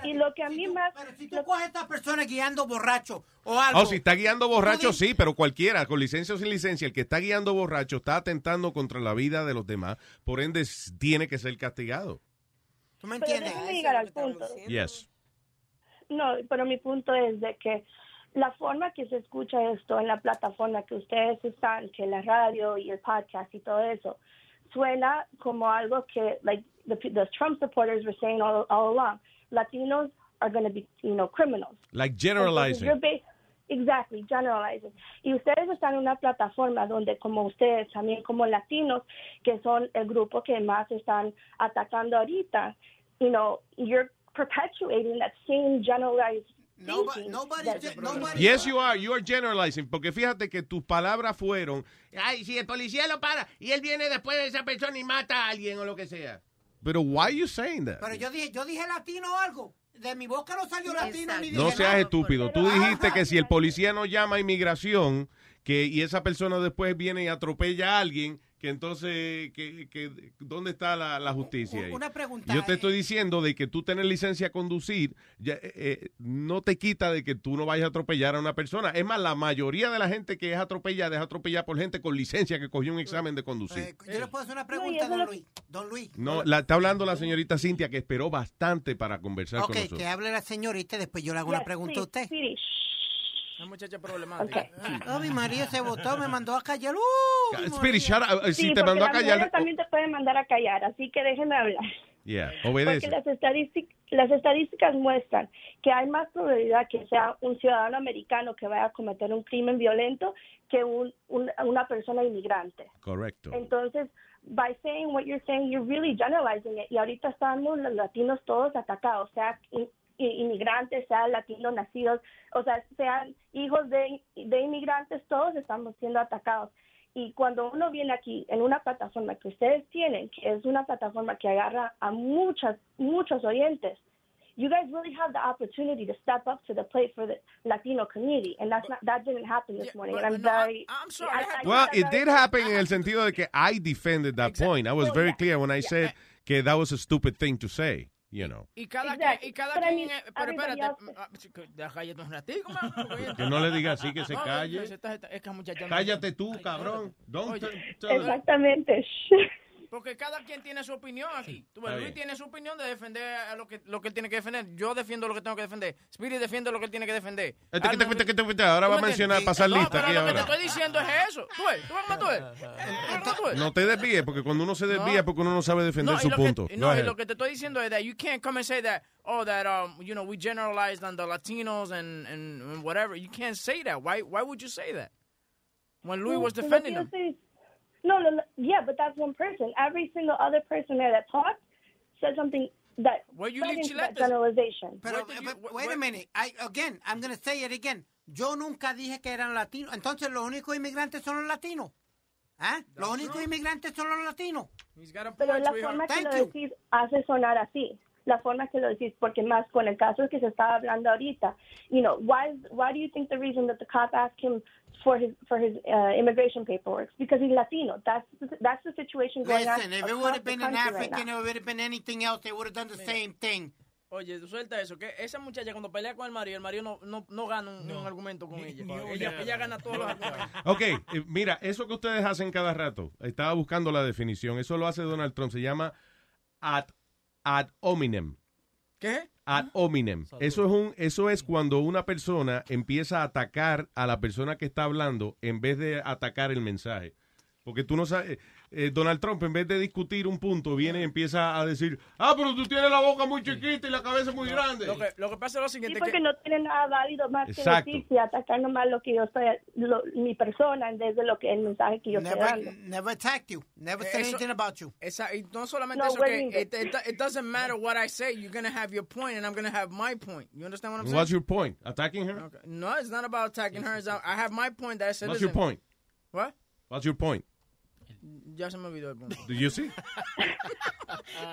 Speaker 20: Y lo que a mí más...
Speaker 8: Si tú coges a esta persona guiando borracho o algo.
Speaker 7: Oh, si está guiando borracho, sí, pero cualquiera, con licencia o sin licencia, el que está guiando borracho está atentando contra la vida de los demás. Por ende, s- tiene que ser castigado.
Speaker 8: ¿Tú me
Speaker 20: entiendes? Pero déjame llegar al punto.
Speaker 7: Yes.
Speaker 20: No, pero mi punto es de que la forma que se escucha esto en la plataforma que ustedes están, que la radio y el podcast y todo eso, suena como algo que, like, the, the Trump supporters were saying all, all along, Latinos are going to be, you know, criminals.
Speaker 7: Like
Speaker 20: Entonces,
Speaker 7: generalizing.
Speaker 20: you're ba- Exactly, generalizing. Y ustedes están en una plataforma donde, como ustedes, también como latinos, que son el grupo que más están atacando ahorita, you know, you're perpetuating that same generalized thinking. that-
Speaker 7: Yes, you are. You are generalizing. Porque fíjate que tus palabras fueron, Ay, si el policía lo para y él viene después de esa persona y mata a alguien o lo que sea. pero why are you saying that?
Speaker 8: Pero yo dije, yo dije latino o algo. De mi boca no salió latino ni
Speaker 7: No
Speaker 8: dije
Speaker 7: seas
Speaker 8: nada.
Speaker 7: estúpido. Tú dijiste que si el policía no llama a inmigración que, y esa persona después viene y atropella a alguien, que entonces, que, que- ¿dónde está la, la justicia ahí?
Speaker 8: Una pregunta.
Speaker 6: ¿eh?
Speaker 7: Yo te estoy diciendo de que tú tener licencia a conducir ya, eh, eh, no te quita de que tú no vayas a atropellar a una persona. Es más, la mayoría de la gente que es atropellada es atropellada por gente con licencia que cogió un examen de
Speaker 6: Eh,
Speaker 7: conducir.
Speaker 8: Yo le puedo hacer una pregunta, don Luis. Don Luis.
Speaker 7: No, la, está hablando la señorita Cintia que esperó bastante para conversar
Speaker 8: Ok,
Speaker 7: con nosotros.
Speaker 8: que hable la señorita y después yo le hago
Speaker 6: Yes,
Speaker 8: una pregunta a
Speaker 6: please,
Speaker 8: usted.
Speaker 6: Una muchacha problemática.
Speaker 8: Oh, mi marido se votó, me mandó a callar.
Speaker 7: Ca-
Speaker 8: Uh,
Speaker 7: Spirit, shut up. Eh,
Speaker 20: Sí,
Speaker 7: si te
Speaker 20: porque
Speaker 7: mandó a
Speaker 20: las
Speaker 7: callar.
Speaker 20: mujeres también te pueden mandar a callar, así que déjenme hablar.
Speaker 7: Yeah,
Speaker 20: Porque
Speaker 7: obedece.
Speaker 20: las, estadístic- las estadísticas muestran que hay más probabilidad que sea un ciudadano americano que vaya a cometer un crimen violento que un- un- una persona inmigrante.
Speaker 7: Correcto.
Speaker 20: Entonces, by saying what you're saying, you're really generalizing it. Y ahorita estamos los latinos todos atacados, sea in- i- inmigrantes, sea latinos nacidos, o sea, sean hijos de, de inmigrantes, todos estamos siendo atacados. Y cuando uno viene aquí en una plataforma que ustedes tienen, que es una plataforma que agarra a muchas, muchos oyentes, you guys really have the opportunity to step up to the plate for the Latino community, and that's not, that didn't happen this morning. And I'm very, I'm sorry.
Speaker 7: Well, it did happen en el sentido de que I defended that point. I was very clear when I said que that was a stupid thing to say, you know.
Speaker 6: Y cada quien, y cada
Speaker 20: Pero a mí-
Speaker 6: quien, eh, pero
Speaker 20: everybody
Speaker 6: espérate, ah, chico, ya cállate un ratico, man, porque Ah, ya-
Speaker 7: Que no le diga así, [LAUGHS] que se
Speaker 6: [LAUGHS] No,
Speaker 7: calle.
Speaker 6: no, se está- está- es que muchacha no-
Speaker 7: Cállate tú, cabrón. Don't
Speaker 6: Oye,
Speaker 7: t- tell us.
Speaker 20: Exactamente.
Speaker 6: Porque cada quien tiene su opinión aquí. Tú ves,
Speaker 7: Está
Speaker 6: Luis
Speaker 7: bien.
Speaker 6: tiene su opinión de defender a lo que, lo que él tiene que defender. Yo defiendo lo que tengo que defender. Spirit defiende lo que él tiene que defender.
Speaker 7: Este,
Speaker 6: Alma-
Speaker 7: este, este, este, este, Ahora va a mencionar, pasar
Speaker 6: No,
Speaker 7: lista
Speaker 6: pero
Speaker 7: aquí
Speaker 6: lo que te
Speaker 7: ahora. Ah,
Speaker 6: estoy diciendo es eso. Tú ves, tú ves cómo tú ves.
Speaker 7: No te desvíes, porque cuando uno se desvía es porque uno no sabe defender
Speaker 6: No, y
Speaker 7: su
Speaker 6: lo
Speaker 7: punto.
Speaker 6: Que,
Speaker 7: Go
Speaker 6: no, y
Speaker 7: ahead.
Speaker 6: lo que te estoy diciendo es that you can't come and say that, oh, that, um, you know, we generalized on the Latinos and, and, and whatever. You can't say that. Why, why would you say that? When Louis was
Speaker 20: Because
Speaker 6: defending
Speaker 20: you
Speaker 6: him.
Speaker 20: see- No, no, no, yeah, but that's one person. Every single other person there that talked said something that
Speaker 8: you
Speaker 20: fed
Speaker 8: leave
Speaker 20: into that
Speaker 8: chiletes.
Speaker 20: generalization.
Speaker 8: Pero, but wait a minute. I, again, I'm going to say it again. Yo nunca dije que eran latinos. Entonces, los únicos inmigrantes son los latinos. ¿Ah? Los únicos inmigrantes son los latinos.
Speaker 20: Pero la forma que lo decís hace sonar así. La forma que lo decís, porque más con el caso que se estaba hablando ahorita, you know, why, is- why do you think the reason that the cop asked him for his for his uh, immigration paperwork? It's Because he's Latino. That's the- that's the situation going on.
Speaker 8: Listen, if it would
Speaker 20: across
Speaker 8: have
Speaker 20: the
Speaker 8: been an
Speaker 20: country right
Speaker 8: African,
Speaker 20: now.
Speaker 8: it would have been anything else. They would have done the same thing.
Speaker 6: Oye, suelta eso, que esa muchacha cuando pelea con el marido, el marido no, no, no gana un, un argumento con ella. Ella, ella gana todos los argumentos.
Speaker 7: Ok, eh, mira, eso que ustedes hacen cada rato, estaba buscando la definición, eso lo hace Donald Trump, se llama ad, ad hominem.
Speaker 6: ¿Qué? Ah.
Speaker 7: Ad hominem. Eso es, un, eso es cuando una persona empieza a atacar a la persona que está hablando en vez de atacar el mensaje. Porque tú no sabes, eh, Donald Trump en vez de discutir un punto, viene y empieza a decir, ah, pero tú tienes la boca muy chiquita y la cabeza muy grande.
Speaker 6: Lo que, lo que pasa es lo
Speaker 20: Sí,
Speaker 6: siguiente.
Speaker 20: porque
Speaker 6: que-
Speaker 20: no tiene nada válido más
Speaker 7: Exacto.
Speaker 20: que decir y atacar nomás lo que yo soy, lo- mi persona, en vez de lo que el mensaje que yo estoy dando.
Speaker 26: Never attacked you. Never
Speaker 20: said anything
Speaker 26: about you.
Speaker 6: Esa, y no solamente
Speaker 20: No,
Speaker 6: eso,
Speaker 20: we're
Speaker 6: que
Speaker 20: neither.
Speaker 6: it, it, it doesn't matter what I say, you're going to have your point and I'm going to have my point. You understand what I'm saying?
Speaker 7: What's your point? Attacking her?
Speaker 6: No, it's not about attacking her. It's out- I have my point that I said.
Speaker 7: What's your
Speaker 6: listen,
Speaker 7: point?
Speaker 6: What?
Speaker 7: What's your point?
Speaker 6: Ya se me olvidó el punto.
Speaker 7: Do you see?
Speaker 9: [LAUGHS]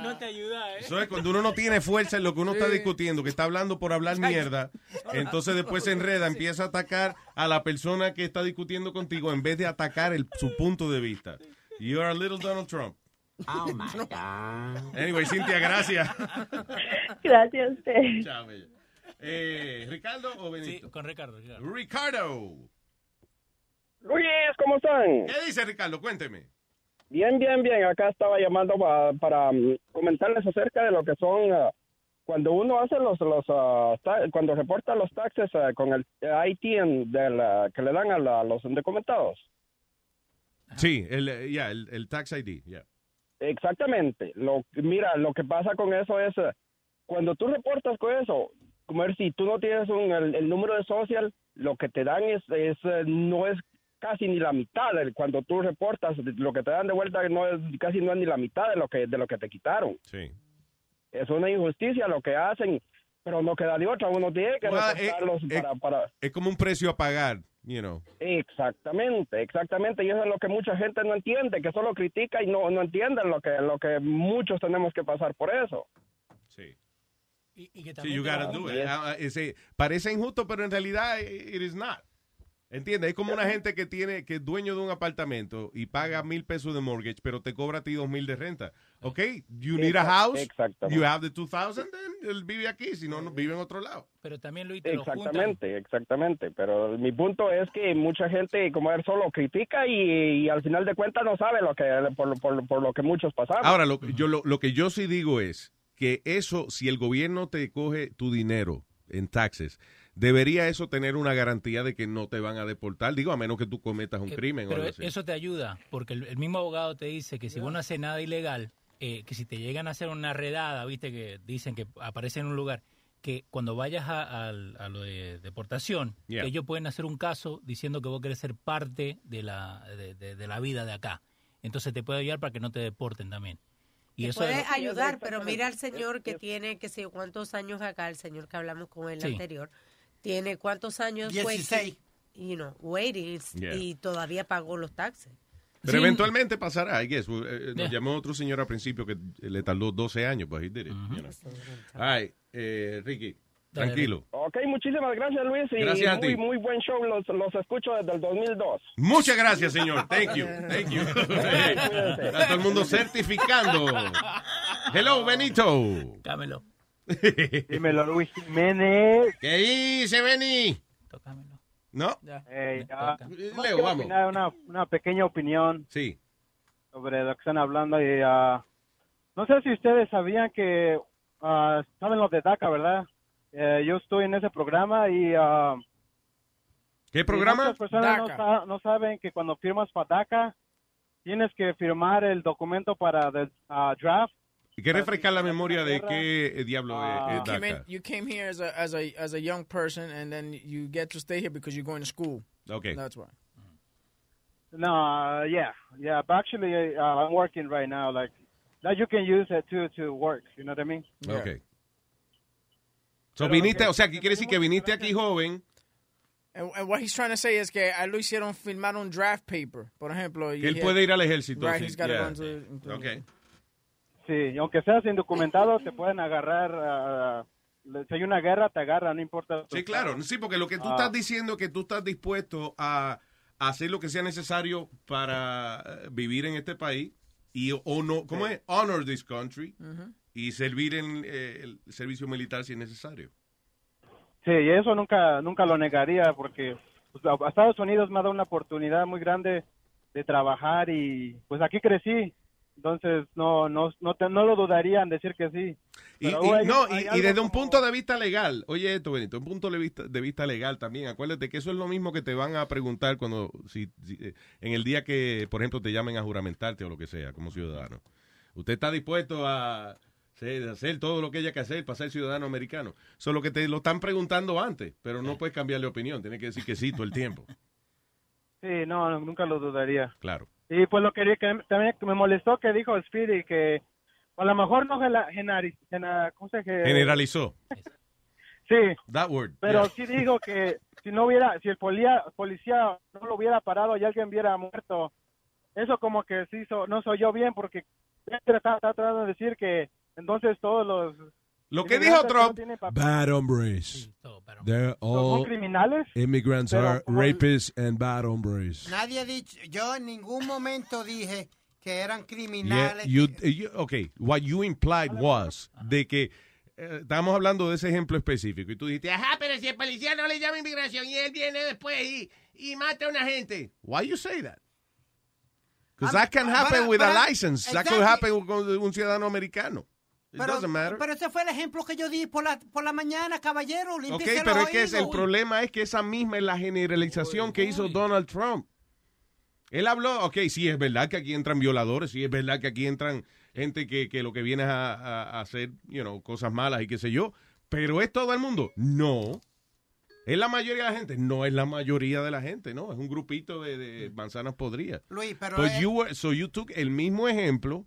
Speaker 9: No te ayuda, ¿eh?
Speaker 7: Eso es cuando uno no tiene fuerza en lo que uno está
Speaker 9: Sí.
Speaker 7: discutiendo, que está hablando por hablar mierda, entonces después se enreda, empieza a atacar a la persona que está discutiendo contigo en vez de atacar el- su punto de vista. You are a little Donald Trump.
Speaker 8: Oh my
Speaker 7: Anyway, Cintia, gracias.
Speaker 20: Gracias a usted.
Speaker 7: Chao, bella. Eh, ¿Ricardo o Benito?
Speaker 9: con Ricardo. Ricardo.
Speaker 7: Ricardo.
Speaker 27: Luis, ¿cómo están?
Speaker 7: ¿Qué dice Ricardo? Cuénteme.
Speaker 27: Bien, bien, bien. Acá estaba llamando pa- para mm, comentarles acerca de lo que son ah, cuando uno hace los, los ah, ta- cuando reporta los taxes ah, con el ITN de la- que le dan a la- los indocumentados.
Speaker 7: Sí, el, eh, ya, el, el tax ID. ya.
Speaker 27: Exactamente. Lo mira, lo que pasa con eso es eh, cuando tú reportas con eso, como ver si tú no tienes un- el, el número de social, lo que te dan es, es, eh, no es casi ni la mitad del- cuando tú reportas lo que te dan de vuelta no es casi no es ni la mitad de lo que de lo que te quitaron.
Speaker 7: Sí.
Speaker 27: Es una injusticia lo que hacen, pero no queda de otra, uno tiene que
Speaker 7: Well, eh,
Speaker 27: reportarlos
Speaker 7: eh,
Speaker 27: para, para
Speaker 7: Es como un precio a pagar, you know.
Speaker 27: Exactamente, exactamente, y eso es lo que mucha gente no entiende, que solo critica y no, no entienden lo que, lo que muchos tenemos que pasar por eso.
Speaker 7: Sí.
Speaker 9: Y, y que
Speaker 7: Sí, you
Speaker 9: también
Speaker 7: gotta do it. Ah, ah, ese- parece injusto, pero en realidad eh, it is not. ¿Entiendes? Es como una gente que tiene que es dueño de un apartamento y paga mil pesos de mortgage, pero te cobra a ti dos mil de renta. ¿Ok? You need a
Speaker 27: Exact-
Speaker 7: house.
Speaker 27: exactamente.
Speaker 7: You have the 2000, then él vive aquí, si no, no vive en otro lado.
Speaker 9: Pero también, Luis, te lo juntan.
Speaker 27: Exactamente, exactamente, pero mi punto es que mucha gente como él solo critica y, y al final de cuentas no sabe lo que, por, lo- por, lo- por lo que muchos pasamos.
Speaker 7: Ahora, lo, yo, lo, lo que yo sí digo es que eso, si el gobierno te coge tu dinero en taxes, debería eso tener una garantía de que no te van a deportar, digo, a menos que tú cometas un
Speaker 9: Eh,
Speaker 7: crimen o
Speaker 9: Pero
Speaker 7: algo así.
Speaker 9: eso te ayuda, porque el, el mismo abogado te dice que si vos no haces nada ilegal, eh, que si te llegan a hacer una redada, viste que dicen que aparece en un lugar, que cuando vayas a, al- a lo de deportación,
Speaker 28: Yeah.
Speaker 9: que ellos pueden hacer un caso diciendo que vos querés ser parte de la, de, de- de la vida de acá. Entonces te puede ayudar para que no te deporten también. Y eso es
Speaker 25: Puede
Speaker 9: lo-
Speaker 25: ayudar, pero mira al señor que tiene, que sé yo, cuántos años acá, el señor que hablamos con él
Speaker 9: Sí.
Speaker 25: anterior, tiene cuántos años waiting,
Speaker 26: 16.
Speaker 25: you know, waiting
Speaker 7: Yeah.
Speaker 25: y todavía pagó los taxes.
Speaker 7: Pero eventualmente pasará, I guess. Eh, eh, Nos
Speaker 25: Yeah.
Speaker 7: llamó otro señor al principio que eh, le tardó 12 años, pues he did it, you know. All right, eh, Ricky, tranquilo.
Speaker 27: Ok, muchísimas gracias Luis y
Speaker 7: Gracias a
Speaker 27: muy,
Speaker 7: ti.
Speaker 27: muy buen show, los, los escucho desde el 2002.
Speaker 7: Muchas gracias, señor. Thank you, thank you. Está todo el mundo certificando. Hello, Benito. [LAUGHS]
Speaker 9: Dámelo.
Speaker 17: Dímelo, Luis Jiménez.
Speaker 7: ¿Qué dice, Benny? ¿No?
Speaker 17: Eh, ya.
Speaker 7: Leo,
Speaker 17: Más que
Speaker 7: vamos.
Speaker 17: opinar, una, una pequeña opinión.
Speaker 7: Sí.
Speaker 17: Sobre lo que están hablando. Y, ah, no sé si ustedes sabían que. ah, saben los de DACA, ¿verdad? Eh, yo estoy en ese programa y. ah,
Speaker 7: ¿Qué
Speaker 17: y
Speaker 7: programa?
Speaker 17: muchas personas no,
Speaker 7: DACA.
Speaker 17: sa- no saben que cuando firmas para DACA tienes que firmar el documento para del ah, draft.
Speaker 7: Hay que refrescar la memoria de qué eh, diablo
Speaker 17: Ah.
Speaker 7: es, es
Speaker 17: Que me-
Speaker 7: DACA.
Speaker 6: You came here as a, as a as a young person and then you get to stay here because you're going to school.
Speaker 7: Okay.
Speaker 6: That's why.
Speaker 17: No, uh, yeah, yeah. But actually, uh, I'm working right now. Like that, you can use it too to work. You know what I mean?
Speaker 7: Ok. So viniste, o sea, que quiere decir que Pues viniste aquí joven,
Speaker 6: And, and what he's trying to say is que a él lo hicieron firmar un draft paper, por ejemplo. y
Speaker 7: que él
Speaker 6: he-
Speaker 7: puede ir al ejército.
Speaker 6: Right,
Speaker 7: sí,
Speaker 6: he's gotta
Speaker 7: yeah.
Speaker 6: go into- into-
Speaker 7: Ok.
Speaker 17: Sí, y aunque seas indocumentado, te pueden agarrar. ah, le- si hay una guerra, te agarran, no importa. tu
Speaker 7: Sí, claro. Sí, porque lo que tú
Speaker 17: Ah.
Speaker 7: estás diciendo es que tú estás dispuesto a hacer lo que sea necesario para eh, vivir en este país y o no, ¿cómo es? Honor this country
Speaker 17: Ujú.
Speaker 7: y servir en eh, el servicio militar si es necesario.
Speaker 17: Sí, y eso nunca, nunca lo negaría porque pues, a- a Estados Unidos me ha dado una oportunidad muy grande de trabajar y pues aquí crecí. Entonces, no no no, te- no lo dudarían decir que sí.
Speaker 7: Y,
Speaker 17: Pero,
Speaker 7: y-
Speaker 17: güey,
Speaker 7: no,
Speaker 17: hay
Speaker 7: y- y
Speaker 17: algo
Speaker 7: desde un punto de vista legal, oye esto, Benito, un punto de vista, de vista legal también, acuérdate que eso es lo mismo que te van a preguntar cuando, si, si, eh, en el día que, por ejemplo, te llamen a juramentarte o lo que sea, como ciudadano. ¿Usted está dispuesto a hacer hacer todo lo que haya que hacer para ser ciudadano americano? Eso es lo que te lo están preguntando antes, pero no puedes cambiarle opinión, tienes que decir que sí todo el tiempo,
Speaker 17: Sí, no, no, nunca lo dudaría.
Speaker 7: claro.
Speaker 17: Y pues lo quería que también me molestó que dijo Speedy que a lo mejor no gela- genari- gena- ¿cómo se dice?
Speaker 7: Generalizó.
Speaker 17: Sí.
Speaker 7: That word.
Speaker 17: Pero
Speaker 7: yeah.
Speaker 17: sí dijo que si no hubiera, si el policía, policía no lo hubiera parado y alguien hubiera muerto, eso como que se hizo, no soy yo bien porque está, está tratando de decir que entonces todos los...
Speaker 7: Lo que dijo
Speaker 17: inmigrantes que no
Speaker 7: Trump-
Speaker 17: tienen papeles
Speaker 1: Bad hombres. They're
Speaker 17: son
Speaker 1: all
Speaker 17: criminales.
Speaker 1: immigrants
Speaker 17: Pero
Speaker 1: are
Speaker 17: como el-
Speaker 1: rapists and bad hombres.
Speaker 8: Nadie ha dicho, yo en ningún momento dije que
Speaker 7: Yeah,
Speaker 8: eran criminales.
Speaker 7: you, eh, you- okay, what you implied was de que eh, estábamos hablando de ese ejemplo específico y tú dijiste, ajá,
Speaker 5: Ajá, pero si el policía no le llama inmigración y él viene después y, y mata a una gente.
Speaker 7: why you say that? Because that can happen with a license. That could happen con un ciudadano americano. It doesn't matter.
Speaker 8: Pero ese fue el ejemplo que yo di por la, por la mañana, caballero.
Speaker 7: Ok,
Speaker 8: límpiese
Speaker 7: pero
Speaker 8: los
Speaker 7: es que es- el
Speaker 8: oídos.
Speaker 7: problema es que esa misma es la generalización que hizo Donald Trump. Él habló, ok, sí es verdad que aquí entran violadores, sí es verdad que aquí entran gente que, que lo que viene es a, a- a hacer, you know, cosas malas y qué sé yo, pero es todo el mundo. No. ¿Es la mayoría de la gente? No es la mayoría de la gente, no. Es un grupito de, de manzanas podridas.
Speaker 8: Luis, pero
Speaker 7: But
Speaker 8: es-
Speaker 7: you were- so you took el mismo ejemplo,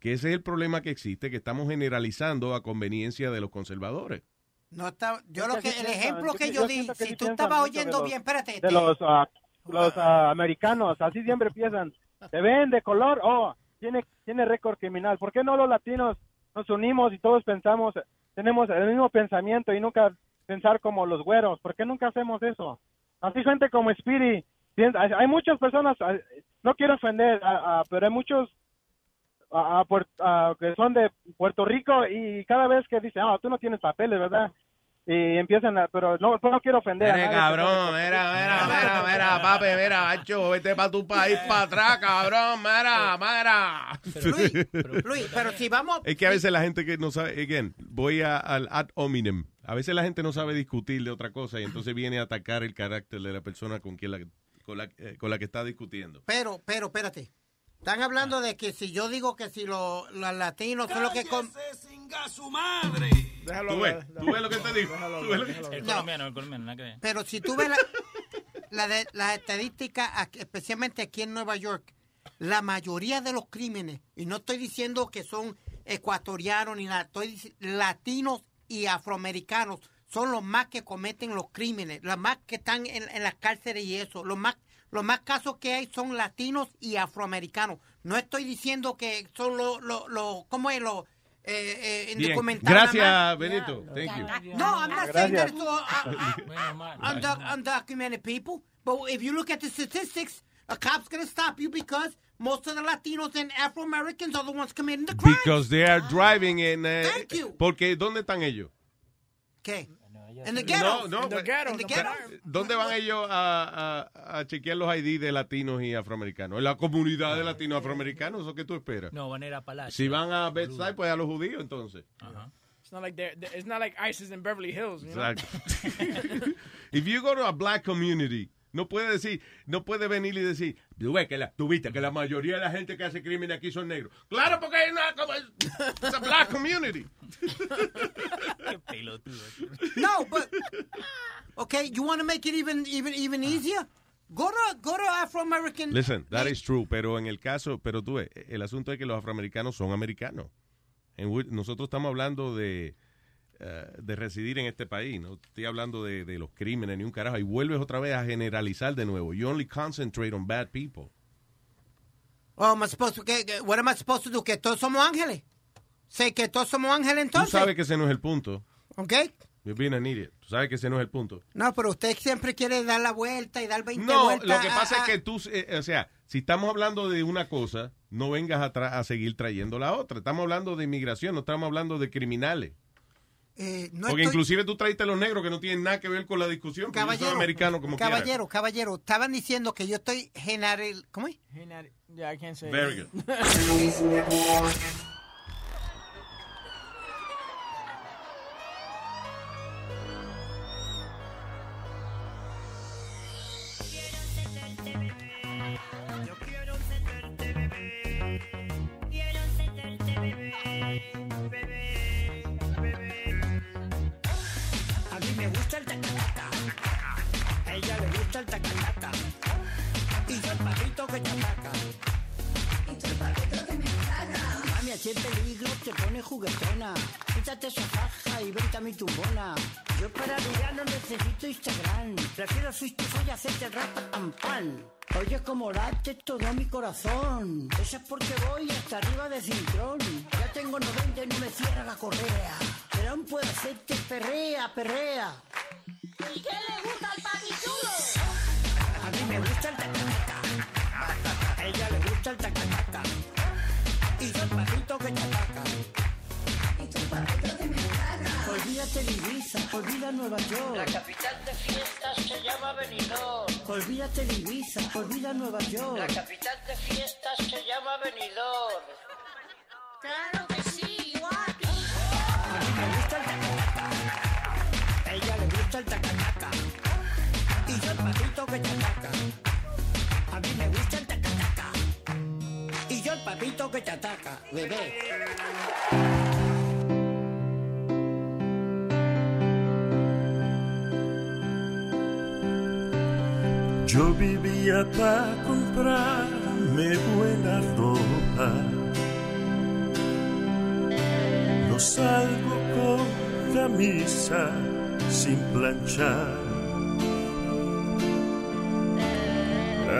Speaker 7: que ese es el problema que existe, que estamos generalizando a conveniencia de los conservadores.
Speaker 8: No está, yo lo que,
Speaker 17: sí
Speaker 8: el
Speaker 17: piensan,
Speaker 8: ejemplo
Speaker 17: yo
Speaker 8: que
Speaker 17: sí-
Speaker 8: yo
Speaker 17: yo
Speaker 8: di,
Speaker 17: siento que
Speaker 8: si
Speaker 17: sí
Speaker 8: tú
Speaker 17: piensan
Speaker 8: estabas
Speaker 17: mucho de
Speaker 8: oyendo
Speaker 17: los-
Speaker 8: bien, espérate.
Speaker 17: de
Speaker 8: te-
Speaker 17: los ah, los ah, americanos. Así siempre piensan. Se ven de color, oh, tiene, tiene récord criminal. ¿Por qué no los latinos nos unimos y todos pensamos, tenemos el mismo pensamiento y nunca pensar como los güeros? ¿Por qué nunca hacemos eso? Así gente como Speedy. piensa- Hay hay muchas personas, ah, no quiero ofender, ah, ah, pero hay muchos a, a Puer- a- que son de Puerto Rico y cada vez que dicen, ah, tú no tienes papeles, ¿verdad? Y empiezan a, pero no, no quiero ofender. a
Speaker 5: Eres
Speaker 17: nadie.
Speaker 5: cabrón, mira, mira, mira, mira, papi, mira, macho, vete para tu país para atrás, cabrón, mira, mira.
Speaker 8: Luis, pero si vamos...
Speaker 7: [LAUGHS] Es que a veces la gente que no sabe, again, voy a- al ad hominem. A veces la gente no sabe discutir de otra cosa y entonces viene a atacar el carácter de la persona con quien la, con la, eh, con la que está discutiendo.
Speaker 8: Pero, pero, espérate. Están hablando de que si yo digo que si lo- los latinos son los que... com-
Speaker 5: su madre.
Speaker 7: Tú ves, tú ves lo que te digo. Tú ves lo que-
Speaker 9: El
Speaker 8: No.
Speaker 9: colombiano, el colombiano, nada que ver.
Speaker 8: Pero si tú ves la- la de- las estadísticas, aquí- especialmente aquí en Nueva York, la mayoría de los crímenes, y no estoy diciendo que son ecuatorianos ni nada, estoy dic- latinos y afroamericanos son los más que cometen los crímenes, los más que están en, en las cárceles y eso, los más los más casos que hay son latinos y afroamericanos. No estoy diciendo que son los, los, los- ¿cómo es? Los eh, eh,
Speaker 7: Bien.
Speaker 8: indocumentados nada
Speaker 7: Gracias,
Speaker 8: más.
Speaker 7: Benito. Thank you.
Speaker 8: No, I'm not saying that
Speaker 7: Gracias.
Speaker 8: it's all
Speaker 5: ah,
Speaker 8: uh, uh, undo- undocumented people. But if you look at the statistics, a cop's going to stop you because most of the Latinos and Afro Americans are the ones committing the crime.
Speaker 7: Because they are driving in, eh,
Speaker 8: Thank you.
Speaker 7: Porque, ¿dónde están ellos?
Speaker 8: Okay. In the ghetto.
Speaker 7: No, no,
Speaker 8: In the ghetto. In the ghetto.
Speaker 7: ¿Dónde van ellos a, a- a chequear los ID de latinos y afroamericanos? En la comunidad de latinos afroamericanos, ¿eso que tú esperas?
Speaker 9: No, van a ir a Palacio.
Speaker 7: Si van a Bedside, pues a los judíos entonces.
Speaker 6: It's not like they're, they're- it's not like ISIS in Beverly Hills. You know?
Speaker 7: Exacto. [LAUGHS] If you go to a black community, no puede decir, no puede venir y decir, tú ves que la, tú viste que la mayoría de la gente que hace crimen aquí son negros. [LAUGHS] Claro, porque hay una como it's a black community.
Speaker 8: [LAUGHS] No, but okay, you want to make it even even even easier? Go to go to Afro American.
Speaker 7: Listen, that is true, pero en el caso, pero tú ves, el asunto es que los afroamericanos son americanos. En Wil- nosotros estamos hablando de, eh, de residir en este país, no estoy hablando de, de los crímenes ni un carajo. Y vuelves otra vez a generalizar de nuevo. You only concentrate on bad people.
Speaker 8: Oh, am I supposed to que- que- what am I supposed to do? Que todos somos ángeles. Say que todos somos ángeles
Speaker 7: Tú sabes
Speaker 8: entonces.
Speaker 7: que ese no es el punto.
Speaker 8: Okay?
Speaker 7: You're being an idiot. Tú sabes que ese no es el punto.
Speaker 8: No, pero usted siempre quiere dar la vuelta y dar 20
Speaker 7: No,
Speaker 8: vueltas. ah,
Speaker 7: lo que
Speaker 8: a-
Speaker 7: pasa es
Speaker 8: a-
Speaker 7: que tú, eh, o sea, si estamos hablando de una cosa, no vengas a, tra- a seguir trayendo la otra. Estamos hablando de inmigración, no estamos hablando de criminales.
Speaker 8: eh, no
Speaker 7: Porque
Speaker 8: estoy-
Speaker 7: inclusive tú traiste a los negros que no tienen nada que ver con la discusión. porque ellos son
Speaker 8: Caballero,
Speaker 7: americanos como quiera.
Speaker 8: caballero, caballero, estaban diciendo que yo estoy general, ¿cómo es?
Speaker 6: Yeah, I can't say
Speaker 7: Very
Speaker 6: it.
Speaker 7: [LAUGHS]
Speaker 3: A mí me gusta el tacataca. A ella le gusta el tacataca. Y yo el patito que te ataca. Y yo el patito que me ataca. Mami, aquí en peligro te pone juguetona. Quítate esa faja y vente a mi tumbona. Yo para mirar no necesito Instagram. Prefiero su y hacerte el rap pan pan. Oye, como late todo mi corazón. Eso es porque voy hasta arriba de cintrón. Ya tengo 90 y no me cierra la correa. Pero aún puedo hacerte perrea, perrea. ¿Y qué le gusta al papichulo? A mí me gusta el tacataca. A ella le gusta el tacataca. Y yo el patito que te ataca. Y tu patito que me ataca. Olvídate de Ibiza, olvida Nueva York. La capital de fiestas se llama Benidorm. Olvídate de Ibiza, olvida Nueva York. La capital de fiestas se llama Benidorm. Claro que sí, guapi. A mí me gusta el tacataca. A ella le gusta el tacataca. Y yo el patito que te ataca. A mí me gusta el tacataca. Y yo el papito que te ataca, bebé.
Speaker 4: Yo vivía para comprarme buena ropa. No salgo con camisa sin planchar.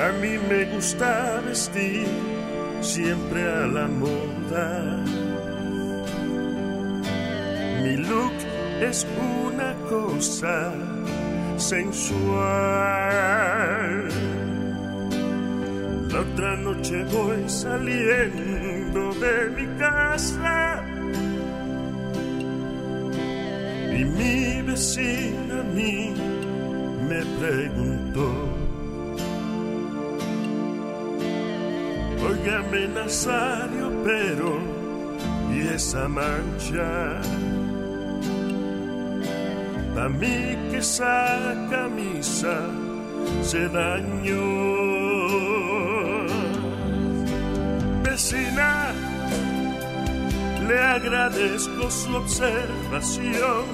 Speaker 4: A mí me gusta vestir siempre a la moda. Mi look es una cosa sensual. La otra noche voy saliendo de mi casa y mi vecina a mí me preguntó. Óigame Nazario, pero y esa mancha a mí que esa camisa se dañó. Vecina, le agradezco su observación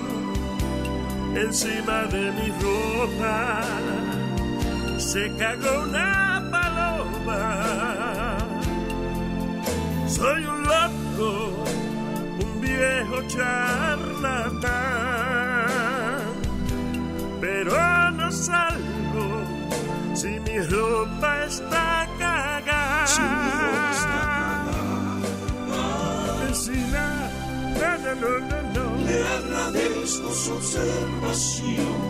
Speaker 4: encima de mi ropa. Se cagó una paloma. Soy un loco, un viejo charlatán, pero no salgo si mi ropa está cagada. Vecina, no, no, no, no, no.
Speaker 3: Le agradezco su observación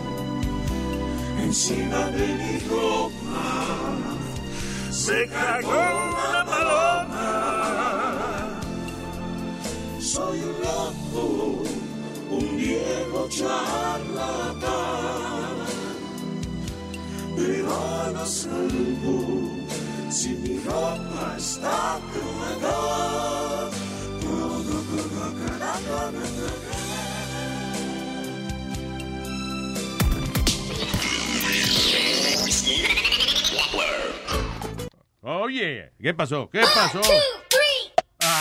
Speaker 3: encima de mi ropa. Se cagó una paloma. Soy un loco, un viejo charlatán. Pero no salgo si mi ropa está cagada.
Speaker 7: Oye, Oh, ¿qué pasó? ¿Qué pasó?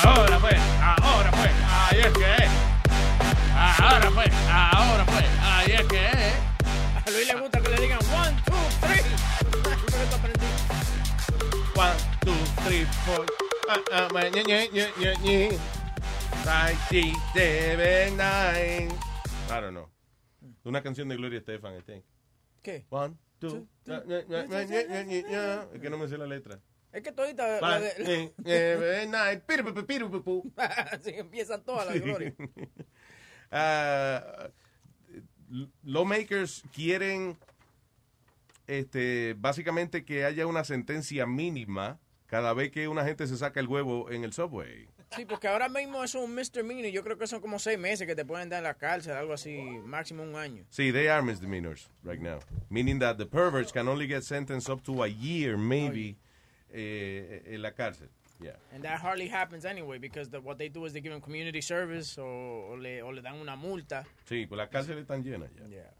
Speaker 7: Ahora pues, ahora pues, ahí es que es. Ah, Ahora pues, ahora pues, ahí es que es.
Speaker 6: A Luis le gusta que le digan one, two, three. Eso es lo que aprendí.
Speaker 7: One, two, three, four. Ah, ah, ma, ñe, ñe, ñe, ñe, ñe. Five, six, seven, nine. I don't know. Una canción de Gloria Estefan, I think.
Speaker 6: ¿Qué?
Speaker 7: One, two, ñe, ñe, ñe, ñe, ñe, ñe, ñe. Es que no me sé la letra. Eh,
Speaker 6: Es que todita la
Speaker 7: Five,
Speaker 6: de...
Speaker 7: six, seven, nine. Piru, piru, piru, piru, piru.
Speaker 10: [LAUGHS]
Speaker 6: Sí, empiezan todas las
Speaker 7: Sí.
Speaker 6: glorias.
Speaker 7: [LAUGHS] Ah, lawmakers quieren este, básicamente que haya una sentencia mínima cada vez que una gente se saca el huevo en el subway.
Speaker 6: Sí, porque ahora mismo es un misdemeanor. Yo creo que son como seis meses que te pueden dar en la cárcel, algo así, máximo un año.
Speaker 7: See, they are misdemeanors right now, meaning that the perverts can only get sentenced up to a year, maybe, eh, en la cárcel. Yeah.
Speaker 6: And that hardly happens anyway, because the, what they do is they give them community service o, o le, o le dan una multa.
Speaker 7: Sí, pues las cárceles están llenas ya.
Speaker 6: Yeah.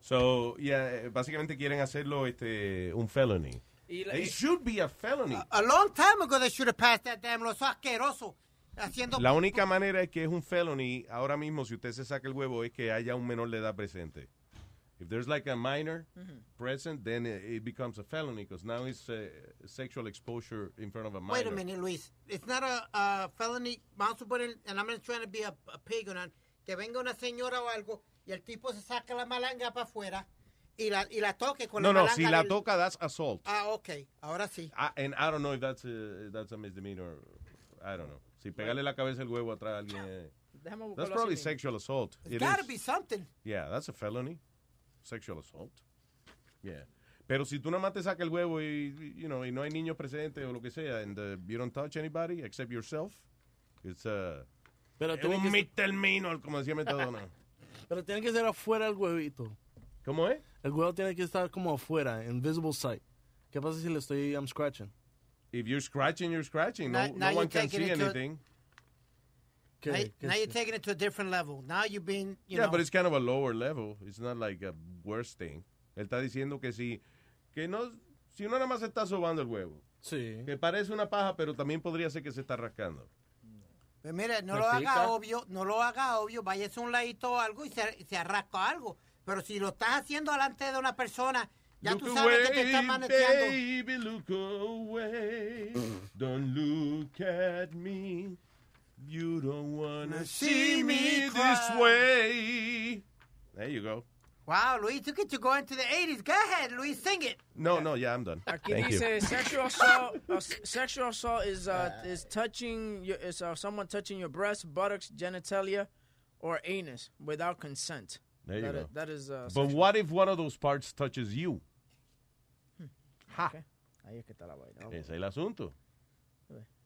Speaker 7: So, yeah, eh, básicamente quieren hacerlo este un felony.
Speaker 8: Y la-
Speaker 7: It should be a felony.
Speaker 8: A long time ago they should have passed that damn law. Eso es asqueroso. Haciendo
Speaker 7: La única manera es que es un felony ahora mismo, si usted se saca el huevo, es que haya un menor de edad presente. If there's like a minor
Speaker 8: Ujú.
Speaker 7: present, then it it becomes a felony because now it's uh, sexual exposure in front of a minor.
Speaker 8: Wait a minute, Luis. It's not a, a felony. Vamos a suponer, and I'm not trying to be a, a pig on it, que venga una señora o algo y el tipo se saca la malanga para afuera y la, y la toque con
Speaker 7: No, no,
Speaker 8: la malanga.
Speaker 7: si la
Speaker 8: del-
Speaker 7: toca, that's assault.
Speaker 8: Ah, ok. Ahora sí.
Speaker 7: I- and I don't know if that's a, that's a misdemeanor. I don't know. Si pegarle la cabeza el huevo atrás a alguien. eh,
Speaker 6: Déjame buscarlo
Speaker 7: That's
Speaker 6: así
Speaker 7: probably
Speaker 6: mismo.
Speaker 7: sexual assault. It
Speaker 8: Gotta
Speaker 7: is.
Speaker 8: be something.
Speaker 7: Yeah, that's a felony. Sexual assault. Yeah. Pero si tú nada más te sacas el huevo y, you know, y no hay niños presentes o lo que sea, and uh, you don't touch anybody except yourself, it's a...
Speaker 10: Pero
Speaker 7: es
Speaker 10: tiene
Speaker 7: un
Speaker 10: que ser-
Speaker 7: misdemeanor, como decía Metadona.
Speaker 10: [LAUGHS] Pero tiene que ser afuera el huevito.
Speaker 7: ¿Cómo es?
Speaker 10: El huevo tiene que estar como afuera, invisible sight. ¿Qué pasa si le estoy I'm scratching?
Speaker 7: If you're scratching, you're scratching. No,
Speaker 8: Now- now
Speaker 7: no one
Speaker 8: you
Speaker 7: can
Speaker 8: take it
Speaker 7: see
Speaker 8: into-
Speaker 7: anything.
Speaker 8: Now, now you're taking it to a different level. Now you've been, you
Speaker 7: yeah,
Speaker 8: know.
Speaker 7: but it's kind of a lower level. It's not like a worse thing. Él está diciendo que si, que no, si uno nada más se está sobando el huevo.
Speaker 10: Sí.
Speaker 7: Que parece una paja, pero también podría ser que se está rascando.
Speaker 8: Pues mira, no
Speaker 7: Me
Speaker 8: lo
Speaker 7: pica.
Speaker 8: haga obvio, no lo haga obvio, váyase a un ladito o algo y se, se arrasca algo. Pero si lo estás haciendo delante de una persona, ya
Speaker 7: Look
Speaker 8: tú sabes que te
Speaker 7: away,
Speaker 8: está manoseando.
Speaker 7: Baby, look away. Don't look at me. You don't wanna see me this way. There you go.
Speaker 8: Wow, Luis, you get to go into the 80s. Go ahead, Luis, sing it.
Speaker 7: No, no, yeah, I'm done.
Speaker 6: Aquí
Speaker 7: Thank [LAUGHS]
Speaker 6: dice
Speaker 7: you.
Speaker 6: sexual assault. uh, s- sexual assault is uh, is touching your, is uh, someone touching your breast, buttocks, genitalia, or anus without consent.
Speaker 7: There you
Speaker 6: That
Speaker 7: go.
Speaker 6: is- that is. Uh,
Speaker 7: But
Speaker 6: sexual-
Speaker 7: what if one of those parts touches you?
Speaker 6: Okay. Ahí es que está la vaina.
Speaker 7: Ese es el asunto.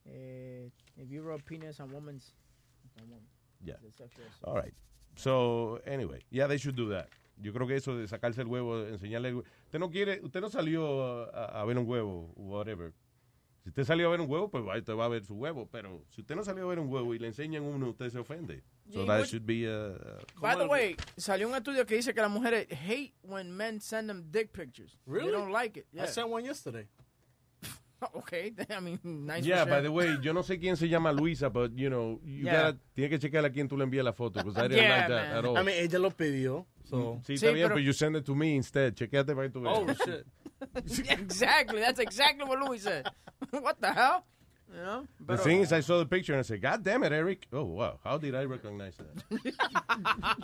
Speaker 6: Eh, if you rub penis on woman's, on woman,
Speaker 7: Yeah.
Speaker 6: it's a sexual assault.
Speaker 7: All right. So, anyway, yeah, they should do that. Yo creo que eso de sacarse el huevo, enseñarle el huevo. Usted no quiere, usted no salió a, a ver un huevo, whatever. Si usted salió a ver un huevo, pues ahí usted va a ver su huevo. Pero si usted no salió a ver un huevo y le enseñan uno, usted se ofende. So
Speaker 6: Y
Speaker 7: that
Speaker 6: would-
Speaker 7: should be a...
Speaker 6: By the way, salió un estudio que dice que las mujeres hate when men send them dick pictures.
Speaker 10: Really?
Speaker 6: They don't like it.
Speaker 10: I
Speaker 6: Yeah. Oh,
Speaker 10: sent one yesterday.
Speaker 6: okay. [LAUGHS] I mean, nice.
Speaker 7: Yeah, by
Speaker 6: for sharing.
Speaker 7: the way, yo no sé quién se llama Luisa, but, you know, you
Speaker 6: Yeah.
Speaker 7: gotta, tiene que chequear a quién tú le envías la foto, because I didn't
Speaker 6: Yeah,
Speaker 7: like that
Speaker 6: man.
Speaker 7: at all. Mm.
Speaker 10: I mean, ella lo pidió. So.
Speaker 7: sí, está bien, pero you send it to me instead. Chequeate para que tú veas.
Speaker 10: Oh, shit.
Speaker 6: [LAUGHS] exactly. That's exactly what Louis said. [LAUGHS] what the hell? You know?
Speaker 7: The thing is, I saw the picture and I said, God damn it, Eric. Oh, wow. How did I recognize that?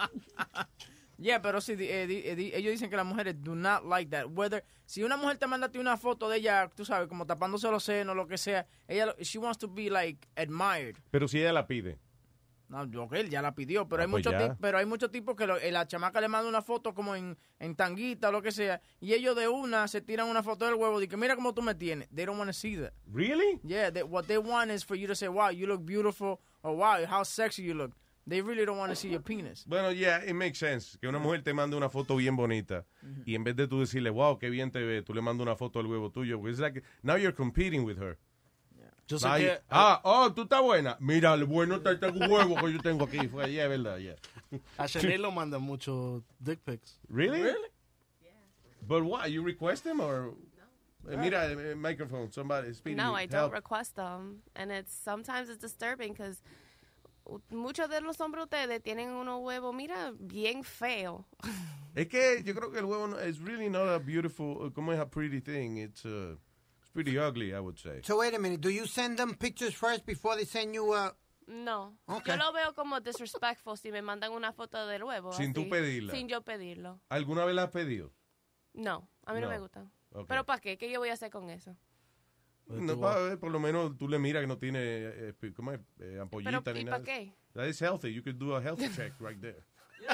Speaker 6: Yeah, pero si eh, di- eh, di- ellos dicen que las mujeres do not like that. Whether si una mujer te manda a ti una foto de ella, tú sabes, como tapándose los senos, lo que sea, ella lo- she wants to be like admired.
Speaker 7: Pero si ella la pide.
Speaker 6: No, yo que él ya la pidió, pero
Speaker 7: Ah,
Speaker 6: hay
Speaker 7: pues
Speaker 6: muchos
Speaker 7: ya.
Speaker 6: tip- pero hay muchos tipos que lo- eh, la chamaca le manda una foto como en, en tanguita o lo que sea, y ellos de una se tiran una foto del huevo y que mira cómo tú me tienes. They don't want to see that.
Speaker 7: Really?
Speaker 6: Yeah, they- what they want is for you to say, "Wow, you look beautiful," or "Wow, how sexy you look." They really don't want to see your penis.
Speaker 7: Bueno, yeah, it makes sense. Que una mujer te mande una foto bien bonita y en vez de tú decirle, wow, qué bien te ve, tú le mandas una foto al huevo tuyo. porque it's like, now you're competing with her.
Speaker 10: Yo sé
Speaker 7: Now
Speaker 10: que-
Speaker 7: you- ah, oh, tú estás buena. Mira, el bueno está este huevo que yo tengo aquí. Fue, yeah, es verdad, yeah.
Speaker 10: A Shanae lo manda mucho dick pics.
Speaker 7: [LAUGHS] Really? But why? You request him or... Eh, mira, eh, microphone, somebody, speedy,
Speaker 11: No, I don't
Speaker 7: help.
Speaker 11: request them, and it's sometimes it's disturbing because muchos de los hombres ustedes tienen unos huevos, mira, bien feo.
Speaker 7: Es que yo creo que el huevo no, it's really not a beautiful, como es a pretty thing, it's, uh, it's pretty ugly, I would say.
Speaker 8: So wait a minute, do you send them pictures first before they send you uh,
Speaker 11: No,
Speaker 8: Ok.
Speaker 11: yo lo veo como disrespectful si me mandan una foto del huevo.
Speaker 7: Sin tú
Speaker 11: así,
Speaker 7: pedirla.
Speaker 11: Sin yo pedirlo.
Speaker 7: ¿Alguna vez la has pedido?
Speaker 11: No, a mí no,
Speaker 7: No.
Speaker 11: me gusta.
Speaker 7: Ok.
Speaker 11: Pero ¿para qué? ¿Qué yo voy a hacer con eso?
Speaker 6: Pues
Speaker 7: No, pa- eh, por lo menos tú le miras que no tiene eh, pi- ¿cómo es? Eh, ampollita
Speaker 11: Pero,
Speaker 7: ni
Speaker 11: ¿y
Speaker 7: nada.
Speaker 11: pa' qué?
Speaker 7: That is healthy. You could do a health
Speaker 11: [LAUGHS]
Speaker 7: check right there.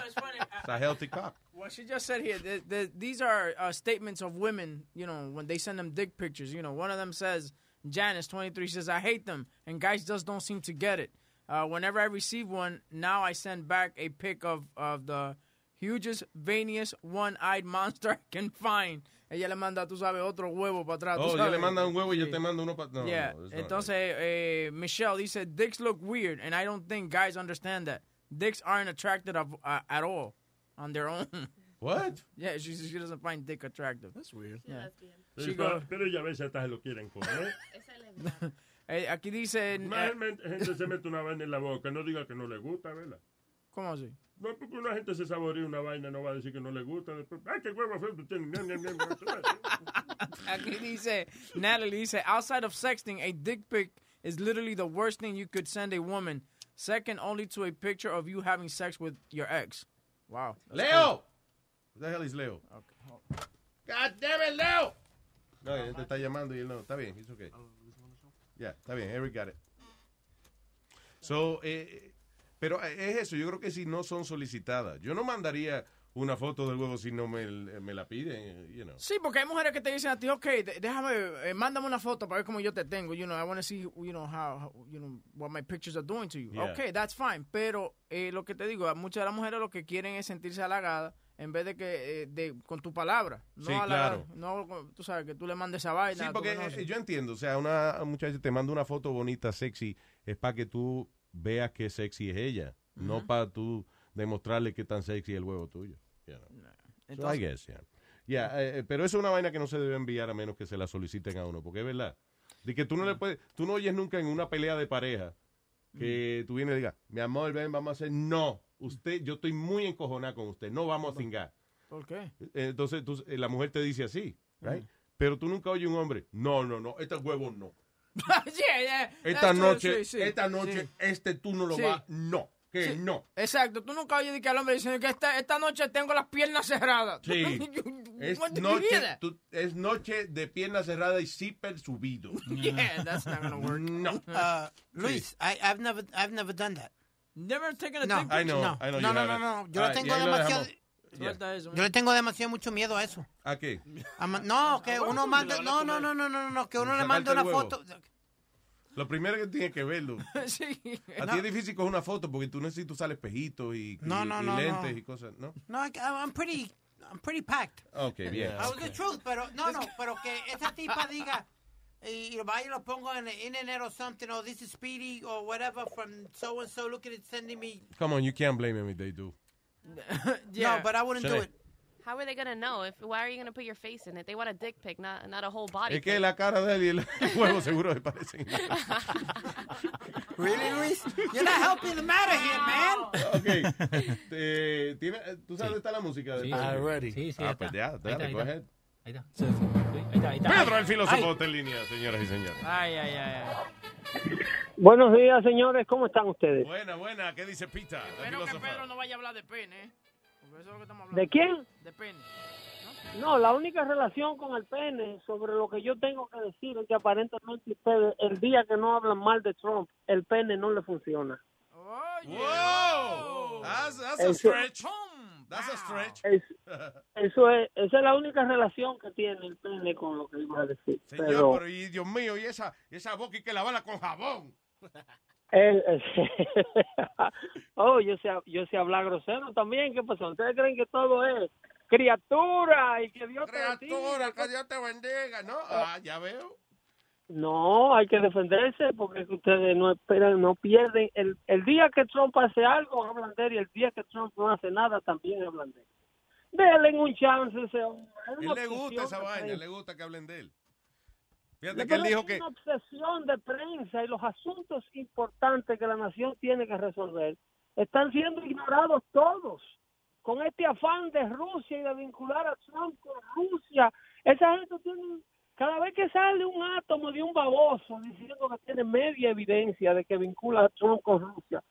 Speaker 7: It's a healthy cock.
Speaker 6: What she just said here, the, the, these are uh, statements of women, you know, when they send them dick pictures. You know, one of them says, Janice 23 says, I hate them, and guys just don't seem to get it. Uh, whenever I receive one, now I send back a pic of, of the hugest, veiniest, one-eyed monster [LAUGHS] I can find. Ella le manda, tú sabes, otro huevo para atrás. Ah, tú
Speaker 7: Oh, yo le
Speaker 6: sabes.
Speaker 7: mando un huevo y yo
Speaker 6: Sí.
Speaker 7: te mando uno para... No,
Speaker 6: yeah.
Speaker 7: no, it's not
Speaker 6: Entonces, eh, Michelle dice, dicks look weird, and I don't think guys understand that. Dicks aren't attractive of, uh, at all on their own.
Speaker 7: [LAUGHS] What?
Speaker 6: Yeah, she, she doesn't find dick attractive. That's weird. Yeah. She
Speaker 13: Pero-
Speaker 6: go-
Speaker 13: Pero ya ves, hasta se lo quieren comer.
Speaker 6: [LAUGHS] eh, aquí dice...
Speaker 13: Más gente se mete una vaina en la boca, no diga que no le gusta, ¿verdad?
Speaker 6: ¿Cómo así?
Speaker 13: No, porque una gente se saborea una vaina, no va a decir que no le gusta. Después, ¡ay, qué huevo feo! tú tienes! ñam, ñam, ñam,
Speaker 6: [LAUGHS]
Speaker 13: ñam.
Speaker 6: Aquí dice, Natalie dice, outside of sexting, a dick pic is literally the worst thing you could send a woman, second only to a picture of you having sex with your ex. Wow.
Speaker 7: Leo! What the hell is Leo?
Speaker 5: God damn it, Leo.
Speaker 7: No, él te está llamando y él no. Está bien, it's okay. Ya, está bien, Eric got it. So, eh, pero es eso, yo creo que si no son solicitadas. Yo no mandaría una foto del huevo si no me, me la piden, you know.
Speaker 6: Sí, porque hay mujeres que te dicen a ti, ok, de- déjame, eh, mándame una foto para ver cómo yo te tengo. You know, I want to see, you know, how, how- you know, what my pictures are doing to you.
Speaker 5: Yeah.
Speaker 6: Okay, that's fine. Pero eh, lo que te digo, a muchas de las mujeres lo que quieren es sentirse halagadas en vez de que, eh, de, con tu palabra. No
Speaker 7: Sí,
Speaker 6: halagada,
Speaker 7: claro.
Speaker 6: No, con- tú sabes, que tú le mandes esa vaina.
Speaker 7: Sí,
Speaker 6: tú
Speaker 7: porque
Speaker 6: que no
Speaker 7: eh,
Speaker 6: sé.
Speaker 7: yo entiendo, o sea, una muchacha te manda una foto bonita, sexy, es para que tú veas qué sexy es ella, no
Speaker 6: Ujú.
Speaker 7: para tú demostrarle qué tan sexy es el huevo tuyo. you know. So I
Speaker 6: Entonces-
Speaker 7: guess, yeah. Yeah, eh, eh, pero eso es una vaina que no se debe enviar a menos que se la soliciten a uno, porque es verdad. De que tú no le puedes, tú no oyes nunca en una pelea de pareja que
Speaker 6: Mm.
Speaker 7: tú vienes y digas, mi amor, ven, vamos a hacer, no, usted, yo estoy muy encojonada con usted, no vamos a cingar.
Speaker 6: ¿Por
Speaker 7: [LAUGHS]
Speaker 6: qué?
Speaker 7: Entonces tú- eh, la mujer te dice así, right?
Speaker 6: Ujú.
Speaker 7: Pero tú nunca oyes un hombre, no, no, no, este huevo no.
Speaker 6: Yeah, yeah,
Speaker 7: Esta
Speaker 6: eh, that's true,
Speaker 7: noche,
Speaker 6: sí, sí,
Speaker 7: esta noche,
Speaker 6: sí.
Speaker 7: este tú no lo
Speaker 6: Sí.
Speaker 7: vas, no, que
Speaker 6: Sí.
Speaker 7: no.
Speaker 6: Exacto, tú nunca oyes de que al hombre diciendo que esta, esta noche tengo las piernas cerradas.
Speaker 8: [LAUGHS]
Speaker 6: [LAUGHS]
Speaker 7: Sí. Es
Speaker 6: What do you hear
Speaker 7: noche,
Speaker 6: that?
Speaker 7: tú- es noche de pierna cerrada y zipper
Speaker 8: [LAUGHS]
Speaker 7: subido.
Speaker 6: Yeah, that's not gonna work.
Speaker 7: No.
Speaker 8: Uh, Luis, I, I've never, I've never done that.
Speaker 6: Never taken
Speaker 7: a
Speaker 8: no,
Speaker 7: dick pic? I know,
Speaker 8: no,
Speaker 7: I know
Speaker 8: no,
Speaker 7: you
Speaker 8: no, no,
Speaker 7: haven't.
Speaker 8: no, Yo le
Speaker 7: Ah, y
Speaker 8: tengo
Speaker 7: ahí lo
Speaker 8: demasiado.
Speaker 7: dejamos. Suelta
Speaker 6: eso,
Speaker 8: Yo le tengo demasiado mucho miedo a eso.
Speaker 7: ¿A qué?
Speaker 8: A ma- no, que uno manda, no, no, no, no, no, no, que uno le
Speaker 7: Sacarte
Speaker 8: manda
Speaker 7: el
Speaker 8: una
Speaker 7: huevo.
Speaker 8: foto.
Speaker 7: Lo primero que tienes que
Speaker 8: [LAUGHS]
Speaker 7: verlo.
Speaker 6: sí.
Speaker 7: A ti es difícil coger una foto porque tú necesitas usar espejitos y,
Speaker 8: No,
Speaker 7: y-
Speaker 8: no,
Speaker 7: y
Speaker 8: no,
Speaker 7: lentes
Speaker 8: no.
Speaker 7: y cosas, ¿no?
Speaker 8: No, I, I'm pretty, I'm pretty packed.
Speaker 7: Ok, bien.
Speaker 8: I was the truth, pero no, no, pero que esa tipa diga y y vaya y lo pongo en el internet or something, or this is Speedy or whatever from so and so. Look at it, sending me.
Speaker 7: Come on, you can't blame them if they do.
Speaker 8: No, but I wouldn't do
Speaker 7: Sí.
Speaker 8: it.
Speaker 11: How are they gonna know? If why are you gonna put your face in it? They want a dick pic, not not a whole body.
Speaker 7: Es que la cara de él y el [LAUGHS] huevo seguro se parecen.
Speaker 8: [LAUGHS] really, Luis? You're not helping the matter here, man.
Speaker 7: Ok. Eh, ¿tiene- eh, ¿Tú sabes dónde está la música?
Speaker 9: Sí,
Speaker 7: del
Speaker 9: sí.
Speaker 7: already.
Speaker 9: Sí, sí, ahí
Speaker 7: ah,
Speaker 9: está.
Speaker 7: pues ya,
Speaker 9: Ahí
Speaker 7: dale,
Speaker 9: está, ahí
Speaker 7: go
Speaker 9: está.
Speaker 7: ahead.
Speaker 9: Ahí está. Sí, sí, sí, ahí está, ahí está.
Speaker 7: Pedro, el filósofo, está en línea, señoras y señores.
Speaker 6: Ay, ay, ay.
Speaker 12: Buenos días, señores. ¿Cómo están ustedes?
Speaker 7: Buena, buena. ¿Qué dice Pita? la
Speaker 6: Espero que
Speaker 7: filósofa?
Speaker 6: Pedro no vaya a hablar de pene, ¿eh? Porque eso es lo que estamos hablando.
Speaker 12: ¿De quién?
Speaker 6: De pene.
Speaker 12: No, la única relación con el pene sobre lo que yo tengo que decir es que aparentemente ustedes, el día que no hablan mal de Trump, el pene no le funciona.
Speaker 7: Whoa! That's, that's a
Speaker 12: Eso-
Speaker 7: stretch. That's a stretch.
Speaker 12: Es-
Speaker 10: [LAUGHS]
Speaker 12: eso es, esa es la única relación que tiene el pene con lo que iba a decir.
Speaker 7: Señor,
Speaker 12: Pero-
Speaker 7: pero y Dios mío, y esa, y esa boca y que lavarla con jabón.
Speaker 12: Eh, eh, oh, yo sé, yo sé hablar grosero también. ¿Qué pasó? ¿Ustedes creen que todo es criatura y que Dios te bendiga?
Speaker 7: Criatura, que Dios te bendiga, ¿no? Ah, ya veo.
Speaker 12: No, hay que defenderse porque es que ustedes no esperan, no pierden. El, el día que Trump hace algo, hablan de él, y el día que Trump no hace nada, también hablan de él. Denle un chance a ese hombre. Es
Speaker 7: Él
Speaker 12: una
Speaker 7: le gusta
Speaker 12: obsesión
Speaker 7: esa
Speaker 12: de
Speaker 7: vaina,
Speaker 12: prensa.
Speaker 7: le gusta que hablen de él.
Speaker 12: No,
Speaker 7: Fíjate que
Speaker 12: pero
Speaker 7: él dijo
Speaker 12: es
Speaker 7: que...
Speaker 12: una obsesión de prensa y los asuntos importantes que la nación tiene que resolver están siendo ignorados todos con este afán de Rusia y de vincular a Trump con Rusia. Esa gente tiene, cada vez que sale un átomo de un baboso diciendo que tiene media evidencia de que vincula a Trump con Rusia.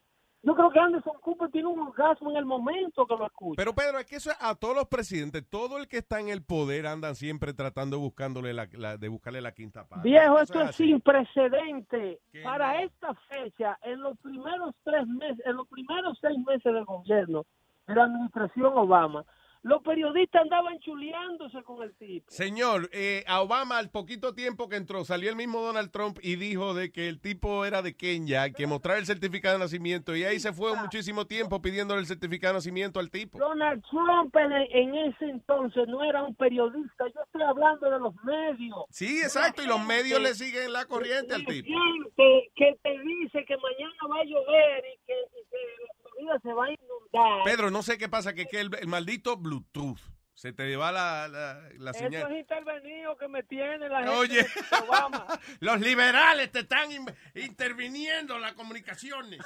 Speaker 12: Yo creo que Anderson Cooper tiene un orgasmo en el momento que lo escucha.
Speaker 7: Pero Pedro, es que eso es a todos los presidentes, todo el que está en el poder andan siempre tratando de buscándole la, la- de buscarle la quinta pata.
Speaker 12: Viejo,
Speaker 7: Eso
Speaker 12: esto es
Speaker 7: así.
Speaker 12: sin precedente. Para esta fecha, en los primeros tres meses, en los primeros seis meses del gobierno de la administración Obama, Los periodistas andaban chuleándose con el tipo.
Speaker 7: Señor, eh, a Obama al poquito tiempo que entró salió el mismo Donald Trump y dijo de que el tipo era de Kenia, que mostrar el certificado de nacimiento y ahí se fue muchísimo tiempo pidiéndole el certificado de nacimiento al tipo.
Speaker 12: Donald Trump en, en ese entonces no era un periodista. Yo estoy hablando de los medios.
Speaker 7: Sí, exacto, y los medios le siguen la corriente al tipo.
Speaker 12: Gente que te dice que mañana va a llover y que, y que la Florida se va a inundar.
Speaker 7: Pedro, no sé qué pasa, que, que el, el maldito Bluetooth se te va la, la- la
Speaker 12: Eso
Speaker 7: señal.
Speaker 12: es intervenido que me tiene la gente.
Speaker 7: Oye.
Speaker 12: de Obama.
Speaker 7: [LAUGHS] Los liberales te están in- interviniendo las
Speaker 12: [LAUGHS]
Speaker 7: comunicaciones.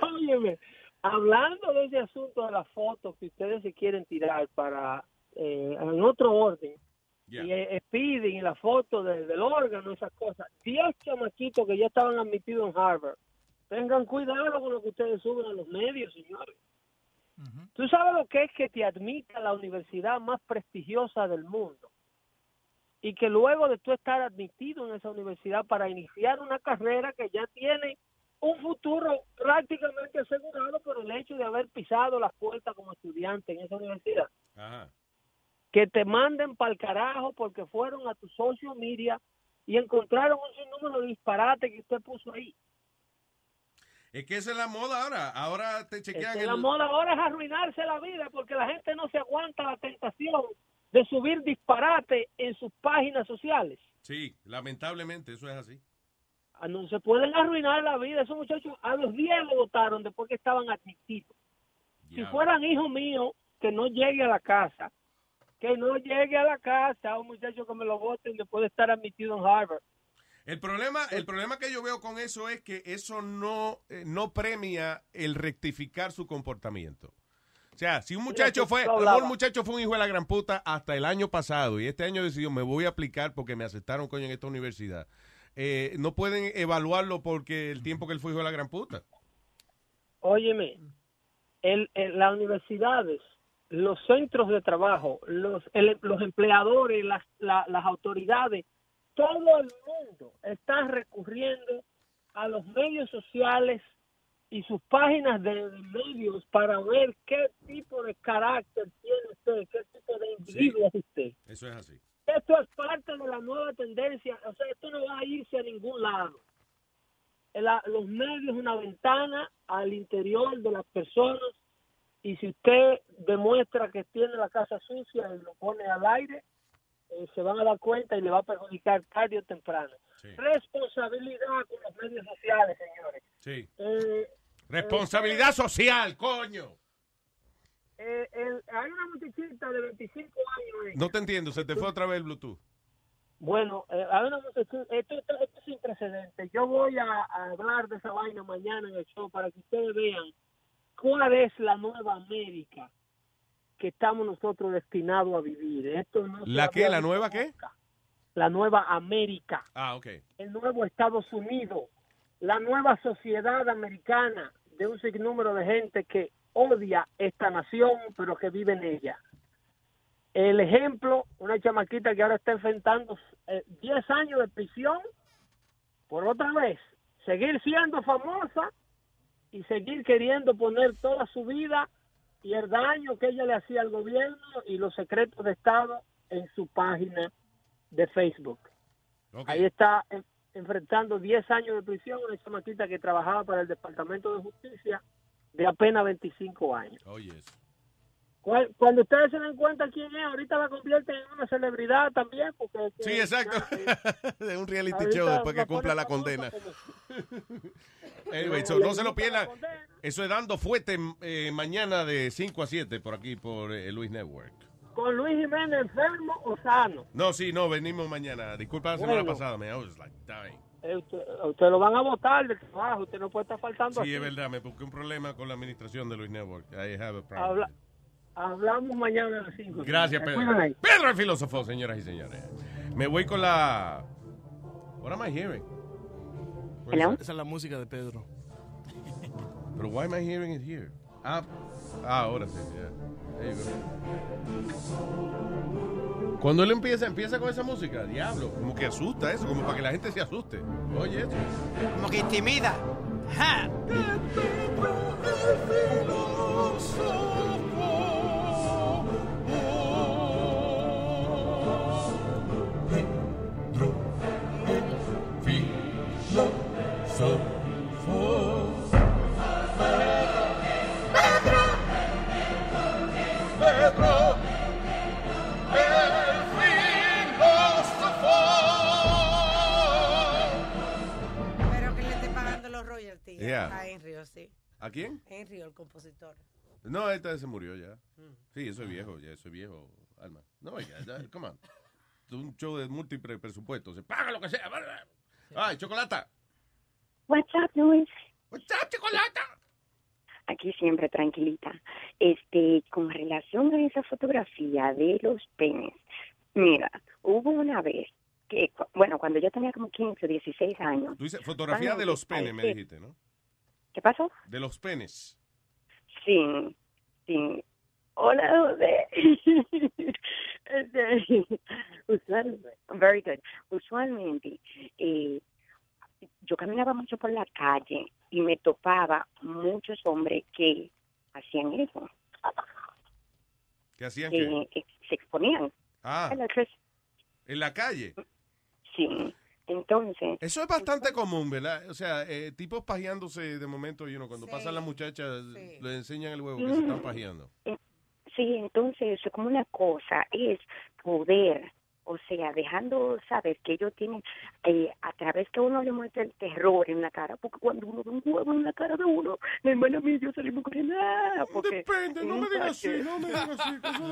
Speaker 12: Óyeme, hablando de ese asunto de las fotos que ustedes se quieren tirar para eh, en otro orden, y eh, eh, piden y la foto de- del órgano, esas cosas. Diez chamaquitos que ya estaban admitidos en Harvard. Tengan cuidado con lo que ustedes suben a los medios, señores. Tú sabes lo que es que te admita la universidad más prestigiosa del mundo y que luego de tú estar admitido en esa universidad para iniciar una carrera que ya tiene un futuro prácticamente asegurado por el hecho de haber pisado las puertas como estudiante en esa universidad. Que te manden para el carajo porque fueron a tu social media y encontraron un sinnúmero de disparates que usted puso ahí.
Speaker 7: Es que esa es la moda ahora. Ahora te chequean.
Speaker 12: Este, la
Speaker 7: el-
Speaker 12: moda ahora es arruinarse la vida porque la gente no se aguanta la tentación de subir disparate en sus páginas sociales.
Speaker 7: Sí, lamentablemente, eso es así.
Speaker 12: Ah, No se pueden arruinar la vida. Esos muchachos a los 10 lo votaron después que estaban admitidos. Si fueran hijos míos, que no llegue a la casa. Que no llegue a la casa un muchacho que me lo voten después de estar admitido en Harvard.
Speaker 7: El problema, el problema que yo veo con eso es que eso no, eh, no premia el rectificar su comportamiento. O sea, si un muchacho
Speaker 5: eso
Speaker 7: fue,
Speaker 5: yo hablaba.
Speaker 7: un muchacho fue un hijo de la gran puta hasta el año pasado y este año decidió me voy a aplicar porque me aceptaron coño en esta universidad. eh, no pueden evaluarlo porque el tiempo que él fue hijo de la gran puta.
Speaker 12: Óyeme, el, el- las universidades, los centros de trabajo, los, el- los empleadores, las, la- las autoridades, todo el mundo está recurriendo a los medios sociales y sus páginas de medios para ver qué tipo de carácter tiene usted, qué tipo de individuo es usted.
Speaker 7: Eso es así.
Speaker 12: Esto es parte de la nueva tendencia, o sea, esto no va a irse a ningún lado. La- los medios es una ventana al interior de las personas y si usted demuestra que tiene la casa sucia y lo pone al aire, eh, se van a dar cuenta y le va a perjudicar tarde o temprano. Responsabilidad con los medios sociales, señores.
Speaker 7: Sí.
Speaker 12: Eh,
Speaker 7: Responsabilidad social, coño.
Speaker 12: eh, el- hay una muchachita de 25 años. ella.
Speaker 7: No te entiendo, se te fue otra vez el Bluetooth.
Speaker 12: Bueno, eh, hay una muchacha- esto, esto- esto es sin precedentes. Yo voy a, a hablar de esa vaina mañana en el show para que ustedes vean cuál es la nueva América que estamos nosotros destinados a vivir. Esto no se
Speaker 7: ¿La qué?
Speaker 12: había
Speaker 7: ¿La
Speaker 12: visto
Speaker 7: nueva qué?
Speaker 12: nunca. La nueva América,
Speaker 7: Ah, ok.
Speaker 12: el nuevo Estados Unidos, la nueva sociedad americana de un sinnúmero de gente que odia esta nación pero que vive en ella. El ejemplo, una chamaquita que ahora está enfrentando eh, 10 años de prisión por otra vez, seguir siendo famosa y seguir queriendo poner toda su vida y el daño que ella le hacía al gobierno y los secretos de Estado en su página de Facebook. Ahí está en- enfrentando 10 años de prisión una chamaquita que trabajaba para el Departamento de Justicia de apenas 25 años.
Speaker 7: Oye, eso.
Speaker 12: Cual- Cuando ustedes se den cuenta quién es, ahorita la convierten en una celebridad también. Porque,
Speaker 7: Sí, exacto. [LAUGHS] De un reality show
Speaker 12: eh, Ahorita
Speaker 7: después que
Speaker 12: la ponen
Speaker 7: cumpla la
Speaker 12: famosa
Speaker 7: condena.
Speaker 12: como-
Speaker 7: Anyway, so,
Speaker 12: Le
Speaker 7: no se lo
Speaker 12: invitan a la
Speaker 7: pierdan. Eso es dando fuerte eh, mañana de 5 a 7 por aquí por eh, Luis Network.
Speaker 12: condena. Con Luis Jiménez enfermo o sano.
Speaker 7: No, sí, no, venimos mañana. Disculpa la semana
Speaker 12: Bueno.
Speaker 7: pasada, me I was like dying.
Speaker 12: Eh, usted, a usted lo van a votar de trabajo, usted no puede estar faltando
Speaker 7: Sí,
Speaker 12: aquí.
Speaker 7: es verdad, me busqué un problema con la administración de Luis Network. I have a problem.
Speaker 12: Habla- hablamos mañana a las 5.
Speaker 7: Gracias, Pedro. Pedro el filósofo, señoras y señores. Me voy con la. What am I hearing? Pues
Speaker 22: Esa esa es la música de Pedro.
Speaker 7: But why am I hearing it here? Ah, ah, ahora sí, ya. There you go. Cuando él empieza, empieza con esa música, diablo, como que asusta eso, como para que la gente se asuste. Oye, eso.
Speaker 8: Como que intimida. Ja.
Speaker 7: fo.
Speaker 3: Pedro, el filósofo.
Speaker 25: Pero que le esté pagando los royalties
Speaker 7: Yeah.
Speaker 25: a Henry, ¿o sí?
Speaker 7: ¿A quién?
Speaker 25: Henry, el compositor.
Speaker 7: No, esta se murió ya. Sí, eso es viejo, ya eso es viejo, Alma. No, oiga, ya, come on. Un show de múltiples presupuestos. Se paga lo que sea. Ay, chocolata.
Speaker 15: What's up, Luis?
Speaker 7: What's up, chocolata?
Speaker 15: Aquí siempre tranquilita. Este, con relación a esa fotografía de los penes, mira, hubo una vez que, cu- bueno, cuando yo tenía como 15 o 16 años.
Speaker 7: Tú dices fotografía
Speaker 15: Ay,
Speaker 7: de los
Speaker 15: ay,
Speaker 7: penes, me
Speaker 15: sí.
Speaker 7: dijiste, ¿no?
Speaker 15: ¿Qué pasó?
Speaker 7: De los penes.
Speaker 15: Sí, sí. Hola, José. [LAUGHS] Este, [LAUGHS] Usualmente, very good. Usualmente, eh, yo caminaba mucho por la calle y me topaba muchos hombres que hacían eso,
Speaker 7: ¿Qué hacían?
Speaker 15: que,
Speaker 7: qué?
Speaker 15: que se exponían.
Speaker 7: Ah,
Speaker 15: Entonces,
Speaker 7: en la calle.
Speaker 15: sí, entonces,
Speaker 7: Eso es bastante común, ¿verdad? O sea, eh, tipos pajeándose de momento, y uno cuando pasan las muchachas, le enseñan el huevo que se están
Speaker 15: Mm.
Speaker 7: pajeando.
Speaker 15: sí, entonces eso es como una cosa, es poder, o sea, dejando saber que ellos tienen, eh, a través que uno le muestra el terror en la cara, porque cuando uno ve un huevo en la cara de uno, mi hermana mía y yo salimos corriendo, ah, porque...
Speaker 3: Depende, no me digas así, no me digas así, que
Speaker 12: [LAUGHS]
Speaker 3: eso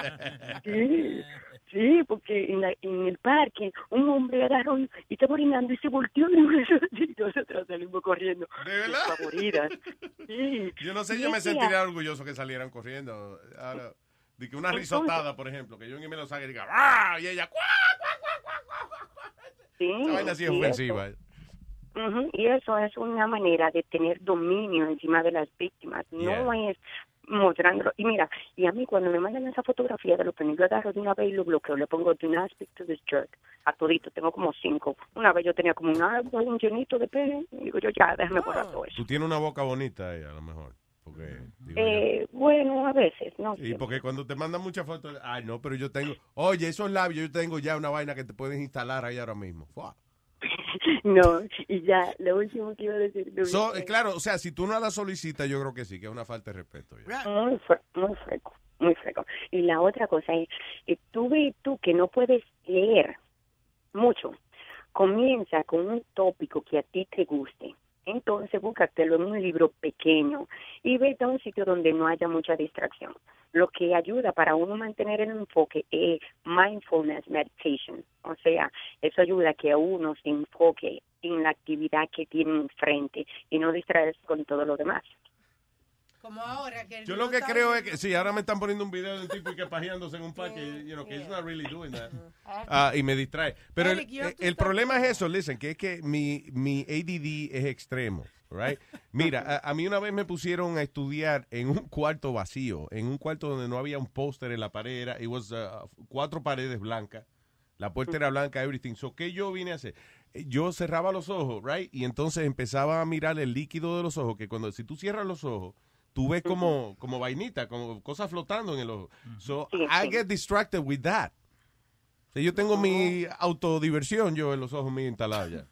Speaker 3: depende.
Speaker 15: Sí, sí, porque en, la- en el parque un hombre agarró y y estaba orinando y [LAUGHS] se volteó y nosotros salimos corriendo.
Speaker 7: ¿De verdad?
Speaker 15: Despavoridas.
Speaker 7: [LAUGHS]
Speaker 15: Sí. ah.
Speaker 7: Yo no sé,
Speaker 15: Y
Speaker 7: yo me
Speaker 15: ese a-
Speaker 7: sentiría orgulloso que salieran corriendo. Ahora, de que una
Speaker 15: Entonces-
Speaker 7: risotada, por ejemplo, que yo me lo saque y diga, ¡ah! Y ella, ¡cuá!
Speaker 15: Sí,
Speaker 7: Esa vaina así es
Speaker 15: y
Speaker 7: ofensiva.
Speaker 15: eso- ujú, y eso es una manera de tener dominio encima de las víctimas. No es mostrándolo. Y mira, y a mí cuando me mandan esa fotografía de los penes, yo agarro de una vez y lo bloqueo. Le pongo, do not speak to this jerk. A todito, tengo como cinco. Una vez yo tenía como un árbol, un llenito de penes. Y digo yo, ya, déjame borrar todo eso.
Speaker 7: Tú tienes una boca bonita, ella, a lo mejor. Porque, Ah, digo,
Speaker 15: Eh, bueno, a veces, no
Speaker 7: Y porque cuando te mandan muchas fotos, ay, no, pero yo tengo, oye, esos labios, yo tengo ya una vaina que te puedes instalar ahí ahora mismo. Fuá.
Speaker 15: [LAUGHS] No, y ya, lo último que iba a decir. Luis,
Speaker 7: So,
Speaker 15: es
Speaker 7: eh, claro, o sea, si tú no la solicitas, yo creo que sí, que es una falta de respeto. ya.
Speaker 15: Ah, Muy, fre- muy freco, muy freco. Y la otra cosa es, eh, tú ve tú que no puedes leer mucho. Comienza con un tópico que a ti te guste. Entonces, búscatelo en un libro pequeño y vete a un sitio donde no haya mucha distracción. Lo que ayuda para uno mantener el enfoque es mindfulness meditation. O sea, eso ayuda a que uno se enfoque en la actividad que tiene enfrente y no distraerse con todo lo demás.
Speaker 25: Como ahora que...
Speaker 7: Yo lo que creo es que, sí, ahora me están poniendo un video de un tipo y que pajeándose en un parque, you know, que it's not really doing that. Ah, y me distrae. Pero el, eh,
Speaker 3: Eric, you have to
Speaker 7: el
Speaker 3: stop
Speaker 7: problema es eso, listen, que es que mi, mi ADD es extremo, right? Mira, a, a mí una vez me pusieron a estudiar en un cuarto vacío, en un cuarto donde no había un póster en la pared, era, it was, uh, cuatro paredes blancas, la puerta era blanca, everything. So, ¿qué yo vine a hacer? Eh, Yo cerraba los ojos, right? Y entonces empezaba a mirar el líquido de los ojos, que cuando, si tú cierras los ojos, tú ves como, como vainita, como cosas flotando en el ojo. So, I get distracted with that. O sea, yo tengo mi autodiversión, yo en los ojos míos instalados ya.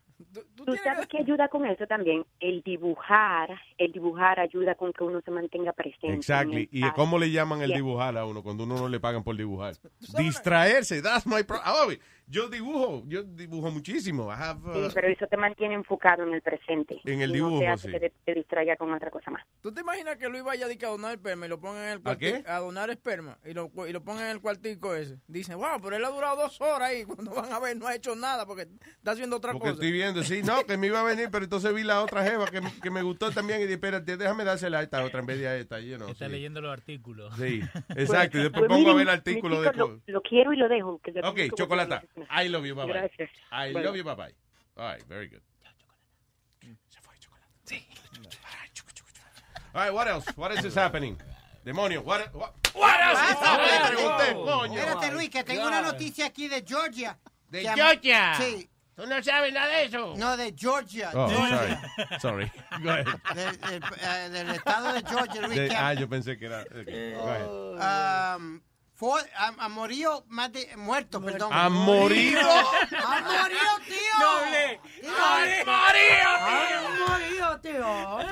Speaker 15: ¿Tú sabes qué ayuda con eso también? El dibujar, el dibujar ayuda con que uno se mantenga presente. en
Speaker 7: Exactly.
Speaker 15: el
Speaker 7: ¿Y cómo le llaman el
Speaker 15: Yeah.
Speaker 7: dibujar a uno cuando uno no le pagan por dibujar? Distraerse. That's my pro- Ah, obvio. Yo dibujo, yo dibujo muchísimo. I have,
Speaker 15: Sí,
Speaker 7: uh,
Speaker 15: pero eso te mantiene enfocado en el presente.
Speaker 7: En el
Speaker 15: Y no
Speaker 7: dibujo,
Speaker 15: te hace
Speaker 7: sí.
Speaker 15: que te, te distraiga con otra cosa más.
Speaker 6: ¿Tú te imaginas que Luis vaya de que a donar esperma y lo pongan en el cuartico?
Speaker 15: qué?
Speaker 6: A donar esperma y lo, y lo pongan en el cuartico ese. Dicen, wow, pero él ha durado dos horas ahí. [LAUGHS] Cuando van a ver, no ha hecho nada porque está haciendo otra
Speaker 7: porque
Speaker 6: cosa.
Speaker 7: estoy viendo, sí, no, que me iba a venir, pero entonces vi la otra jeva que, que me gustó también y dije, espérate, déjame dársela a esta otra en vez de a esta, you know,
Speaker 9: Está
Speaker 7: sí.
Speaker 9: leyendo los artículos.
Speaker 7: Sí, exacto. Y después
Speaker 9: [LAUGHS] Pues
Speaker 7: pongo a
Speaker 9: miren,
Speaker 7: ver el artículo de...
Speaker 9: mis hijos
Speaker 7: co-
Speaker 15: Lo quiero y lo dejo. que
Speaker 7: Ok,
Speaker 15: después como
Speaker 7: chocolata.
Speaker 15: tú dices,
Speaker 7: I love you, bye-bye.
Speaker 15: Gracias.
Speaker 7: I
Speaker 15: Bueno.
Speaker 7: love you, bye-bye. All right, very good. All right, what else? What else is happening? Demonio, what, what, what else is happening? Pregunté, coño.
Speaker 8: Espérate, Luis, que tengo una noticia aquí de Georgia.
Speaker 7: ¿De
Speaker 8: Que am-
Speaker 7: Georgia?
Speaker 8: Sí.
Speaker 5: ¿Tú no sabes nada de eso?
Speaker 8: No, de Georgia.
Speaker 7: Oh,
Speaker 8: Georgia.
Speaker 7: sorry. [LAUGHS] Sorry. Go ahead.
Speaker 8: Del, del- eh, del estado de Georgia, Luis.
Speaker 7: De-
Speaker 8: que
Speaker 7: ah, yo pensé que era... okay, go ahead.
Speaker 8: Um, fue a, a morío más de muerto, perdón.
Speaker 7: ¿A morío?
Speaker 8: ¡A morío, tío!
Speaker 3: No hablé.
Speaker 8: Tío,
Speaker 25: María,
Speaker 7: Ah,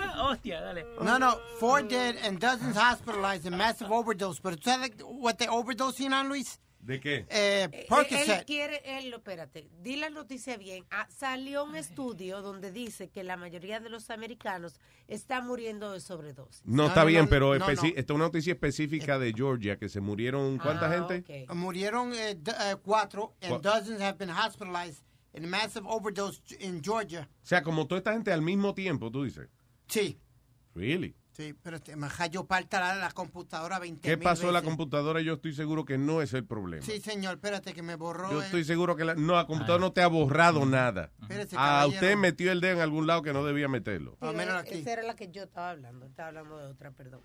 Speaker 25: tío!
Speaker 9: Hostia, dale.
Speaker 8: No, no, four dead and dozens hospitalized in massive overdose. Pero tú sabes what they overdosing on, Luis?
Speaker 7: ¿De qué?
Speaker 8: Eh,
Speaker 25: Él
Speaker 8: Percocet.
Speaker 25: quiere, él, espérate, di la noticia bien. Ah, salió un estudio donde dice que la mayoría de los americanos están muriendo de sobredosis.
Speaker 7: No, está bien, pero
Speaker 25: no,
Speaker 7: especi-
Speaker 25: no.
Speaker 7: esta es una noticia específica de Georgia, que se murieron, ¿cuánta
Speaker 8: Ah,
Speaker 7: gente?
Speaker 8: Murieron eh, d- eh, cuatro and
Speaker 7: Cu-
Speaker 8: dozens have been hospitalized in massive overdose in Georgia.
Speaker 7: O sea, como toda esta gente al mismo tiempo, tú dices.
Speaker 8: Sí.
Speaker 7: Really?
Speaker 8: Sí, pero este, maja, yo parta la, la computadora 20
Speaker 7: ¿Qué pasó en la computadora? Yo estoy seguro que no es el problema.
Speaker 8: Sí, señor, espérate que me borró.
Speaker 7: Yo
Speaker 8: el-
Speaker 7: estoy seguro que la, no, la computadora no te ha borrado nada.
Speaker 8: Espérese,
Speaker 7: A
Speaker 8: caballero.
Speaker 7: usted metió el dedo en algún lado que no debía meterlo.
Speaker 25: Pero eh, Esa era la que yo estaba hablando. Estaba hablando de otra, perdón.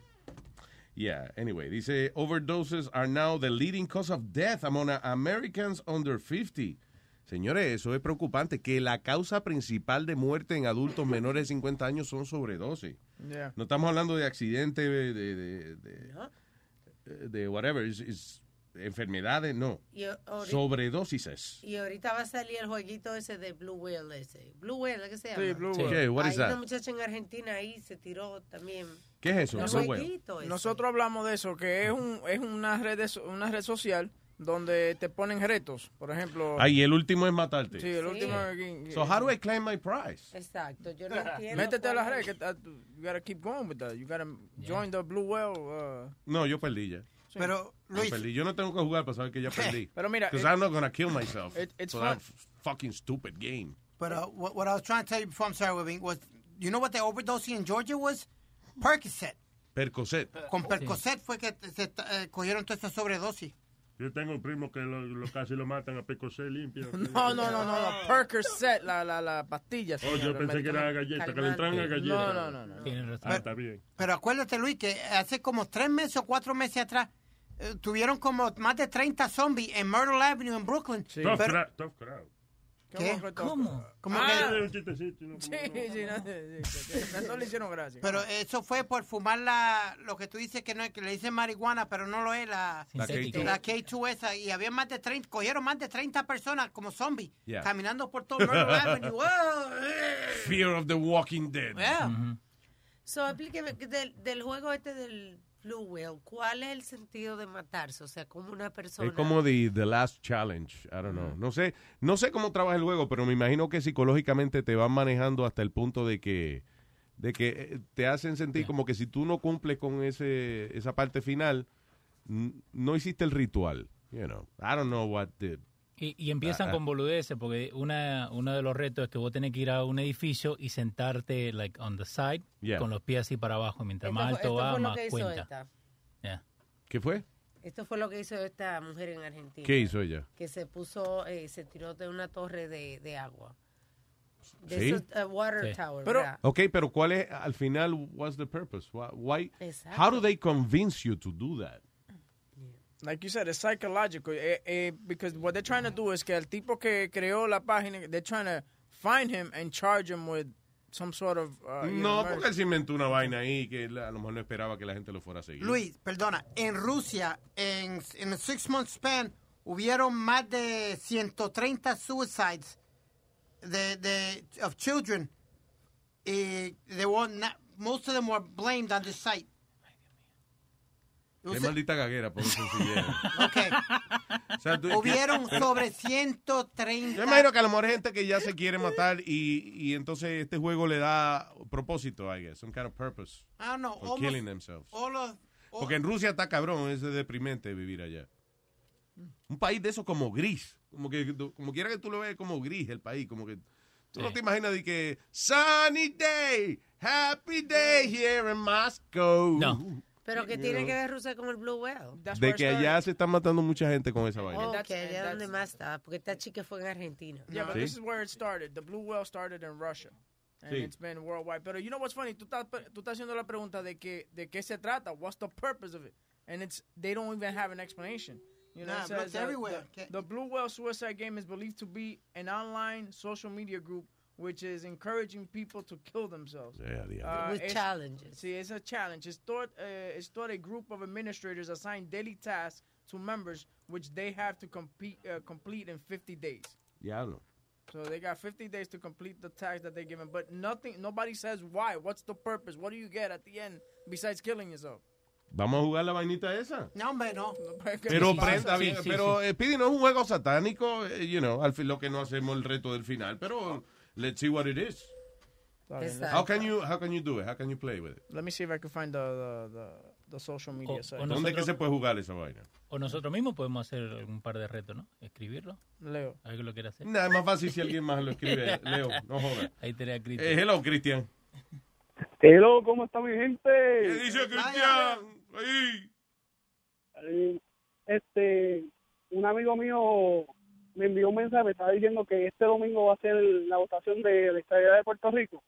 Speaker 7: Yeah, anyway, dice, overdoses are now the leading cause of death among Americans under 50. Señores, eso es preocupante, que la causa principal de muerte en adultos menores de 50 años son sobredosis.
Speaker 6: Yeah.
Speaker 7: No estamos hablando de accidente, de, de, de- de- de whatever, it's- it's enfermedades, no.
Speaker 25: Y ahorita-
Speaker 7: Sobredosises.
Speaker 25: Y ahorita va a salir el jueguito ese de Blue Whale ese. Blue Whale, ¿qué se
Speaker 7: Sí,
Speaker 25: llama?
Speaker 7: Blue Sí. Whale. Ok, what
Speaker 25: Hay
Speaker 7: is
Speaker 25: una
Speaker 7: that?
Speaker 25: muchacha en Argentina ahí se tiró también.
Speaker 7: ¿Qué es eso?
Speaker 25: Un
Speaker 7: Blue Whale.
Speaker 25: jueguito ese.
Speaker 6: Nosotros hablamos de eso, que es, un, es una, red de so- una red social donde te ponen retos. Por ejemplo,
Speaker 7: Ahí, el último es matarte.
Speaker 6: Sí, el último es-
Speaker 7: So how do I claim my prize?
Speaker 25: Exacto,
Speaker 6: [LAUGHS]
Speaker 25: yo no entiendo.
Speaker 6: métete a la
Speaker 25: cuál
Speaker 6: red.
Speaker 25: es. [LAUGHS]
Speaker 6: Que, ta- you gotta keep going with that. You gotta join the Blue Whale. uh,
Speaker 7: No, yo perdí ya.
Speaker 6: Sí. Pero,
Speaker 7: Yo
Speaker 6: Luis-
Speaker 7: perdí. Yo no tengo que jugar para saber que ya perdí.
Speaker 6: Pero mira,
Speaker 7: Because
Speaker 6: it-
Speaker 7: I'm not gonna kill myself.
Speaker 8: It- it's
Speaker 7: for
Speaker 8: fun.
Speaker 7: that f- fucking stupid game.
Speaker 8: But uh, what, what I was trying to tell you before, I'm sorry, Webby, was you know what the overdosing in Georgia was? Percocet.
Speaker 7: Percocet.
Speaker 8: Con Percocet fue que se eh, cogieron toda esa sobredosis.
Speaker 13: Yo tengo un primo que lo, lo- casi lo matan a Pecosé limpio.
Speaker 6: [LAUGHS] No, no, no, no, no. Percocet, la, la, la pastilla.
Speaker 13: Oh, yo
Speaker 6: señor, el
Speaker 13: pensé que era
Speaker 6: medicamento.
Speaker 13: galleta, que le entraban a galleta.
Speaker 6: No, no, no. no.
Speaker 13: Ah, está bien.
Speaker 8: Pero acuérdate, Luis, que hace como tres meses o cuatro meses atrás eh, tuvieron como más de 30 zombies en Myrtle Avenue en Brooklyn.
Speaker 13: Tough,
Speaker 8: Pero-
Speaker 13: crowd, tough crowd.
Speaker 8: ¿Qué? ¿Cómo
Speaker 6: Ah,
Speaker 8: que-
Speaker 13: Un chistecito, ¿no?
Speaker 6: Sí, sí, no, sí, sí, sí. No le hicieron gracia.
Speaker 8: Pero eso fue por fumar la, lo que tú dices que no es, que le dicen marihuana, pero no lo es, la,
Speaker 7: La Sintética. K2.
Speaker 8: la K2 esa. Y había más de 30, cogieron más de 30 personas como zombies
Speaker 7: Yeah.
Speaker 8: caminando por
Speaker 7: [LAUGHS]
Speaker 8: todo Myrtle Avenue. ¡Wow!
Speaker 25: Eh,
Speaker 7: Fear of the Walking Dead.
Speaker 8: Yeah.
Speaker 25: So, explíqueme, del, del juego este del Blue Whale, ¿cuál es el sentido de matarse? O sea, como una persona...
Speaker 7: Es como the, the Last Challenge. I don't know. No sé, no sé cómo trabaja el juego, pero me imagino que psicológicamente te van manejando hasta el punto de que de que eh, te hacen sentir como que si tú no cumples con ese esa parte final, n- no hiciste el ritual. You know, I don't know what the...
Speaker 9: Y, y empiezan
Speaker 7: Ah, ah.
Speaker 9: con boludeces, porque una, uno de los retos es que vos tenés que ir a un edificio y sentarte, like, on the side,
Speaker 7: Yeah.
Speaker 9: con los pies así para abajo. Mientras
Speaker 25: Esto
Speaker 9: más
Speaker 25: fue-
Speaker 9: alto
Speaker 25: esto
Speaker 9: va,
Speaker 25: fue lo
Speaker 9: más
Speaker 25: que hizo
Speaker 9: cuenta.
Speaker 25: esta.
Speaker 9: Yeah.
Speaker 7: ¿Qué fue?
Speaker 25: Esto fue lo que hizo esta mujer en Argentina.
Speaker 7: ¿Qué hizo ella?
Speaker 25: Que se puso, eh, se tiró de una torre de, de agua. De
Speaker 7: Sí.
Speaker 25: esos, eh, water
Speaker 7: Sí.
Speaker 25: tower,
Speaker 7: Pero-
Speaker 25: ¿verdad?
Speaker 7: Ok, pero ¿cuál es, al final, what's the purpose? Why, why-
Speaker 25: Exacto.
Speaker 7: how do they convince you to do that?
Speaker 6: Like you said, it's psychological. Eh, eh, because what they're trying to do is que el tipo que creó la página, they're trying to find him and charge him with some sort of... uh, you know,
Speaker 7: No, porque él se inventó una vaina ahí que él a lo mejor no esperaba que la gente lo fuera a seguir.
Speaker 8: Luis, perdona, en Rusia, en, en el six month span, hubieron más de 130 suicides de, de, of children. Y they were not, most of them were blamed on this site.
Speaker 7: Qué maldita gaguera por eso siguieron.
Speaker 8: [LAUGHS]
Speaker 7: O sea, tú- [LAUGHS]
Speaker 8: Hubieron
Speaker 7: que-
Speaker 8: sobre 130.
Speaker 7: Yo imagino que a lo mejor hay gente que ya se quiere matar y, y entonces este juego le da propósito, I guess, some kind of purpose.
Speaker 8: I don't know,
Speaker 7: For
Speaker 8: Ah, almost-
Speaker 7: killing themselves.
Speaker 8: all of- all-
Speaker 7: Porque en Rusia está cabrón, es deprimente vivir allá. Un país de eso como gris. Como que como quiera que tú lo veas como gris el país, como que tú no
Speaker 14: Sí.
Speaker 7: te imaginas de que sunny day, happy day here in Moscow. No.
Speaker 25: Pero que tiene que ver Rusia con el Blue Whale.
Speaker 7: De que allá se está matando mucha gente con esa vaina.
Speaker 25: Oh,
Speaker 6: that's-
Speaker 25: que
Speaker 6: and
Speaker 25: allá
Speaker 6: that's-
Speaker 25: donde más estaba, porque esta chica fue en Argentina.
Speaker 6: Yeah, but
Speaker 7: Sí.
Speaker 6: this is where it started. The Blue Whale started in Russia. And
Speaker 7: Sí.
Speaker 6: it's been worldwide. Pero you know what's funny? Tú estás, tú estás haciendo la pregunta de, que, de qué se trata. What's the purpose of it? And it's they don't even have an explanation. You know,
Speaker 8: Nah,
Speaker 6: it
Speaker 8: but
Speaker 6: says
Speaker 8: it's
Speaker 6: that
Speaker 8: everywhere.
Speaker 6: The, the Blue Whale suicide game is believed to be an online social media group which is encouraging people to kill themselves.
Speaker 7: Yeah, the
Speaker 6: Uh,
Speaker 25: With
Speaker 6: it's-
Speaker 25: challenges.
Speaker 6: See, it's a challenge. It's thought, uh, it's thought a group of administrators assign daily tasks to members which they have to compete, uh, complete in 50 days.
Speaker 7: Diablo.
Speaker 6: So they got 50 days to complete the tax that they're given, but nothing, nobody says why. What's the purpose? What do you get at the end besides killing yourself?
Speaker 7: Vamos a jugar la vainita esa.
Speaker 8: No, hombre, no.
Speaker 6: [LAUGHS]
Speaker 7: Pero prenda, bien, pero eh, Speedy, no es un juego satánico, eh, you know, al fin lo que no hacemos el reto del final, pero let's see what it is. How can you how can you do it? How can you play with it?
Speaker 6: Let me see if I can find the, the, the, the social media site.
Speaker 7: ¿Dónde que se puede jugar esa vaina?
Speaker 9: O nosotros mismos podemos hacer un par de retos, ¿no? Escribirlo.
Speaker 6: Leo.
Speaker 9: A ver qué lo quiere hacer.
Speaker 7: Nada, es más fácil si alguien más lo
Speaker 9: [LAUGHS]
Speaker 7: escribe. Leo, no jodas.
Speaker 9: Ahí tenés a Cristian.
Speaker 7: Eh, hello, Cristian.
Speaker 21: Hello, ¿cómo está mi gente?
Speaker 7: ¿Qué dice Cristian? Ahí.
Speaker 21: Eh, Este, un amigo mío me envió un mensaje, me estaba diciendo que este domingo va a ser la votación de la estabilidad de Puerto Rico.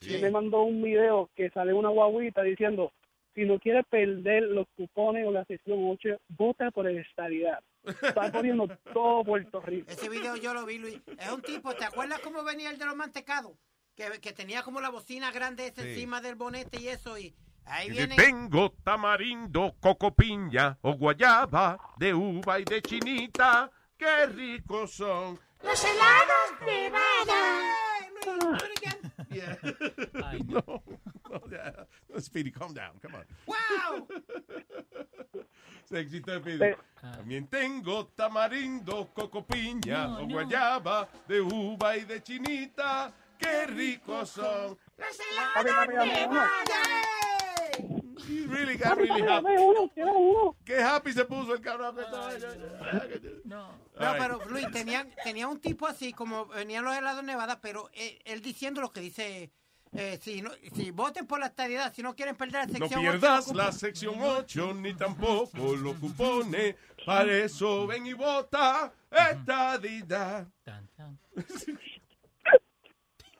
Speaker 21: Y me mandó un video que sale una guaguita diciendo, si no quieres perder los cupones o la sesión 8, vota por
Speaker 7: [LAUGHS]
Speaker 21: el estabilidad. Está poniendo todo Puerto Rico.
Speaker 8: Ese video yo lo vi, Luis. Es un tipo, ¿te acuerdas cómo venía el de los mantecados? Que, que tenía como la bocina grande esa
Speaker 7: Sí.
Speaker 8: encima del bonete y eso, y ahí
Speaker 7: Y
Speaker 8: viene...
Speaker 7: Tengo tamarindo, coco piña o guayaba de uva y de chinita. ¡Qué ricos son!
Speaker 5: Los helados de vara.
Speaker 7: Yeah. no, [LAUGHS] no, yeah. Speedy, calm down, come on.
Speaker 8: ¡Wow!
Speaker 7: [LAUGHS] Se excitó Speedy.
Speaker 29: Pero-
Speaker 7: También tengo tamarindo, coco piña
Speaker 5: No,
Speaker 7: o
Speaker 5: no.
Speaker 7: guayaba de uva y de chinita. ¡Qué ricos son!
Speaker 5: Los
Speaker 7: Papi,
Speaker 5: helados
Speaker 7: papi, dame
Speaker 5: de
Speaker 7: uno.
Speaker 5: vara.
Speaker 7: You really got really happy. ¡Qué happy se puso el cabrón!
Speaker 8: No, pero Luis, tenía, tenía un tipo así, como venían los helados Nevada, pero él, él diciendo lo que dice, eh, si, no, si voten por la estabilidad, si no quieren perder la
Speaker 7: No
Speaker 8: sección ocho,
Speaker 7: pierdas
Speaker 8: ocupa-
Speaker 7: la sección 8 ni tampoco los cupones. Para eso ven y vota esta dida.
Speaker 8: [LAUGHS]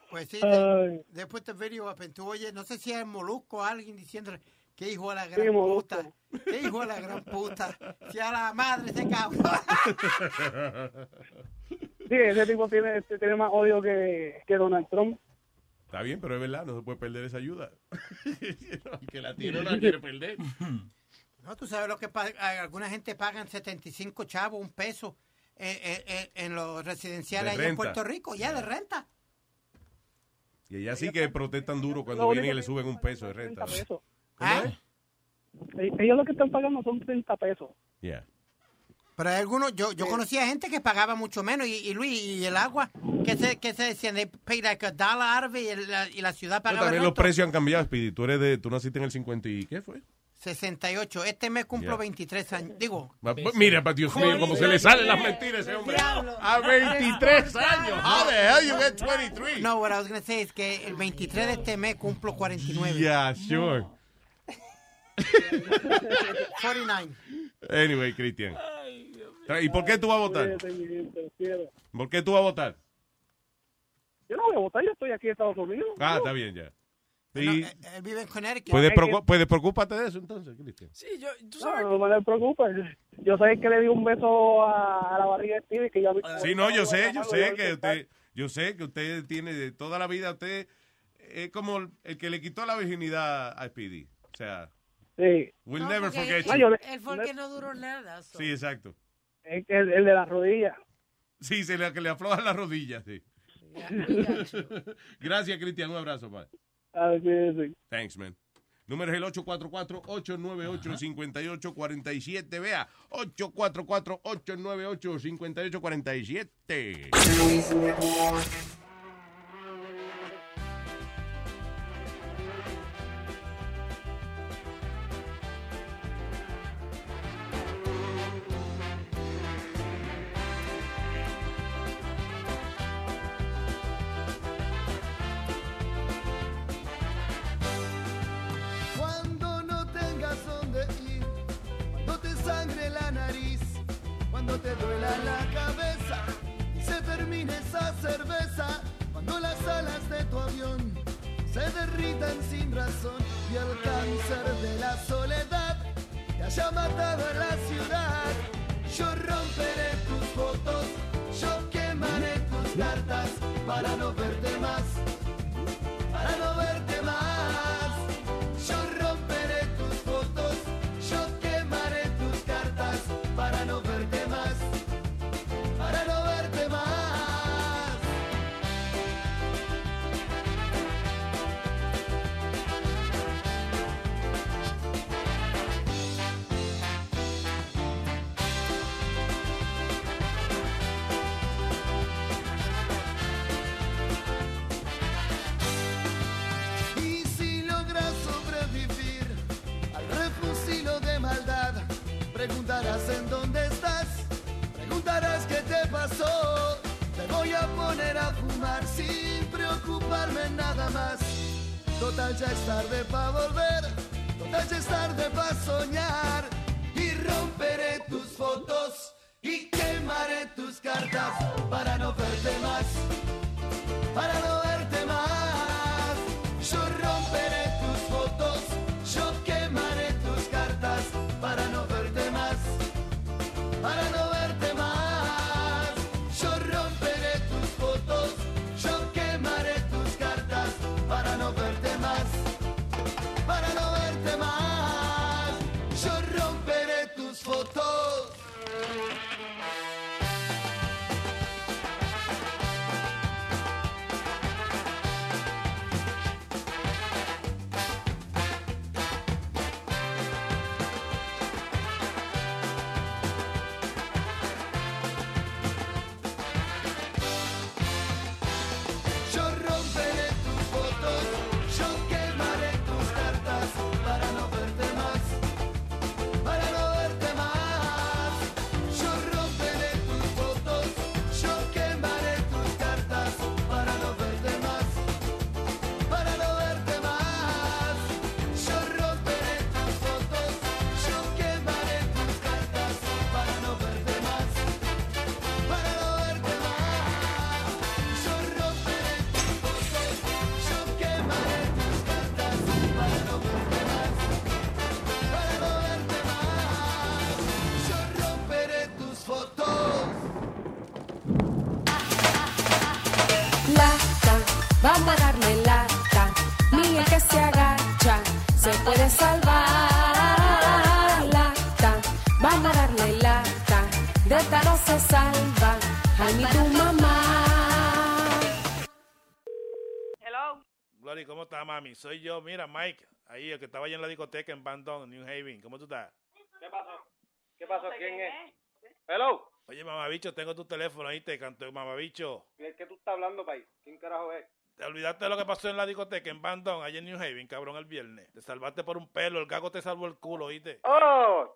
Speaker 8: Pues sí,
Speaker 7: Ay.
Speaker 8: de- después te video up, and tú oyes, no sé si es Molusco o alguien diciéndole, qué hijo de la
Speaker 7: Sí,
Speaker 8: gran
Speaker 7: Molusco.
Speaker 8: puta, qué hijo de la gran puta, si a la madre se cabrón.
Speaker 21: Sí, ese tipo tiene, tiene más odio que, que Donald Trump.
Speaker 7: [LAUGHS] Está bien, pero es verdad, no se puede perder esa [LAUGHS] ayuda. El que la tiene no la quiere perder.
Speaker 8: [LAUGHS] No, tú sabes lo que pa- a- alguna gente pagan 75 chavos, un peso, eh, eh, eh, en los residenciales
Speaker 7: De
Speaker 8: allá en
Speaker 7: renta.
Speaker 8: Puerto Rico, ya de renta.
Speaker 7: Y ella sí que protestan duro
Speaker 21: Lo
Speaker 7: cuando
Speaker 21: único
Speaker 7: vienen y le
Speaker 21: que-
Speaker 7: suben un peso de renta.
Speaker 21: 30 pesos.
Speaker 8: ¿Ah?
Speaker 21: Eh, Ellos lo que están pagando son 30 pesos.
Speaker 7: Yeah.
Speaker 8: Pero hay algunos, yo, yo conocía gente que pagaba mucho menos. Y, y Luis, y el agua, que se, que se decían, they pay like a dollar out of it, y la, y la ciudad
Speaker 7: Pero
Speaker 8: pagaba
Speaker 7: también los
Speaker 8: resto.
Speaker 7: precios han cambiado, Speedy. Tú, eres de, tú naciste en el 50 y ¿qué fue?
Speaker 8: 68. Este mes cumplo
Speaker 7: Yeah.
Speaker 8: 23 años. Digo,
Speaker 7: Ma- Mira, pa' Dios mío, cómo se le salen las mentiras a ese hombre. A
Speaker 8: [LAUGHS]
Speaker 7: 23 años. How the hell you get 23?
Speaker 8: No, what I was going to say es que el 23 de este mes cumplo 49.
Speaker 7: Yeah, sure.
Speaker 8: 49.
Speaker 7: Anyway, Cristian. Tra- ¿Y por qué tú vas a votar?
Speaker 21: Cuídate, mi gente, los quiero.
Speaker 7: ¿Por qué tú vas a votar?
Speaker 21: Yo no voy a votar, yo estoy aquí en Estados Unidos.
Speaker 7: Ah, está bien ya. Y
Speaker 8: Él vive en Connecticut.
Speaker 7: puedes, preocu- puedes preocuparte de eso entonces, Cristian.
Speaker 6: Sí, yo, tú
Speaker 21: sabes. No, no me preocupes. Yo sé que le di un beso a, a la barriga de Steve que yo
Speaker 7: Sí, no, yo sé, yo sé que usted, yo sé que usted tiene de toda la vida, usted es como el- el que le quitó la virginidad a Speedy. O sea,
Speaker 21: Sí.
Speaker 7: we'll never
Speaker 25: Porque
Speaker 7: forget
Speaker 25: él-
Speaker 7: you.
Speaker 25: Él fue el que no duró nada. so.
Speaker 7: Sí, exacto.
Speaker 21: Es que el, el de las rodillas.
Speaker 7: Sí, se le, que le aflojan las rodillas, sí. [LAUGHS] Gracias, Cristian. Un abrazo, padre.
Speaker 21: Así es, sí.
Speaker 7: Thanks, man. Número es el 844-898-5847. Vea, 844-898-5847.
Speaker 2: Cuando no tengas dónde ir, cuando te sangre la nariz, cuando te duela la cabeza y se termine esa cerveza, cuando las alas de tu avión se derritan sin razón y el cáncer de la soledad te haya matado en la ciudad. Yo romperé tus fotos, yo quemaré tus cartas para no verte más, para no verte más. Yo romperé tus fotos, yo quemaré tus cartas para no verte más, para no verte más. pasó. Te voy a poner a fumar sin preocuparme nada más. Total ya es tarde para volver, total ya es tarde para soñar. Y romperé tus fotos y quemaré tus cartas para no verte más, para no verte más. Yo romperé tus fotos, yo quemaré tus cartas para no verte más, para no verte más. Yo romperé tus fotos, yo quemaré tus cartas para no verte más, para no verte más. Yo romperé tus fotos. Yo romperé tus fotos, yo quemaré tus cartas para no verte más, para no verte más. Yo romperé tus fotos, yo quemaré tus cartas para no verte más, para no verte más. Yo romperé tus fotos, yo quemaré tus cartas para no verte más, para no verte más. Yo romperé tus fotos, yo quemaré tus cartas para no verte más, para no verte más. Yo romperé tus fotos.
Speaker 25: Lata, vamos a darle lata. Mía que se agacha, se puede salvar. Lata, vamos a darle lata. De esta no se salva, Jaime tu mamá.
Speaker 30: Hello.
Speaker 22: Glory, ¿cómo estás, mami? Soy yo, mira, Mike. Ahí, el que estaba allá en la discoteca en Bandon, New Haven. ¿Cómo tú estás?
Speaker 30: ¿Qué pasó? ¿Qué pasó? ¿Quién es? Hello.
Speaker 22: Oye, mamabicho, tengo tu teléfono ahí, te canto, mamabicho.
Speaker 30: ¿De qué tú estás hablando, país? ¿Quién carajo es?
Speaker 22: Te olvidaste de lo que pasó en la discoteca en Bandon, allá en New Haven, cabrón, el viernes. Te salvaste por un pelo, el gago te salvó el culo, ¿oíste?
Speaker 30: ¡Oh!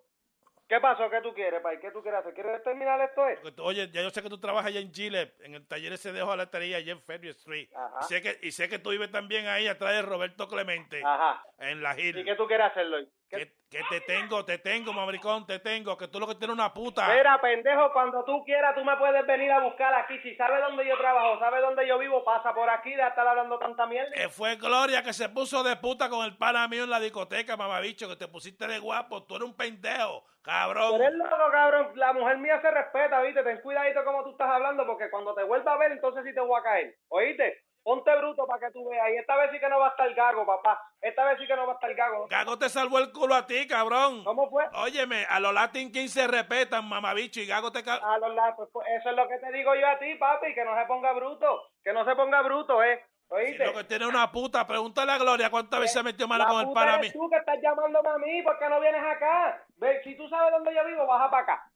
Speaker 30: ¿Qué pasó? ¿Qué tú quieres, país? ¿Qué tú quieres hacer? ¿Quieres terminar esto? Eh?
Speaker 22: Porque tú- Oye, ya yo sé que tú trabajas allá en Chile, en el taller ese de hojalatería allá en Ferry Street.
Speaker 30: Ajá.
Speaker 22: Y sé, que, y sé que tú vives también ahí atrás de Roberto Clemente.
Speaker 30: Ajá.
Speaker 22: En la Hill.
Speaker 30: ¿Y qué tú quieres hacerlo?
Speaker 22: Que, que te tengo, te tengo, mabricón, te tengo. Que tú lo que tienes es una puta.
Speaker 30: Mira, pendejo, cuando tú quieras, tú me puedes venir a buscar aquí. Si sabes dónde yo trabajo, sabes dónde yo vivo, pasa por aquí de estar hablando tanta mierda.
Speaker 22: Eh, fue Gloria que se puso de puta con el pana mío en la discoteca, mamabicho, que te pusiste de guapo. Tú eres un pendejo,
Speaker 30: Tú
Speaker 22: cabrón.
Speaker 30: eres loco, cabrón. La mujer mía se respeta, ¿viste? Ten cuidadito como tú estás hablando, porque cuando te vuelva a ver, entonces sí te voy a caer. ¿Oíste? Ponte bruto para que tú veas. Y esta vez sí que no va a estar gago, papá. Esta vez sí que no va a estar gago.
Speaker 22: Gago te salvó el culo a ti, cabrón.
Speaker 30: ¿Cómo fue?
Speaker 22: Óyeme, a los Latin Kings se respetan, mamabicho, y Gago te... ca-
Speaker 30: A los lados, pues, pues, eso es lo que te digo yo a ti, papi, que no se ponga Ah, bruto. Que no se ponga bruto, ¿eh?
Speaker 22: Si lo
Speaker 30: ¿Oíste? Eh,
Speaker 22: que tiene una puta, pregúntale a Gloria cuántas veces se metió mala
Speaker 30: La
Speaker 22: con el
Speaker 30: puta
Speaker 22: pana
Speaker 30: eres
Speaker 22: mío.
Speaker 30: tú que estás llamándome a mí, ¿por qué no vienes acá? Ve, si tú sabes dónde yo vivo, baja para acá.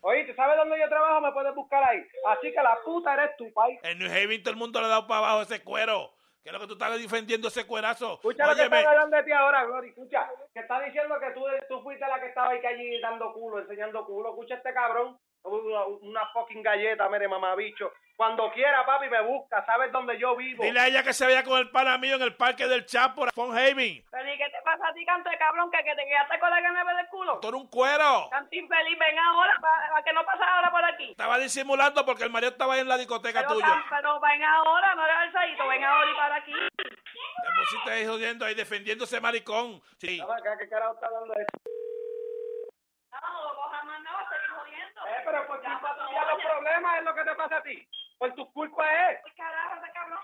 Speaker 30: Oíste, sabes dónde yo trabajo, me puedes buscar ahí. Así que la puta eres tú, país.
Speaker 22: En New Haven todo el mundo le ha dado para abajo ese cuero. ¿Qué es lo que tú estás defendiendo ese cuerazo?
Speaker 30: Escucha lo que
Speaker 22: Óyeme,
Speaker 30: están hablando de ti ahora, Glory. Escucha, que está diciendo que tú, tú fuiste la que estaba ahí que allí dando culo, enseñando culo. Escucha este cabrón. Una, una fucking galleta, mire, mamabicho. Cuando quiera, papi, me busca. Sabes dónde yo vivo.
Speaker 22: dile a ella que se vaya con el pana mío en el parque del Chapo, Von Haven.
Speaker 14: Pero ¿y qué te pasa a ti, canto de cabrón? Que, que te quedaste con la gana de ver el culo.
Speaker 22: Tú eres un cuero.
Speaker 14: Canto infeliz, ven ahora, para que no pases ahora por aquí.
Speaker 22: Estaba disimulando porque el marido estaba ahí en la discoteca
Speaker 14: Pero,
Speaker 22: tuya.
Speaker 14: tan- pero ven ahora, no eres alzadito, ven ahora y para aquí.
Speaker 22: Te pusiste ahí jodiendo ahí, defendiendo ese maricón. Sí.
Speaker 30: ¿Qué carajo está hablando de esto?
Speaker 14: No, coja más no, estoy jodiendo.
Speaker 30: Eh, pero por culpa tuya los problemas es lo que te pasa a ti. Pues, Por tus culpas es.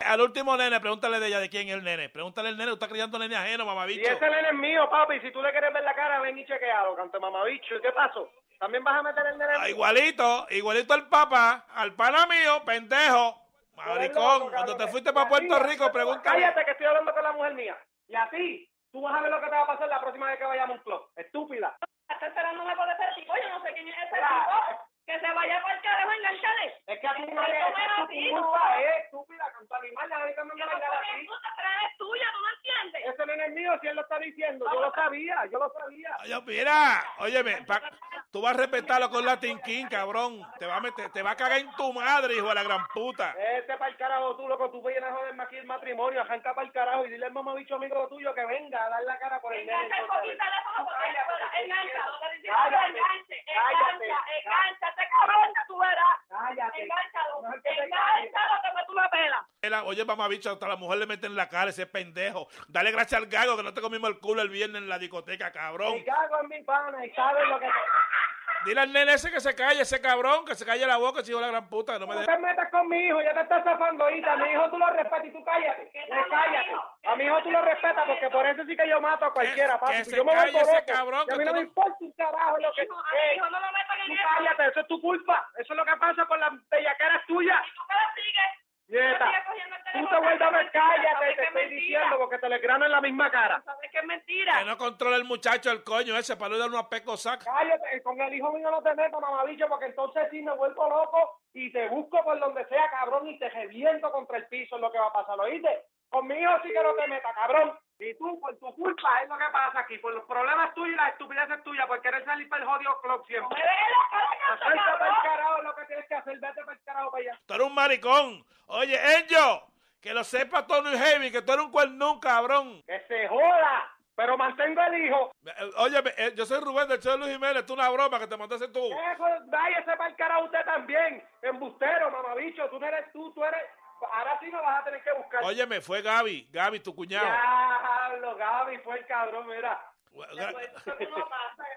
Speaker 22: Al último nene, pregúntale de ella de quién es el nene. Pregúntale al nene, tú estás criando nene ajeno, mamabicho.
Speaker 30: Y ese nene es mío, papi. Si tú le quieres ver la cara, ven y chequealo, canto de mamabicho. ¿Y qué pasó? ¿También vas a meter el nene?
Speaker 22: Ah, Igualito, igualito al papá, al pana mío, pendejo. Maricón, cuando te fuiste para Puerto Rico, pregúntale.
Speaker 30: Cállate que estoy hablando con la mujer mía. Y a ti, tú vas a ver lo que te va a pasar la próxima vez que vayamos a un club. Estúpida.
Speaker 14: Está esperándome por ese tipo, yo no sé quién es ese tipo. Que se vaya para el carajo, enganchale.
Speaker 30: eh, Es que a ti no
Speaker 14: Ay,
Speaker 30: le-
Speaker 14: no me
Speaker 30: es
Speaker 14: lo
Speaker 30: tu
Speaker 14: digo.
Speaker 30: culpa, eh, estúpida, canto animal, la gente me
Speaker 14: Yo no
Speaker 30: va a
Speaker 14: sé
Speaker 30: engañar
Speaker 14: quién
Speaker 30: así.
Speaker 14: es tu, pero eres tuya, ¿tú no entiendes?
Speaker 22: Ah,
Speaker 30: Ese nene es mío, si él lo está diciendo. Yo lo sabía, yo lo sabía.
Speaker 22: Yo, mira, óyeme, pa- Tú vas a respetarlo con Latin King, cabrón. Te va a meter, te va a cagar en tu madre, hijo de la gran puta.
Speaker 30: Este para el carajo tú, loco, tú vienes a joderme aquí el matrimonio, arranca para el carajo y dile al mamabicho amigo tuyo que venga a dar la cara por el nene.
Speaker 15: Engancha el
Speaker 30: entonces.
Speaker 15: poquito teléfono porque
Speaker 30: Cállate,
Speaker 15: afuera,
Speaker 30: te
Speaker 15: engancha.
Speaker 30: quiero.
Speaker 15: Lo que te
Speaker 30: Cállate,
Speaker 15: digo, enganche,
Speaker 30: cállate,
Speaker 15: engancha,
Speaker 30: cállate.
Speaker 15: engancha, te cabrón que tú verás.
Speaker 30: Cállate.
Speaker 15: Engánchalo,
Speaker 30: No es que te
Speaker 15: engánchalo que me tú me pelas.
Speaker 22: Era, Oye, mamá bicho, hasta la mujer le mete en la cara ese pendejo. Dale gracias al gago que no te comimos el culo el viernes en la discoteca, cabrón.
Speaker 30: Me cago en mi pana y sabes
Speaker 22: [LAUGHS]
Speaker 30: lo que te...
Speaker 22: Dile al nene ese que se calle, ese cabrón, que se calle la boca, chico de la gran puta, que no me
Speaker 30: No
Speaker 22: deje.
Speaker 30: te metas con mi hijo, ya te estás zafando ahorita. Mi hijo tú lo respetas y tú cállate. Le cállate. A mi hijo tú lo respetas porque por eso sí que yo mato a cualquiera, papi.
Speaker 22: que se
Speaker 30: yo me voy
Speaker 22: calle ese
Speaker 30: loco.
Speaker 22: cabrón,
Speaker 30: Y A
Speaker 22: que tú
Speaker 30: mí no me
Speaker 22: no-
Speaker 30: importa un carajo lo que...
Speaker 15: Hijo, a mi
Speaker 30: Eh,
Speaker 15: hijo no lo metan en
Speaker 30: tú
Speaker 15: eso.
Speaker 30: cállate, eso es tu culpa. Eso es lo que pasa por las bellaqueras tuyas.
Speaker 15: Y tú que lo sigues.
Speaker 30: Nieta,
Speaker 15: Sigue cogiendo el
Speaker 30: tú
Speaker 15: teléfono,
Speaker 30: te vuelves a ver, cállate,
Speaker 15: sabes
Speaker 30: te
Speaker 15: que
Speaker 30: estoy
Speaker 15: mentira.
Speaker 30: diciendo porque te le grano en la misma cara.
Speaker 15: Sabes que es mentira.
Speaker 22: Que no controla el muchacho el coño ese para no darle una peco saca.
Speaker 30: Cállate, con el hijo mío no te metas, mamabicho, porque entonces sí me vuelvo loco y te busco por donde sea, cabrón, y te reviento contra el piso, es lo que va a pasar, ¿oíste? Con mi hijo sí que no te metas, cabrón. Y tú, por tu culpa, es lo que pasa aquí, por los problemas tuyos y las estupideces tuyas, por querer salir para el jodido club siempre. Suelta para el carajo lo que tienes que hacer, vete para el carajo para allá.
Speaker 22: Tú eres un maricón. Oye, Enjo, que lo sepa Tony Heavy, que tú eres un cuernón, cabrón.
Speaker 30: Que se joda, pero mantengo el hijo.
Speaker 22: Oye, eh, yo soy Rubén del show de Luis Jiménez, tú una broma que te mandaste tú.
Speaker 30: Eso, váyase para el carajo usted también, embustero, mamabicho, tú no eres tú, tú eres... Ahora sí me vas a tener que buscar.
Speaker 22: Oye, me fue Gaby, Gaby, tu cuñado.
Speaker 30: Diablo, Gaby fue el cabrón, mira.
Speaker 22: Ga-
Speaker 30: pues,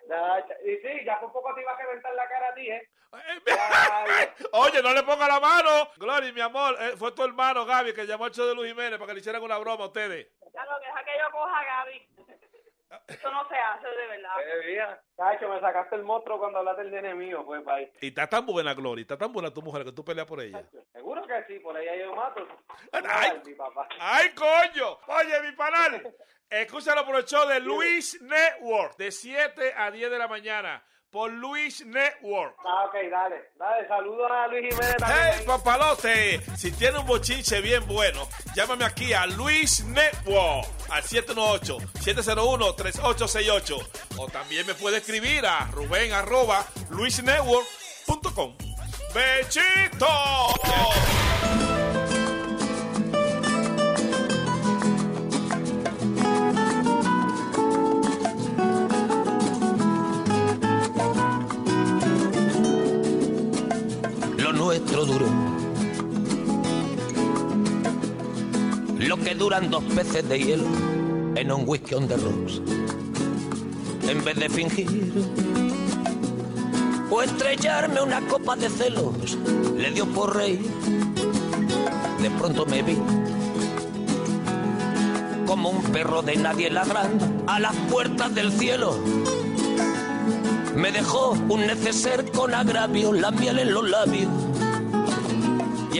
Speaker 30: Ya, ya, y sí, ya por poco te iba a reventar la cara a ti, ¿eh?
Speaker 22: [LAUGHS] Oye, no le ponga la mano. Glory, mi amor, eh, fue tu hermano Gaby que llamó al show de Luis Jiménez para que le hicieran una broma a ustedes.
Speaker 15: Ya lo deja que yo coja a Gaby. Eso no se hace de verdad.
Speaker 30: Eh, Cacho, me sacaste el monstruo cuando hablaste del nene mío, pues, bye.
Speaker 22: Y está tan buena, Glory, está tan buena tu mujer que tú peleas por ella.
Speaker 30: Seguro que sí, por ahí yo mato.
Speaker 22: Ay,
Speaker 30: Mi papá.
Speaker 22: ¡Ay, coño! Oye, mi panal, escúchalo por el show de Luis Network, de 7 a 10 de la mañana, por Luis Network.
Speaker 30: Ah, ok, dale, dale, saludos a Luis Jiménez también.
Speaker 22: ¡Hey, papalote! Si tiene un bochinche bien bueno, llámame aquí a Luis Network al 718-701-3868. O también me puede escribir a ruben arroba luisnetwork.com. ¡Bechito!
Speaker 31: lo nuestro duró. Lo que duran dos peces de hielo en un whisky on the rocks. En vez de fingir o estrellarme una copa de celos, le dio por reír. De pronto me vi como un perro de nadie ladrando a las puertas del cielo. Me dejó un neceser con agravio, la miel en los labios y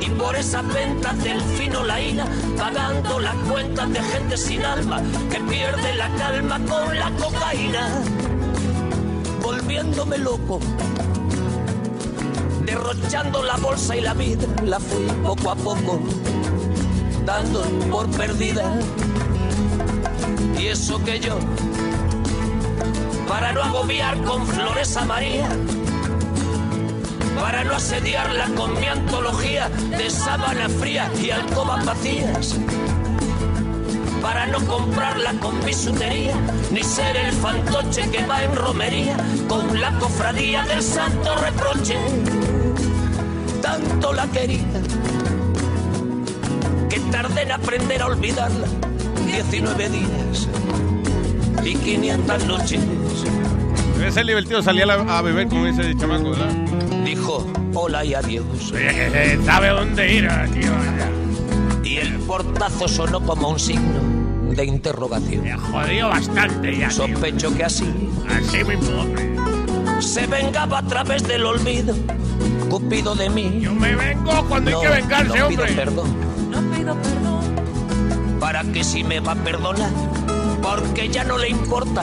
Speaker 31: y por esas ventas del fino laína, pagando las cuentas de gente sin alma que pierde la calma con la cocaína, volviéndome loco, derrochando la bolsa y la vida, la fui poco a poco dando por perdida. Y eso que yo, para no agobiar con flores a María, para no asediarla con mi antología de sábana fría y alcobas vacías, para no comprarla con bisutería, ni ser el fantoche que va en romería con la cofradía del santo reproche. Tanto la quería que tardé en aprender a olvidarla. 19 días y 500 noches.
Speaker 7: Debe ser divertido salir a, la- a beber con ese chamaco, ¿verdad?
Speaker 31: Dijo, Oh, hola y adiós.
Speaker 7: ¿Sabe dónde ir, eh. tío?
Speaker 31: Y el portazo sonó como un signo de interrogación. Me
Speaker 5: jodió bastante ya, tío.
Speaker 31: Sospecho que así.
Speaker 5: Así mismo.
Speaker 31: Se vengaba a través del olvido. Cupido de mí. Yo
Speaker 5: me vengo cuando hay que vengarse,
Speaker 31: no
Speaker 5: hombre.
Speaker 31: Pido perdón. No pido perdón. Para que si me va a perdonar. Porque ya no le importa.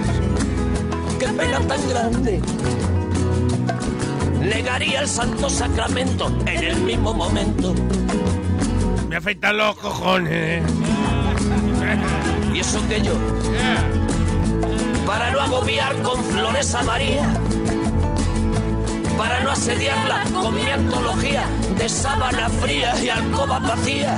Speaker 31: ¡Qué pena tan grande! Negaría el santo sacramento en el mismo momento.
Speaker 5: Me [LAUGHS] afeitan los cojones.
Speaker 31: Y eso que yo, para no agobiar con flores a María, para no asediarla con mi antología de sábana fría y alcoba vacía,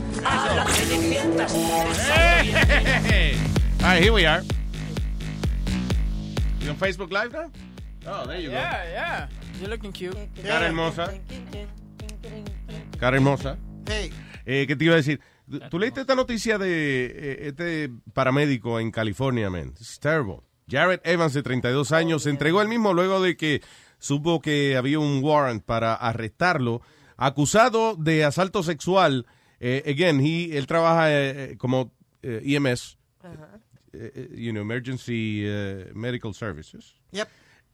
Speaker 31: a las cenicientas.
Speaker 7: All right, here we are. You on Facebook Live now? Oh, there you go.
Speaker 6: Yeah, yeah. You're looking cute.
Speaker 7: Cara hermosa. Cara hermosa. Eh, ¿Qué te iba a decir? ¿Tú leíste esta noticia de eh, este paramédico en California, man? It's terrible. Jared Evans, de 32 años, se entregó él mismo luego de que supo que había un warrant para arrestarlo, acusado de asalto sexual. Eh, again, he- él trabaja eh, eh, como eh, EMS, eh, eh, you know, Emergency eh, Medical Services.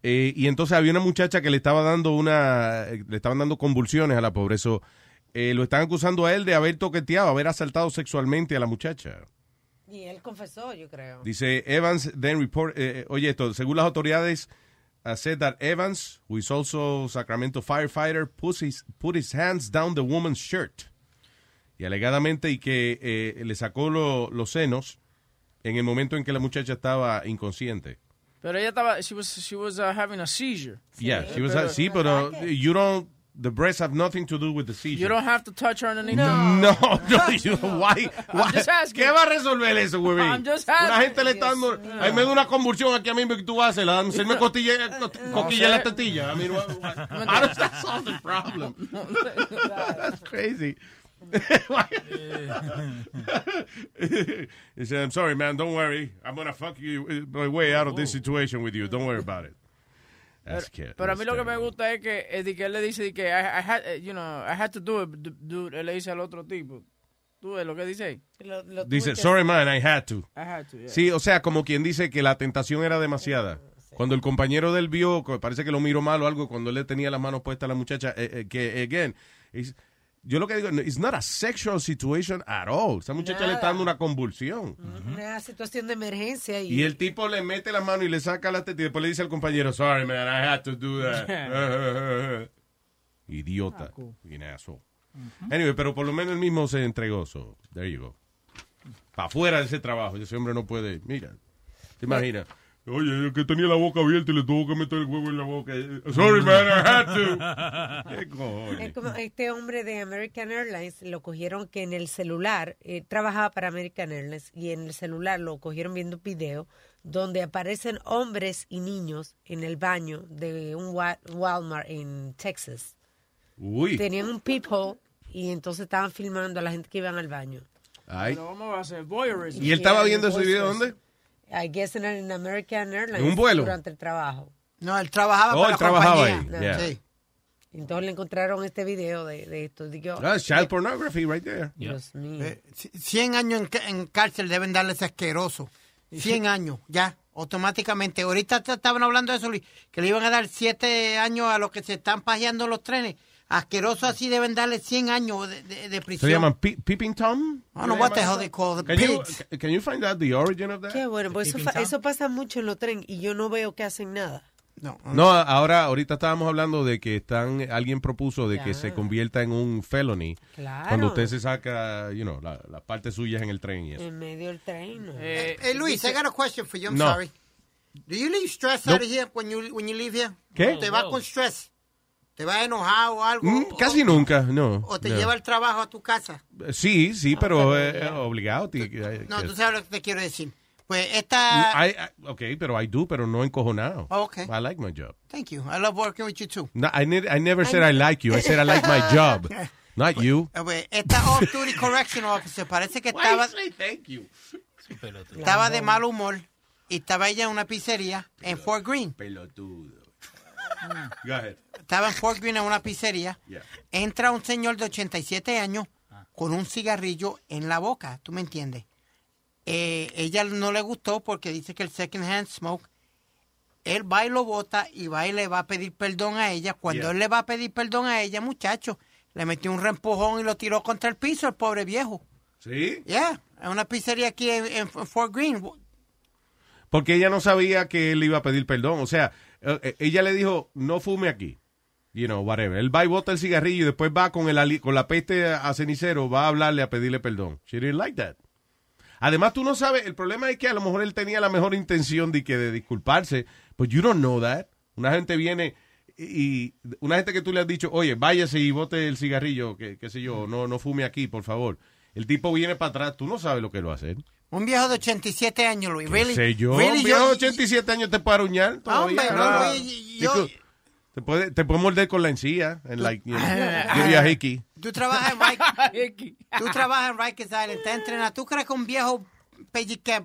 Speaker 7: Eh, y entonces había una muchacha que le estaba dando una, eh, le estaban dando convulsiones a la pobre. Eso, eh, lo están acusando a él de haber toqueteado, haber asaltado sexualmente a la muchacha.
Speaker 25: Y él confesó, yo creo.
Speaker 7: Dice Evans then report, eh, eh, oye esto, según las autoridades, uh, said that Evans, who is also Sacramento firefighter, put his, put his hands down the woman's shirt. Y alegadamente y que eh, le sacó lo- los senos en el momento en que la muchacha estaba inconsciente.
Speaker 6: Pero ella estaba, she was, she was uh, having a seizure.
Speaker 7: Yeah, she was, uh, sí, pero uh, you don't, the breasts have nothing to do with the seizure.
Speaker 6: You don't have to touch her underneath. [LAUGHS]
Speaker 7: No, no, you, why, why-
Speaker 6: just asking.
Speaker 7: ¿Qué va a resolver eso, güey?
Speaker 6: I'm just asking.
Speaker 7: Una gente le está dando. Ahí me da una convulsión aquí a mí que tú haces. La, se me costilla, cost- coquilla en la tetilla. I mean, what- what- how does that solve the
Speaker 6: [LAUGHS]
Speaker 7: problem? That's crazy. [LAUGHS] He said, I'm sorry, man. Don't worry. I'm going to fuck you uh, my way out of this situation with you. Don't worry about it. That's kid.
Speaker 6: Pero a mí lo que me gusta es que, eh, de que él le dice de que I, I had, eh, you know, I had to do it, d- dude. Él le dice al otro tipo. Tú ves lo que dice ahí.
Speaker 7: Dice, sorry, man, I had to.
Speaker 6: I had to, yeah. Eh,
Speaker 7: Sí, o sea, como quien dice que la tentación era demasiada. Cuando el compañero del vio, co- parece que lo miró mal o algo, cuando él le tenía las manos puestas a la muchacha, eh, eh, que, again, is- yo lo que digo, no, it's not a sexual situation at all. Esa muchacha
Speaker 25: Nada.
Speaker 7: le está dando una convulsión.
Speaker 6: Mm-hmm.
Speaker 25: Una situación de emergencia y,
Speaker 7: Y el tipo le mete la mano y le saca la teta y después le dice al compañero, sorry, man, I had to do
Speaker 6: [LAUGHS]
Speaker 7: that. [LAUGHS] Idiota. Fucking asshole. Anyway, pero por lo menos él mismo se entregó. So, there you go. Para afuera de ese trabajo. Ese hombre no puede. Mira, te imaginas. Oye, el que tenía la boca abierta y le tuvo que meter el huevo en la boca. Eh, Sorry, man, I had to. ¿Qué cojones?
Speaker 25: Es como este hombre de American Airlines lo cogieron que en el celular, eh, trabajaba para American Airlines y en el celular lo cogieron viendo un video donde aparecen hombres y niños en el baño de un Wa- Walmart en Texas.
Speaker 7: Uy.
Speaker 25: Tenían un peephole y entonces estaban filmando a la gente que iban al baño.
Speaker 7: Ay.
Speaker 6: Pero ¿cómo va a ser? Voyeurism.
Speaker 7: ¿Y él estaba viendo ese video dónde?
Speaker 25: I guess en, en American Airlines.
Speaker 7: ¿En un vuelo?
Speaker 25: Durante el trabajo.
Speaker 8: No, él trabajaba
Speaker 7: Oh, él trabajaba ahí.
Speaker 25: No,
Speaker 7: yeah.
Speaker 25: sí. Entonces le encontraron este video de, de eh, esto. Digo,
Speaker 7: That's Ah, child pornography right there.
Speaker 8: Eh, c- 100 años en, ca- en cárcel deben darle ese asqueroso. 100 años, ya, automáticamente. Ahorita te estaban hablando de eso, Luis, que le iban a dar 7 años a los que se están pajeando los trenes. Asqueroso así deben darle 100 años de, de- de
Speaker 7: Se
Speaker 8: prisión.
Speaker 7: llaman pe- peeping tom.
Speaker 8: I don't know Ah, what the hell they call the
Speaker 7: Can you,
Speaker 8: pigs.
Speaker 7: can you find out the origin of that?
Speaker 25: Qué bueno, pues eso, fa- eso pasa mucho en los trenes y yo no veo que hacen nada.
Speaker 8: No.
Speaker 7: No, ahora, ahorita estábamos hablando de que están, alguien propuso de que se convierta en un felony.
Speaker 25: Claro.
Speaker 7: Cuando usted se saca, you know, la- las partes suyas en el tren y eso.
Speaker 25: En medio del tren. no.
Speaker 8: Hey, Eh, Luis, I got a question for you. I'm
Speaker 7: No.
Speaker 8: sorry. Do you leave stress out of here when you, when you leave here?
Speaker 7: ¿Qué?
Speaker 8: ¿Te vas con stress? ¿Te vas enojado o algo?
Speaker 7: Mm, casi nunca, no.
Speaker 8: ¿O te
Speaker 7: no.
Speaker 8: lleva Ah, el trabajo a tu casa?
Speaker 7: Sí, sí, pero eh, obligado. ti- eh,
Speaker 8: No,
Speaker 7: que-
Speaker 8: tú sabes lo que te quiero decir. Pues esta...
Speaker 7: I- I- ok, pero I do, pero no encojonado.
Speaker 8: Ah. Oh, okay.
Speaker 7: I like my job.
Speaker 8: Thank you. I love working with you too.
Speaker 7: No, I, ne- I never said I like you. I said I like [LAUGHS]
Speaker 8: [LAUGHS]
Speaker 7: my job. Not you.
Speaker 8: A ver, eh, esta off-duty correctional officer parece que estaba,
Speaker 7: thank you.
Speaker 8: estaba de mal humor y estaba ella en una pizzería en Fort Greene.
Speaker 7: Pelotudo.
Speaker 5: Ah.
Speaker 7: Go ahead.
Speaker 8: Estaba en Fort Greene en una pizzería.
Speaker 7: Yeah.
Speaker 8: Entra un señor de 87 años
Speaker 7: Ah.
Speaker 8: con un cigarrillo en la boca. ¿Tú me entiendes? Eh, ella no le gustó porque dice que el second hand smoke. Él va y lo bota y va y le va a pedir perdón a ella. Cuando
Speaker 4: Yeah.
Speaker 8: él le va a pedir perdón a ella, muchacho, le metió un reempujón y lo tiró contra el piso, el pobre viejo.
Speaker 7: ¿Sí?
Speaker 8: Yeah, en una pizzería aquí en, en Fort Greene.
Speaker 7: Porque ella no sabía que él iba a pedir perdón. O sea, eh, eh, ella le dijo, no fume aquí. You know, whatever. Él va y bota el cigarrillo y después va con, el, ali- con la peste a cenicero, va a hablarle, a pedirle perdón. She didn't like that. Además, tú no sabes, el problema es que a lo mejor él tenía la mejor intención de, que, de disculparse, but you don't know that. Una gente viene y y una gente que tú le has dicho, oye, váyase y bote el cigarrillo, que, qué sé yo, no, no fume aquí, por favor. El tipo viene para atrás, tú no sabes lo que lo va a hacer.
Speaker 8: Un viejo de 87 años, Luis. Really,
Speaker 7: sé yo,
Speaker 8: really,
Speaker 7: un viejo de 87 años te puede aruñar todavía.
Speaker 8: Hombre, no,
Speaker 7: Claro.
Speaker 8: Luis, yo-
Speaker 7: Digo, te, puede, te puede morder con la encía, en like, you know,
Speaker 8: Ah.
Speaker 7: give you a hickey.
Speaker 8: Tú trabajas en
Speaker 25: [LAUGHS]
Speaker 8: Rikers, tú trabajas en Rikers Island, te entrenas. ¿Tú crees que un viejo pellica,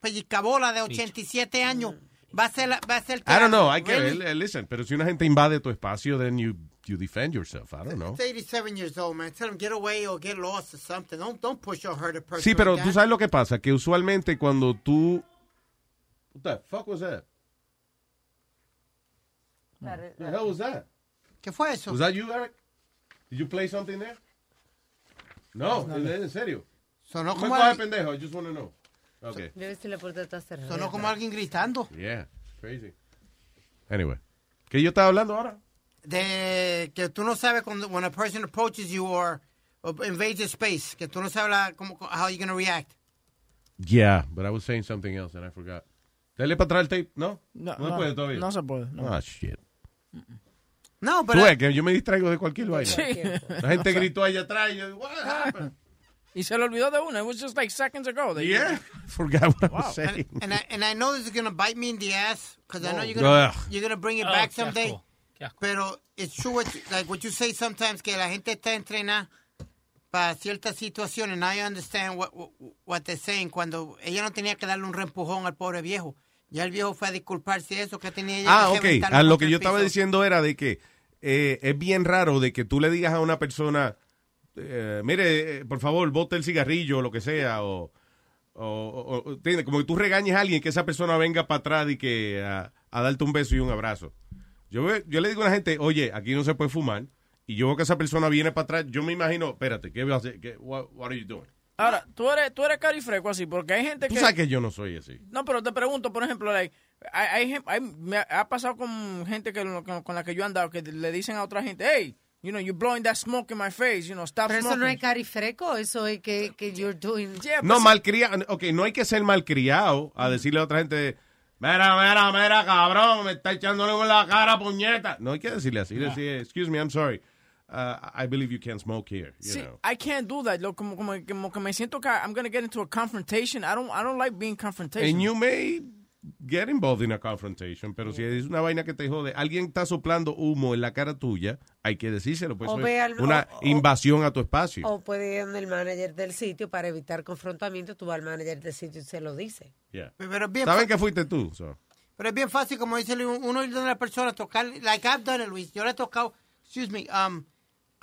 Speaker 8: pellicabola de 87 años va a ser, la- va a ser
Speaker 7: I don't know, hay que
Speaker 8: Really?
Speaker 7: ver, eh, listen, pero si una gente invade tu espacio, then you, you defend yourself, I don't know.
Speaker 8: It's 87 years old, man. Tell him get away or get lost or something. Don't, don't push or hurt a person.
Speaker 7: Sí, pero
Speaker 8: like
Speaker 7: tú
Speaker 8: that.
Speaker 7: sabes lo que pasa, que usualmente cuando tú... What the fuck was that? The hell was that?
Speaker 8: ¿Qué fue eso?
Speaker 7: Was that you, Eric? Did you play something there? No, en, en serio.
Speaker 8: Sonó
Speaker 7: Me
Speaker 8: como
Speaker 7: coge
Speaker 8: al-
Speaker 7: pendejo, I just want to know. Okay.
Speaker 25: Debe ser la puerta está cerrada.
Speaker 8: Sonó como alguien gritando.
Speaker 7: Yeah, crazy. Anyway, ¿qué yo estaba hablando ahora?
Speaker 8: De que tú no sabes cuando when a person approaches you or, or invades your space, que tú no sabes la- cómo, how you're going to react.
Speaker 7: Yeah, but I was saying something else and I forgot. Dale para atrás el tape, ¿no?
Speaker 6: No,
Speaker 7: se
Speaker 6: no,
Speaker 7: puede todavía.
Speaker 6: no se puede, no.
Speaker 7: Ah, shit.
Speaker 8: No,
Speaker 7: Tú ves que yo me distraigo de cualquier vaina.
Speaker 6: [LAUGHS] Sí.
Speaker 7: La gente gritó allá atrás y yo, what happened?
Speaker 6: Y se le olvidó de una. It was just like seconds ago. They-
Speaker 7: Yeah. Forgot what I was
Speaker 8: And,
Speaker 7: saying.
Speaker 8: and I and I know this is gonna bite me in the ass because I know you're
Speaker 7: Whoa.
Speaker 8: gonna
Speaker 7: Ugh.
Speaker 8: you're gonna bring it
Speaker 25: Oh,
Speaker 8: back
Speaker 25: qué
Speaker 8: someday.
Speaker 25: asco, qué asco.
Speaker 8: Pero it's true what you, like what you say sometimes que la gente está entrenada para ciertas situaciones. Now you understand what, what what they're saying cuando ella no tenía que darle un reempujón al pobre viejo. Ya el viejo fue a disculparse eso que tenía ella.
Speaker 7: Ah,
Speaker 8: que
Speaker 7: ok.
Speaker 8: reventarlo
Speaker 7: Ah, lo
Speaker 8: contra
Speaker 7: que
Speaker 8: el
Speaker 7: yo estaba
Speaker 8: piso.
Speaker 7: diciendo era de que eh, es bien raro de que tú le digas a una persona, eh, mire, eh, por favor, bote el cigarrillo o lo que sea, o, o- o- o- ¿entiendes? como que tú regañes a alguien que esa persona venga para atrás y que a, a darte un beso y un abrazo. Yo, ve- yo le digo a la gente, oye, aquí no se puede fumar, y yo veo que esa persona viene para atrás, yo me imagino, espérate, ¿qué voy a hacer? ¿Qué- what, what are you doing?
Speaker 6: Ahora, tú eres, tú eres carifreco así, porque hay gente
Speaker 7: Tú
Speaker 6: que...
Speaker 7: sabes que yo no soy así.
Speaker 6: No, pero te pregunto, por ejemplo, like, hay, hay gen- hay- me ha- ha pasado con gente que, lo- con, con la que yo he andado que le dicen a otra gente, hey, you know, you're blowing that smoke in my face, you know, stop
Speaker 25: Pero eso
Speaker 6: smoking.
Speaker 25: no es carifreco, eso es que, que you're doing.
Speaker 7: No, malcriado. Ok, no hay que ser malcriado a decirle a otra gente, mira, mira, mira, cabrón, me está echándole en la cara, puñeta. No hay que decirle así.
Speaker 6: No.
Speaker 7: Decir, excuse me, I'm sorry. Uh, I believe you can smoke here. You
Speaker 6: Sí,
Speaker 7: know.
Speaker 6: I can't do that. Lo, como, como, como que me siento que I'm going to get into a confrontation. I don't, I don't like being confrontation.
Speaker 7: And you may get involved in a confrontation, pero si es una vaina que te jode, alguien está soplando humo en la cara tuya, hay que decírselo. Pues
Speaker 25: O
Speaker 7: eso
Speaker 25: ve
Speaker 7: es
Speaker 25: al-
Speaker 7: una
Speaker 25: o- o-
Speaker 7: invasión a tu espacio.
Speaker 25: O puede ir donde el manager del sitio para evitar confrontamiento. Tú vas al manager del sitio y se lo dice.
Speaker 7: Yeah.
Speaker 8: Pero es bien
Speaker 7: ¿Saben
Speaker 8: fa-
Speaker 7: que fuiste tú? So.
Speaker 8: Pero es bien fácil, como dice Luis, uno ir donde la persona, tocar, like I've done it, Luis. Yo le he tocado, excuse me, um,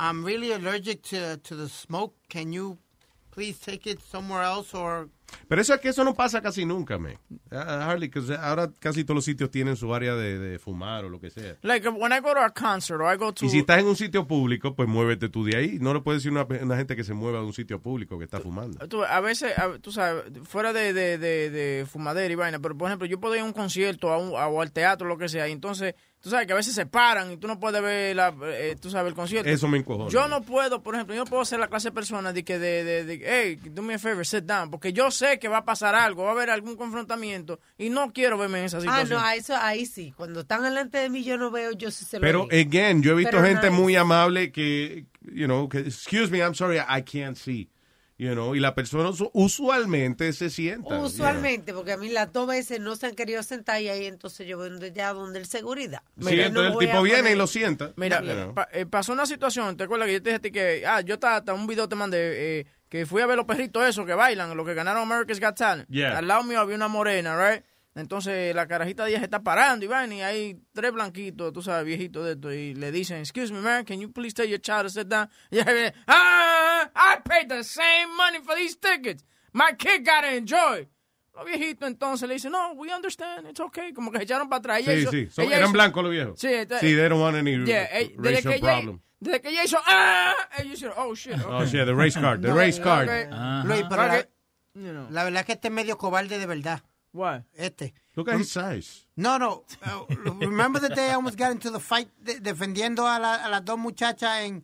Speaker 8: I'm really allergic to, to the smoke. Can you please take it somewhere else or
Speaker 7: Pero eso es que eso no pasa casi nunca, man. Uh, Harley, 'cause ahora casi todos los sitios tienen su área de, de fumar o lo que sea.
Speaker 6: Like when I go to a concert or I go to.
Speaker 7: Y si estás en un sitio público, pues muévete tú de ahí. No le puedes decir a una, una gente que se mueva de un sitio público que está fumando.
Speaker 6: Tú, a veces, a- tú sabes, fuera de, de, de, de fumadera y vaina, pero por ejemplo, yo puedo ir a un concierto a un- a- o al teatro, lo que sea, y entonces, tú sabes que a veces se paran y tú no puedes ver, la, eh, tú sabes, el concierto.
Speaker 7: Eso me encojona.
Speaker 6: Yo no puedo, por ejemplo, yo no puedo ser la clase de persona de que, de, de, de, hey, do me a favor, sit down, porque yo sé que va a pasar algo, va a haber algún confrontamiento y no quiero verme en esa
Speaker 25: Ah,
Speaker 6: situación.
Speaker 25: no, a eso, ahí sí. Cuando están delante de mí, yo no veo, yo sí se lo
Speaker 7: Pero,
Speaker 25: digo.
Speaker 7: again, yo he visto
Speaker 25: Pero
Speaker 7: gente
Speaker 25: nice.
Speaker 7: muy amable que, you know, que, excuse me, I'm sorry, I can't see. You know, y la persona usu- usualmente se sienta. you know.
Speaker 25: Usualmente, porque a mí las dos veces no se han querido sentar y ahí entonces yo voy donde- ya donde el seguridad.
Speaker 7: Sí, entonces el tipo viene y lo sienta.
Speaker 6: Mira,
Speaker 7: You know.
Speaker 6: pa- eh, pasó una situación, ¿te acuerdas que yo te dije a ti que, ah, yo ta- ta un video te mandé, eh, que fui a ver los perritos esos que bailan, los que ganaron America's Got Talent.
Speaker 4: Yeah.
Speaker 6: Al lado mío había una morena, right? Entonces la carajita de ella se está parando y van y hay tres blanquitos, tú sabes, viejitos de esto, y le dicen, excuse me, man, can you please tell your child to sit down? [LAUGHS] Y ella viene, ah, I paid the same money for these tickets. My kid gotta enjoy. Los viejitos entonces le dicen, no, we understand, it's okay. Como que se echaron para atrás. Ella
Speaker 7: Sí,
Speaker 6: hizo-
Speaker 7: sí, son-
Speaker 6: ella
Speaker 7: eran
Speaker 6: hizo-
Speaker 7: blancos los viejos.
Speaker 6: Sí, esta-
Speaker 7: Sí, they don't want any
Speaker 6: Yeah, eh, desde
Speaker 7: racial
Speaker 6: que ella-
Speaker 7: problem.
Speaker 6: desde que ella hizo ¡Ah! ellos hicieron, oh shit. ok.
Speaker 7: Oh, shit, the race card, the
Speaker 8: [LAUGHS]
Speaker 6: No,
Speaker 7: race
Speaker 6: ok.
Speaker 7: card.
Speaker 8: Luis, pero la,
Speaker 6: You know.
Speaker 8: la verdad es que este es medio cobarde de verdad.
Speaker 6: Why?
Speaker 8: Este.
Speaker 7: Look at his size.
Speaker 8: No, no. uh, remember the day I almost got into the fight de- defendiendo a, la- a las dos muchachas en...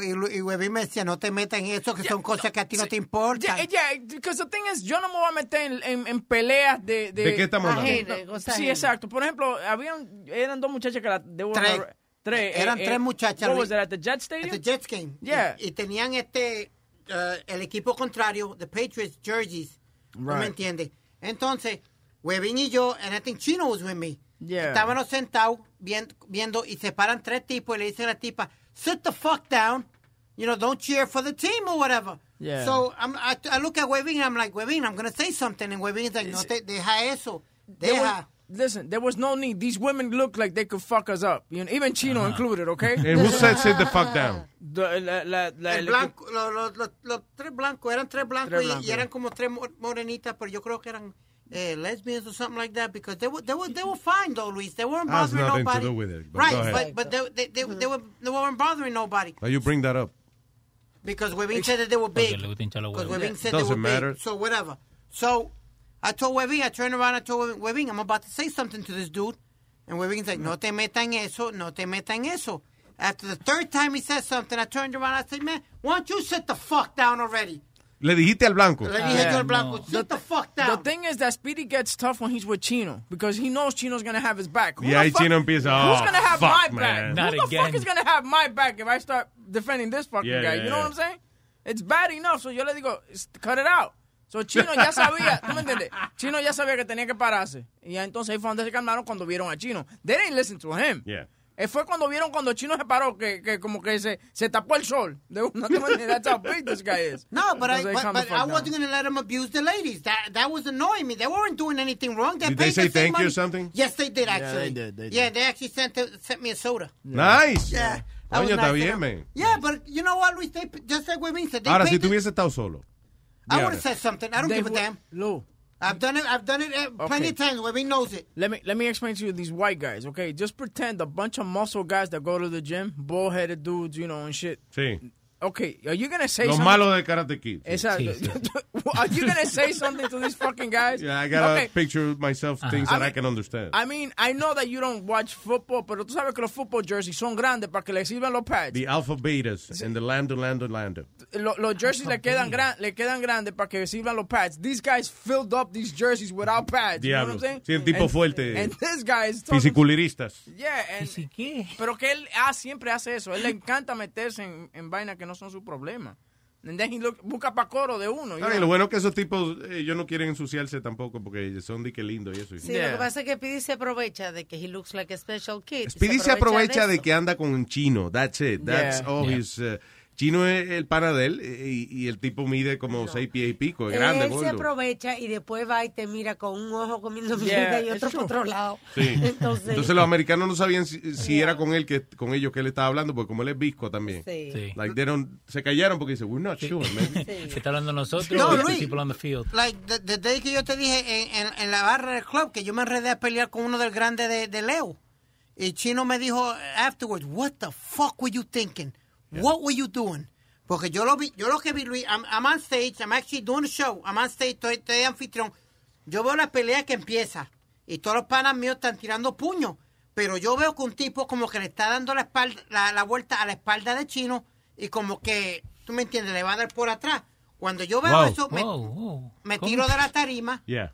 Speaker 8: Y, Lu- y Webby me decía, no te metas en eso, que son cosas que a ti no te importan.
Speaker 6: Yeah, yeah, because the thing is, yo no me voy a meter en, en- en peleas de...
Speaker 8: ¿De qué estamos hablando?
Speaker 6: Ajena,
Speaker 8: Ajena,
Speaker 6: Sí,
Speaker 8: cosas ajenas.
Speaker 6: exacto. Por ejemplo, habían, eran dos muchachas que la... debo-
Speaker 8: Tres. E-,
Speaker 6: Tres.
Speaker 8: Eran
Speaker 6: eh,
Speaker 8: tres
Speaker 6: eh,
Speaker 8: muchachas,
Speaker 6: what was
Speaker 8: Luis.
Speaker 6: that, at the Jets Stadium?
Speaker 8: At the Jets game.
Speaker 6: Yeah.
Speaker 8: Y, y tenían este eh, el equipo contrario, the Patriots jerseys. ¿No me
Speaker 6: Right.
Speaker 8: entiendes? Entonces, Webin y yo, and I think Chino was with me.
Speaker 6: Yeah.
Speaker 8: Estábamos sentados viendo, viendo y se paran tres tipos y le dicen a la tipa, sit the fuck down. You know, don't cheer for the team or whatever.
Speaker 6: Yeah.
Speaker 8: So I'm, I, I look at Webin and I'm like, Webin, I'm going to say something. And Webin is like, no te deja eso.
Speaker 6: There was-
Speaker 8: Deja.
Speaker 6: listen, there was no need. These women looked like they could fuck us up. You know, even Chino included, okay?
Speaker 7: And who said sit the fuck down?
Speaker 6: The- la- la- la-
Speaker 8: El blanco, lo- lo- lo- los tres blancos, eran tres blancos,
Speaker 6: Tres
Speaker 8: y-
Speaker 6: blancos.
Speaker 8: y, eran como tres mo- morenitas, pero yo creo que eran eh, lesbians or something like that, because they were, they were, they were fine though, Luis. They weren't
Speaker 7: Has
Speaker 8: bothering
Speaker 7: Ah, nothing to
Speaker 8: nobody.
Speaker 7: do with it, but go
Speaker 8: right,
Speaker 7: ahead.
Speaker 8: but, but they, they, they, they, were, they weren't bothering nobody,
Speaker 7: Why you bring that up?
Speaker 8: because Webin said that they were big. Because Webin said they
Speaker 7: Doesn't
Speaker 8: were
Speaker 7: matter.
Speaker 8: big, so whatever. So I told Webin, I turned around, I told Webin, Webin, I'm about to say something to this dude. And Webin's like, no te metan eso, no te metan eso. After the third time he said something, I turned around, I said, man, why don't you sit the fuck down already?
Speaker 7: Le dijiste al blanco.
Speaker 8: Le dije yo al blanco, sit the fuck down.
Speaker 6: The thing is that Speedy gets tough when he's with Chino because he knows Chino's gonna have his back. Who
Speaker 7: Y ahí
Speaker 6: the fuck-
Speaker 7: Chino empieza,
Speaker 6: Who's
Speaker 7: "Oh,
Speaker 6: gonna have
Speaker 7: fuck,
Speaker 6: my
Speaker 7: man."
Speaker 6: back?
Speaker 7: Not
Speaker 6: Who the
Speaker 7: again.
Speaker 6: fuck is gonna have my back if I start defending this fucking
Speaker 7: Yeah,
Speaker 6: guy?
Speaker 7: yeah,
Speaker 6: you know
Speaker 7: yeah.
Speaker 6: what I'm saying? It's bad enough. So yo le digo, "S- cut it out. So Chino
Speaker 7: [LAUGHS]
Speaker 6: ya sabía, ¿tú me entiendes? Chino ya sabía que tenía que pararse. Y entonces ahí fue donde se calmaron cuando vieron a Chino. They didn't listen to him.
Speaker 7: Yeah.
Speaker 6: Eh, Fue cuando vieron cuando Chino se paró que, que como que se, se tapó el sol. De una ¿tú me entiendes? That's how big this guy is.
Speaker 8: No, but I,
Speaker 6: Entonces,
Speaker 8: but,
Speaker 6: calm
Speaker 8: but
Speaker 6: the fuck
Speaker 8: I
Speaker 6: down.
Speaker 8: wasn't going to let him abuse the ladies. That that was annoying me. They weren't doing anything wrong. They
Speaker 7: Did they
Speaker 8: paid the
Speaker 7: say
Speaker 8: same
Speaker 7: thank you
Speaker 8: money.
Speaker 7: or something?
Speaker 8: Yes, they did
Speaker 7: Yeah,
Speaker 8: actually.
Speaker 7: they did, they did.
Speaker 8: Yeah, they actually sent sent me a soda.
Speaker 7: Nice.
Speaker 8: Yeah. that was
Speaker 7: Coño, está
Speaker 8: nice
Speaker 7: bien,
Speaker 8: of them.
Speaker 7: man.
Speaker 8: Yeah, but you know what, Luis? They just like Webin said. They
Speaker 7: Ahora,
Speaker 8: paid
Speaker 7: si
Speaker 8: the-
Speaker 7: tuviese estado solo.
Speaker 8: I
Speaker 7: Yeah.
Speaker 8: would have said something. I don't
Speaker 6: They
Speaker 8: give a
Speaker 6: would-
Speaker 8: damn.
Speaker 6: No.
Speaker 8: I've done it. I've done it uh, plenty of times. Webin knows it.
Speaker 6: Let me let me explain to you these white guys, okay? Just pretend a bunch of muscle guys that go to the gym, bald headed dudes, you know, and shit.
Speaker 7: Sí.
Speaker 6: Okay, are you gonna say
Speaker 7: Los
Speaker 6: something?
Speaker 7: malos de Karate Kid.
Speaker 6: Exacto. [LAUGHS] are you gonna say something to these fucking guys?
Speaker 7: Yeah, I gotta
Speaker 6: Okay,
Speaker 7: picture myself things
Speaker 6: Ajá.
Speaker 7: that I can understand.
Speaker 6: I mean, I know that you don't watch football, pero tú sabes que los football jerseys son grandes para que le sirvan los pads.
Speaker 7: The alpha betas and the lambda, lambda, lambda.
Speaker 6: Lo- los jerseys le quedan, gran, le quedan grandes para que sirvan los pads. These guys filled up these jerseys without pads. You know what
Speaker 7: Diablo.
Speaker 6: I'm saying?
Speaker 7: Sí, el tipo
Speaker 6: And-
Speaker 7: fuerte.
Speaker 6: And this guy is talking
Speaker 7: Fisiculiristas.
Speaker 6: Yeah, and- Pero que él ah, siempre hace eso. Él le encanta meterse en, en vainas que no son su problema. And then he look- busca pa' coro de uno. you
Speaker 7: Está bien,
Speaker 6: know.
Speaker 7: lo bueno es que esos tipos, eh, ellos no quieren ensuciarse tampoco porque son de que lindo y eso.
Speaker 25: Sí, lo que pasa es que Pidi se aprovecha de que he looks like a special kid.
Speaker 7: Speedy se aprovecha de
Speaker 25: eso.
Speaker 7: que anda con un chino. That's it. That's
Speaker 25: Yeah.
Speaker 7: all
Speaker 25: Yeah.
Speaker 7: his. uh, Chino es el pana de él eh, y, y el tipo mide como seis pies y pico. Es grande,
Speaker 25: él se
Speaker 7: gordo.
Speaker 25: aprovecha y después va y te mira con un ojo comiendo
Speaker 6: Yeah,
Speaker 25: mierda y
Speaker 6: it's
Speaker 25: otro por
Speaker 6: true.
Speaker 25: otro lado.
Speaker 7: Sí.
Speaker 25: [LAUGHS] Entonces,
Speaker 7: Entonces, los americanos no sabían si, si era con él que con ellos que él estaba hablando, porque como él es visco también.
Speaker 25: Sí.
Speaker 9: Sí.
Speaker 7: Like, they don't- se callaron porque dice, we're not sure,
Speaker 25: [LAUGHS]
Speaker 7: man.
Speaker 9: Se está hablando nosotros,
Speaker 25: No,
Speaker 9: o the
Speaker 25: Luis.
Speaker 9: people on the field.
Speaker 8: Like, the, the day que yo te dije en, en- en la barra del club que yo me enredé a pelear con uno del grande de, de Leo. Y Chino me dijo eh, afterwards, what the fuck were you thinking? What were you doing? Porque yo lo vi, yo lo que vi, Luis, I'm, I'm on stage, I'm actually doing a show, I'm on stage, estoy, estoy anfitrión. Yo veo la pelea que empieza y todos los panas míos están tirando puños. Pero yo veo que un tipo como que le está dando la, espalda, la, la vuelta a la espalda de Chino y como que, tú me entiendes, le va a dar por atrás. Cuando yo veo
Speaker 9: Wow.
Speaker 25: eso, me,
Speaker 9: Wow, wow.
Speaker 25: me
Speaker 9: ¿Cómo?
Speaker 25: tiro de la tarima
Speaker 7: Yeah.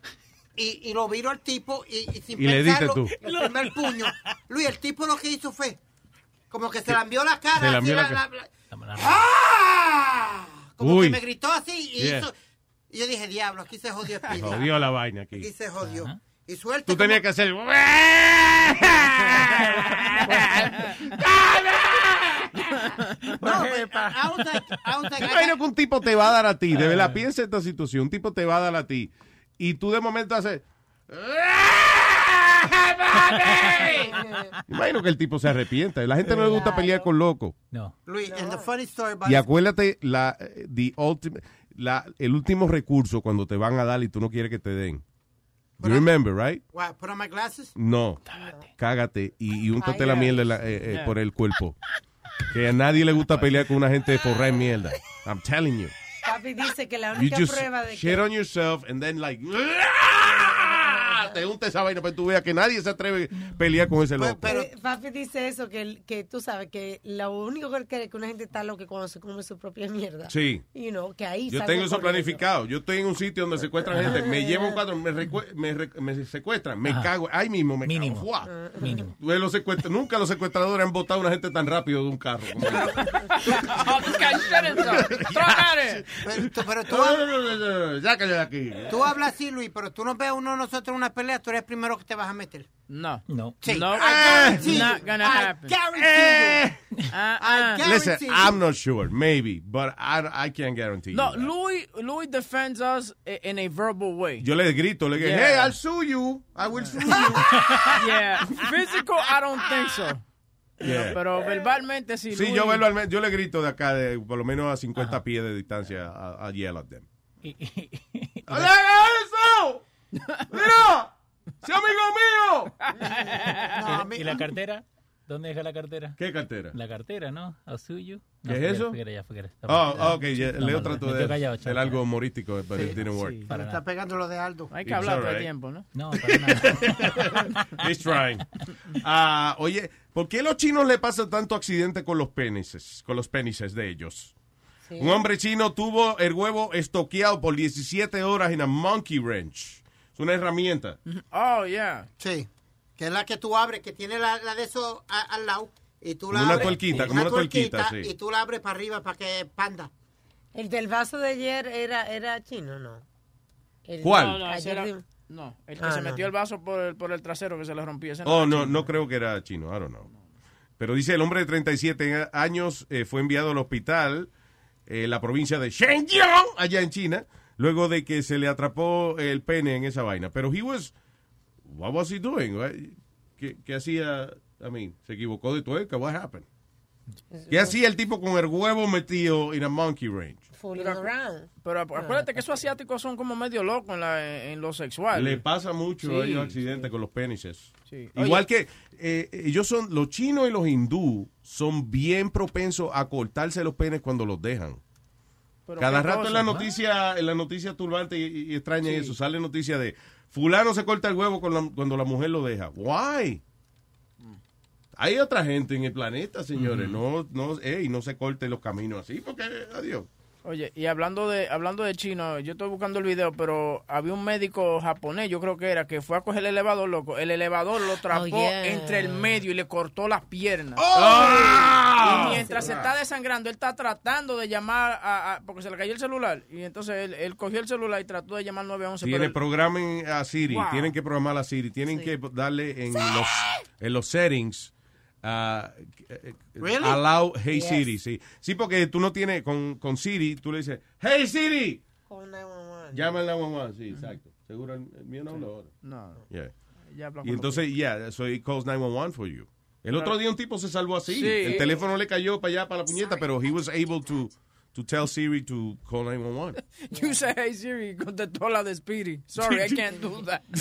Speaker 25: y, y lo viro al tipo y, y sin
Speaker 7: Y le diste
Speaker 25: pensarlo,
Speaker 7: tú.
Speaker 25: el primer puño. Luis, el tipo lo que hizo fue como que se la envió la cara.
Speaker 7: Se la
Speaker 25: así,
Speaker 7: envió la
Speaker 25: la-
Speaker 7: cara.
Speaker 25: la- la- ¡Ah! Como
Speaker 7: Uy.
Speaker 25: que me gritó así y
Speaker 7: Yeah.
Speaker 25: hizo- y yo dije, diablo, aquí se jodió.
Speaker 7: Se
Speaker 25: Speedy".
Speaker 7: jodió la vaina aquí.
Speaker 25: Aquí se jodió. Y suerte.
Speaker 7: Tú tenías que
Speaker 25: [LAUGHS]
Speaker 7: hacer.
Speaker 25: No, pues, but I was like, I
Speaker 7: [LAUGHS]
Speaker 25: was like,
Speaker 7: Yo
Speaker 25: I
Speaker 7: imagino que un tipo te va a dar a ti, de verdad, piensa esta situación, un tipo te va a dar a ti y tú de momento haces, imagino que el tipo se arrepienta, la gente no le gusta pelear con loco.
Speaker 9: No.
Speaker 25: Luis, and the funny story about
Speaker 7: Y acuérdate la eh, the ultimate- la- el último recurso cuando te van a dar y tú no quieres que te den. You remember, right?
Speaker 25: What, put on my
Speaker 7: [LAUGHS]
Speaker 25: glasses?
Speaker 7: No. Cágate, y, y úntate la
Speaker 25: Ay,
Speaker 7: mierda en la- eh, eh,
Speaker 25: Yeah.
Speaker 7: por el cuerpo. Que a nadie le gusta pelear con una gente forrada en mierda. I'm telling you.
Speaker 25: Papi dice que la
Speaker 7: You
Speaker 25: única
Speaker 7: just
Speaker 25: prueba de
Speaker 7: shit
Speaker 25: que...
Speaker 7: on yourself and then like ¡ah! te unta esa vaina para que tú veas que nadie se atreve a pelear con ese loco.
Speaker 25: Eh, Papi dice eso, que, el- que tú sabes que lo único que él cree es que una gente está loca cuando se come su propia mierda.
Speaker 7: Sí.
Speaker 25: You know, que ahí
Speaker 7: Yo
Speaker 25: salgo
Speaker 7: tengo eso
Speaker 25: corriendo.
Speaker 7: planificado. Yo estoy en un sitio donde secuestran gente.
Speaker 6: Ah.
Speaker 7: Me llevan cuatro, me, recue- me, re- me secuestran, me
Speaker 9: Ajá.
Speaker 7: cago. Ahí mismo me
Speaker 9: Mínimo.
Speaker 7: cago. ¡Fua!
Speaker 9: Mínimo.
Speaker 7: Güey, los secuestra- Nunca los secuestradores han botado a una gente tan rápido de un carro. como yo.
Speaker 25: [LAUGHS] Pero tú- pero tú,
Speaker 7: Sácale de aquí.
Speaker 25: tú hablas así, Luis, pero tú no ves a uno de nosotros en una pelea, tú eres el primero que te vas a meter.
Speaker 6: No.
Speaker 9: No.
Speaker 25: Sí.
Speaker 6: No,
Speaker 25: Ah,
Speaker 6: it's
Speaker 25: sí.
Speaker 7: Eh.
Speaker 6: not gonna
Speaker 25: I
Speaker 6: happen. Eh.
Speaker 25: guarantee
Speaker 6: Ah, ah.
Speaker 7: Listen, I'm not sure. Maybe, but I, I can't guarantee.
Speaker 6: No,
Speaker 7: you.
Speaker 6: Louis, Louis defends us i- in a verbal way.
Speaker 7: Yo le grito, le digo, hey,
Speaker 6: Yeah.
Speaker 7: I'll sue you. I will sue you.
Speaker 6: [LAUGHS] yeah. Physical, I don't think so.
Speaker 7: Yeah.
Speaker 6: Pero verbalmente sí.
Speaker 7: Sí,
Speaker 6: Louis-
Speaker 7: yo, verlo al men- yo le grito de acá, de por lo menos a 50 pies de distancia, a, a yell at them.
Speaker 1: eso! ¡Mira!
Speaker 7: ¡Sea amigo mío!
Speaker 9: ¿Y la cartera? ¿Dónde deja la cartera?
Speaker 7: ¿Qué cartera?
Speaker 9: La cartera, ¿no? ¿A suyo?
Speaker 7: ¿Qué es eso?
Speaker 9: Fuera, ya, fuera.
Speaker 7: Oh, ok, ya, Leo trató de
Speaker 9: Callado,
Speaker 7: hacer algo humorístico, pero it didn't work.
Speaker 25: Pero está pegando lo de Aldo.
Speaker 6: Hay
Speaker 7: que It's hablar all todo el right.
Speaker 6: tiempo, ¿no?
Speaker 9: No, para nada.
Speaker 7: [LAUGHS] He's trying. Ah, oye, ¿por qué a los chinos le pasa tanto accidente con los penises, con los penises de ellos? Un hombre chino tuvo el huevo estoqueado por 17 horas en a monkey wrench. Es una herramienta.
Speaker 6: Oh, yeah.
Speaker 25: Sí. Que es la que tú abres, que tiene la, la de eso a- al lado. Y tú la
Speaker 7: Como una
Speaker 25: abres,
Speaker 7: tuerquita, como una tuerquita, sí.
Speaker 25: Y tú la abres para arriba para que panda. El del vaso de ayer era, era chino, ¿no?
Speaker 7: ¿Cuál?
Speaker 6: No, no, ese era-
Speaker 7: [LAUGHS]
Speaker 6: Ah, no, el que se metió el vaso por el, por el trasero que se le rompió. Ese
Speaker 7: Oh,
Speaker 6: era
Speaker 7: no,
Speaker 6: chino.
Speaker 7: no creo que era chino, I don't know. Pero dice el hombre de 37 años eh, fue enviado al hospital eh, en la provincia de Shenyang, allá en China, luego de que se le atrapó el pene en esa vaina. Pero he was, what was he doing? What- ¿Qué, qué hacía? I mean, se equivocó de tuerca, what happened? ¿Qué hacía el tipo con el huevo metido en a monkey range?
Speaker 6: Pero- Pero acu- acuérdate que esos asiáticos son como medio locos en, la- en- en lo sexual.
Speaker 7: Le pasa mucho a
Speaker 6: Sí,
Speaker 7: ellos accidentes con los penises.
Speaker 6: Sí.
Speaker 7: Igual que
Speaker 6: Oye,
Speaker 7: eh, ellos son, los chinos y los hindú son bien propensos a cortarse los penes cuando los dejan.
Speaker 14: Pero
Speaker 7: Cada
Speaker 14: qué
Speaker 7: rato en la
Speaker 14: cosa,
Speaker 7: noticia, en la noticia turbante y, y extraña y
Speaker 14: Sí.
Speaker 7: eso, sale noticia de fulano se corta el huevo con la- cuando la mujer lo deja. Why? Hay otra gente en el planeta, señores. No, no, ey, no se corten los caminos así porque adiós.
Speaker 6: Oye, y hablando de hablando de chino, yo estoy buscando el video, pero había un médico japonés, yo creo que era, que fue a coger el elevador, loco. El elevador lo atrapó
Speaker 5: Oh,
Speaker 25: yeah.
Speaker 6: entre el medio y le cortó las piernas.
Speaker 25: ¡Oh!
Speaker 6: Y mientras se está desangrando, él está tratando de llamar a, a- porque se le cayó el celular. Y entonces él, él cogió el celular y trató de llamar 911. pero
Speaker 7: Tiene
Speaker 6: él-
Speaker 7: programen a Siri,
Speaker 6: Wow.
Speaker 7: tienen que programar a Siri, tienen que darle en los en los settings Ah, eh,
Speaker 8: Really?
Speaker 7: Allow Hey
Speaker 8: Yes.
Speaker 7: Siri, sí. Sí, porque tú no tienes, con, con Siri, tú le dices, Hey Siri, llama al 911, sí, exacto. Seguro el el mío no habla ahora.
Speaker 6: No.
Speaker 7: Yeah.
Speaker 6: Ya hablamos
Speaker 7: Y entonces, yeah, so it calls 911 for you. El otro día un tipo se salvó así.
Speaker 6: Sí.
Speaker 7: El teléfono le cayó para allá, para la puñeta, pero he was able to, to tell Siri to call 911.
Speaker 6: [LAUGHS] You say, hey Siri, contestó la de [LAUGHS] Speedy. Sorry, I can't do that. [LAUGHS]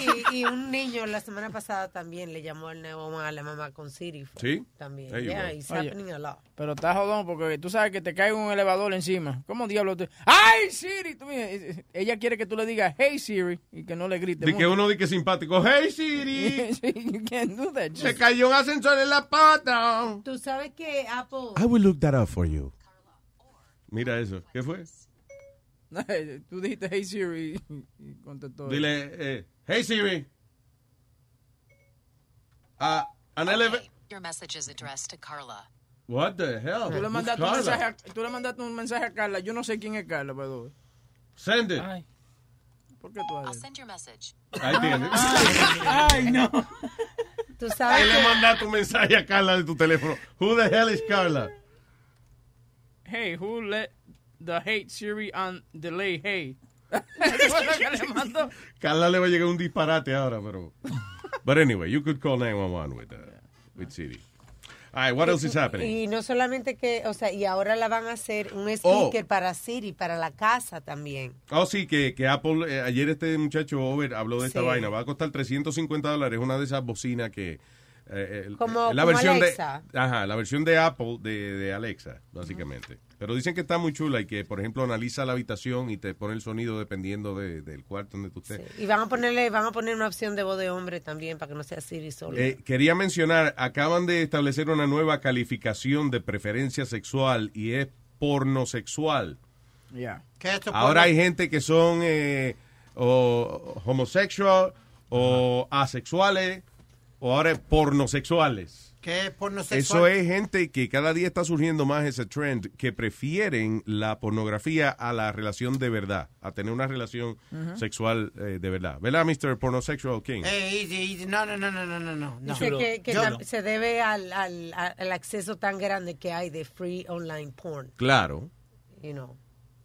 Speaker 25: Y, y- y un niño la semana pasada también le llamó el nuevo a la mamá con Siri. fue-
Speaker 6: Sí.
Speaker 25: También.
Speaker 6: There you
Speaker 25: Yeah,
Speaker 6: go.
Speaker 25: it's
Speaker 6: Oye.
Speaker 25: happening a lot.
Speaker 6: Pero está jodón porque tú sabes que te cae un elevador encima. ¿Cómo diablo te.? ¡Ay, Siri! Tú mira, eh, ella quiere que tú le digas, hey Siri, y que no le grites.
Speaker 7: De que
Speaker 6: mucho.
Speaker 7: uno di que simpático, Hey Siri,
Speaker 6: [LAUGHS] Sí, you can't do that.
Speaker 7: se cayó un ascensor en
Speaker 6: [LAUGHS]
Speaker 7: la pata.
Speaker 25: Tú sabes que Apple.
Speaker 7: I will look that up for you. Mira eso. ¿Qué fue?
Speaker 6: eh, Tú dijiste, hey Siri, y contestó.
Speaker 7: Dile, eh, hey Siri. Ah, an eleva-
Speaker 4: Your message is addressed to Carla.
Speaker 7: What the hell?
Speaker 6: Tú le,
Speaker 7: Who's
Speaker 6: mandaste un
Speaker 7: Carla?
Speaker 6: mensaje a, tú le mandaste un mensaje a Carla. Yo no sé quién es Carla, pero.
Speaker 7: Send it.
Speaker 6: ¿Por qué tú
Speaker 4: I'll
Speaker 6: haces?
Speaker 4: send your message.
Speaker 7: Ahí
Speaker 25: [LAUGHS]
Speaker 7: tienes.
Speaker 6: Ay, no.
Speaker 25: Tú
Speaker 7: Ahí
Speaker 25: sabes
Speaker 7: le
Speaker 25: que.
Speaker 7: mandaste un mensaje a Carla de tu teléfono. Who the hell is Carla?
Speaker 6: Hey, who let the hate Siri on delay? [LAUGHS] Hey. Eso fue lo que le mandó.
Speaker 7: Carla le va a llegar un disparate ahora,
Speaker 6: [LAUGHS]
Speaker 7: pero. But anyway, you could call 911 with, uh, with Siri. All right, what else is happening?
Speaker 25: Y no solamente que, o sea, y ahora la van a hacer un sticker para Siri, para la casa también.
Speaker 7: Oh, sí, que, que Apple, eh, ayer este muchacho Over habló de esta
Speaker 25: Sí.
Speaker 7: vaina. Va a costar 350 dólares una de esas bocinas que. eh, el-
Speaker 25: Como-
Speaker 7: la
Speaker 25: como
Speaker 7: versión
Speaker 25: Alexa.
Speaker 7: de ajá la versión de Apple de, de Alexa básicamente pero dicen que está muy chula y que por ejemplo analiza la habitación y te pone el sonido dependiendo de- del cuarto donde tú estés
Speaker 25: Y van a ponerle, van a poner una opción de voz de hombre también para que no sea Siri solo.
Speaker 7: Eh, quería mencionar, acaban de establecer una nueva calificación de preferencia sexual y es pornosexual.
Speaker 6: Yeah.
Speaker 7: Ahora hay gente que son eh, o homosexual o asexuales o ahora es pornosexuales.
Speaker 8: ¿Qué es pornosexual?
Speaker 7: Eso es gente que cada día está surgiendo más ese trend que prefieren la pornografía a la relación de verdad, a tener una relación
Speaker 8: Ujú.
Speaker 7: sexual eh, de verdad. ¿Verdad, Mr. Pornosexual King?
Speaker 8: Eh, easy, easy. No, no, no, no, no, no, no. no.
Speaker 25: Dice que, que
Speaker 8: Yo-
Speaker 25: tam- se debe al, al- al acceso tan grande que hay de free online porn,
Speaker 7: Claro.
Speaker 25: you know.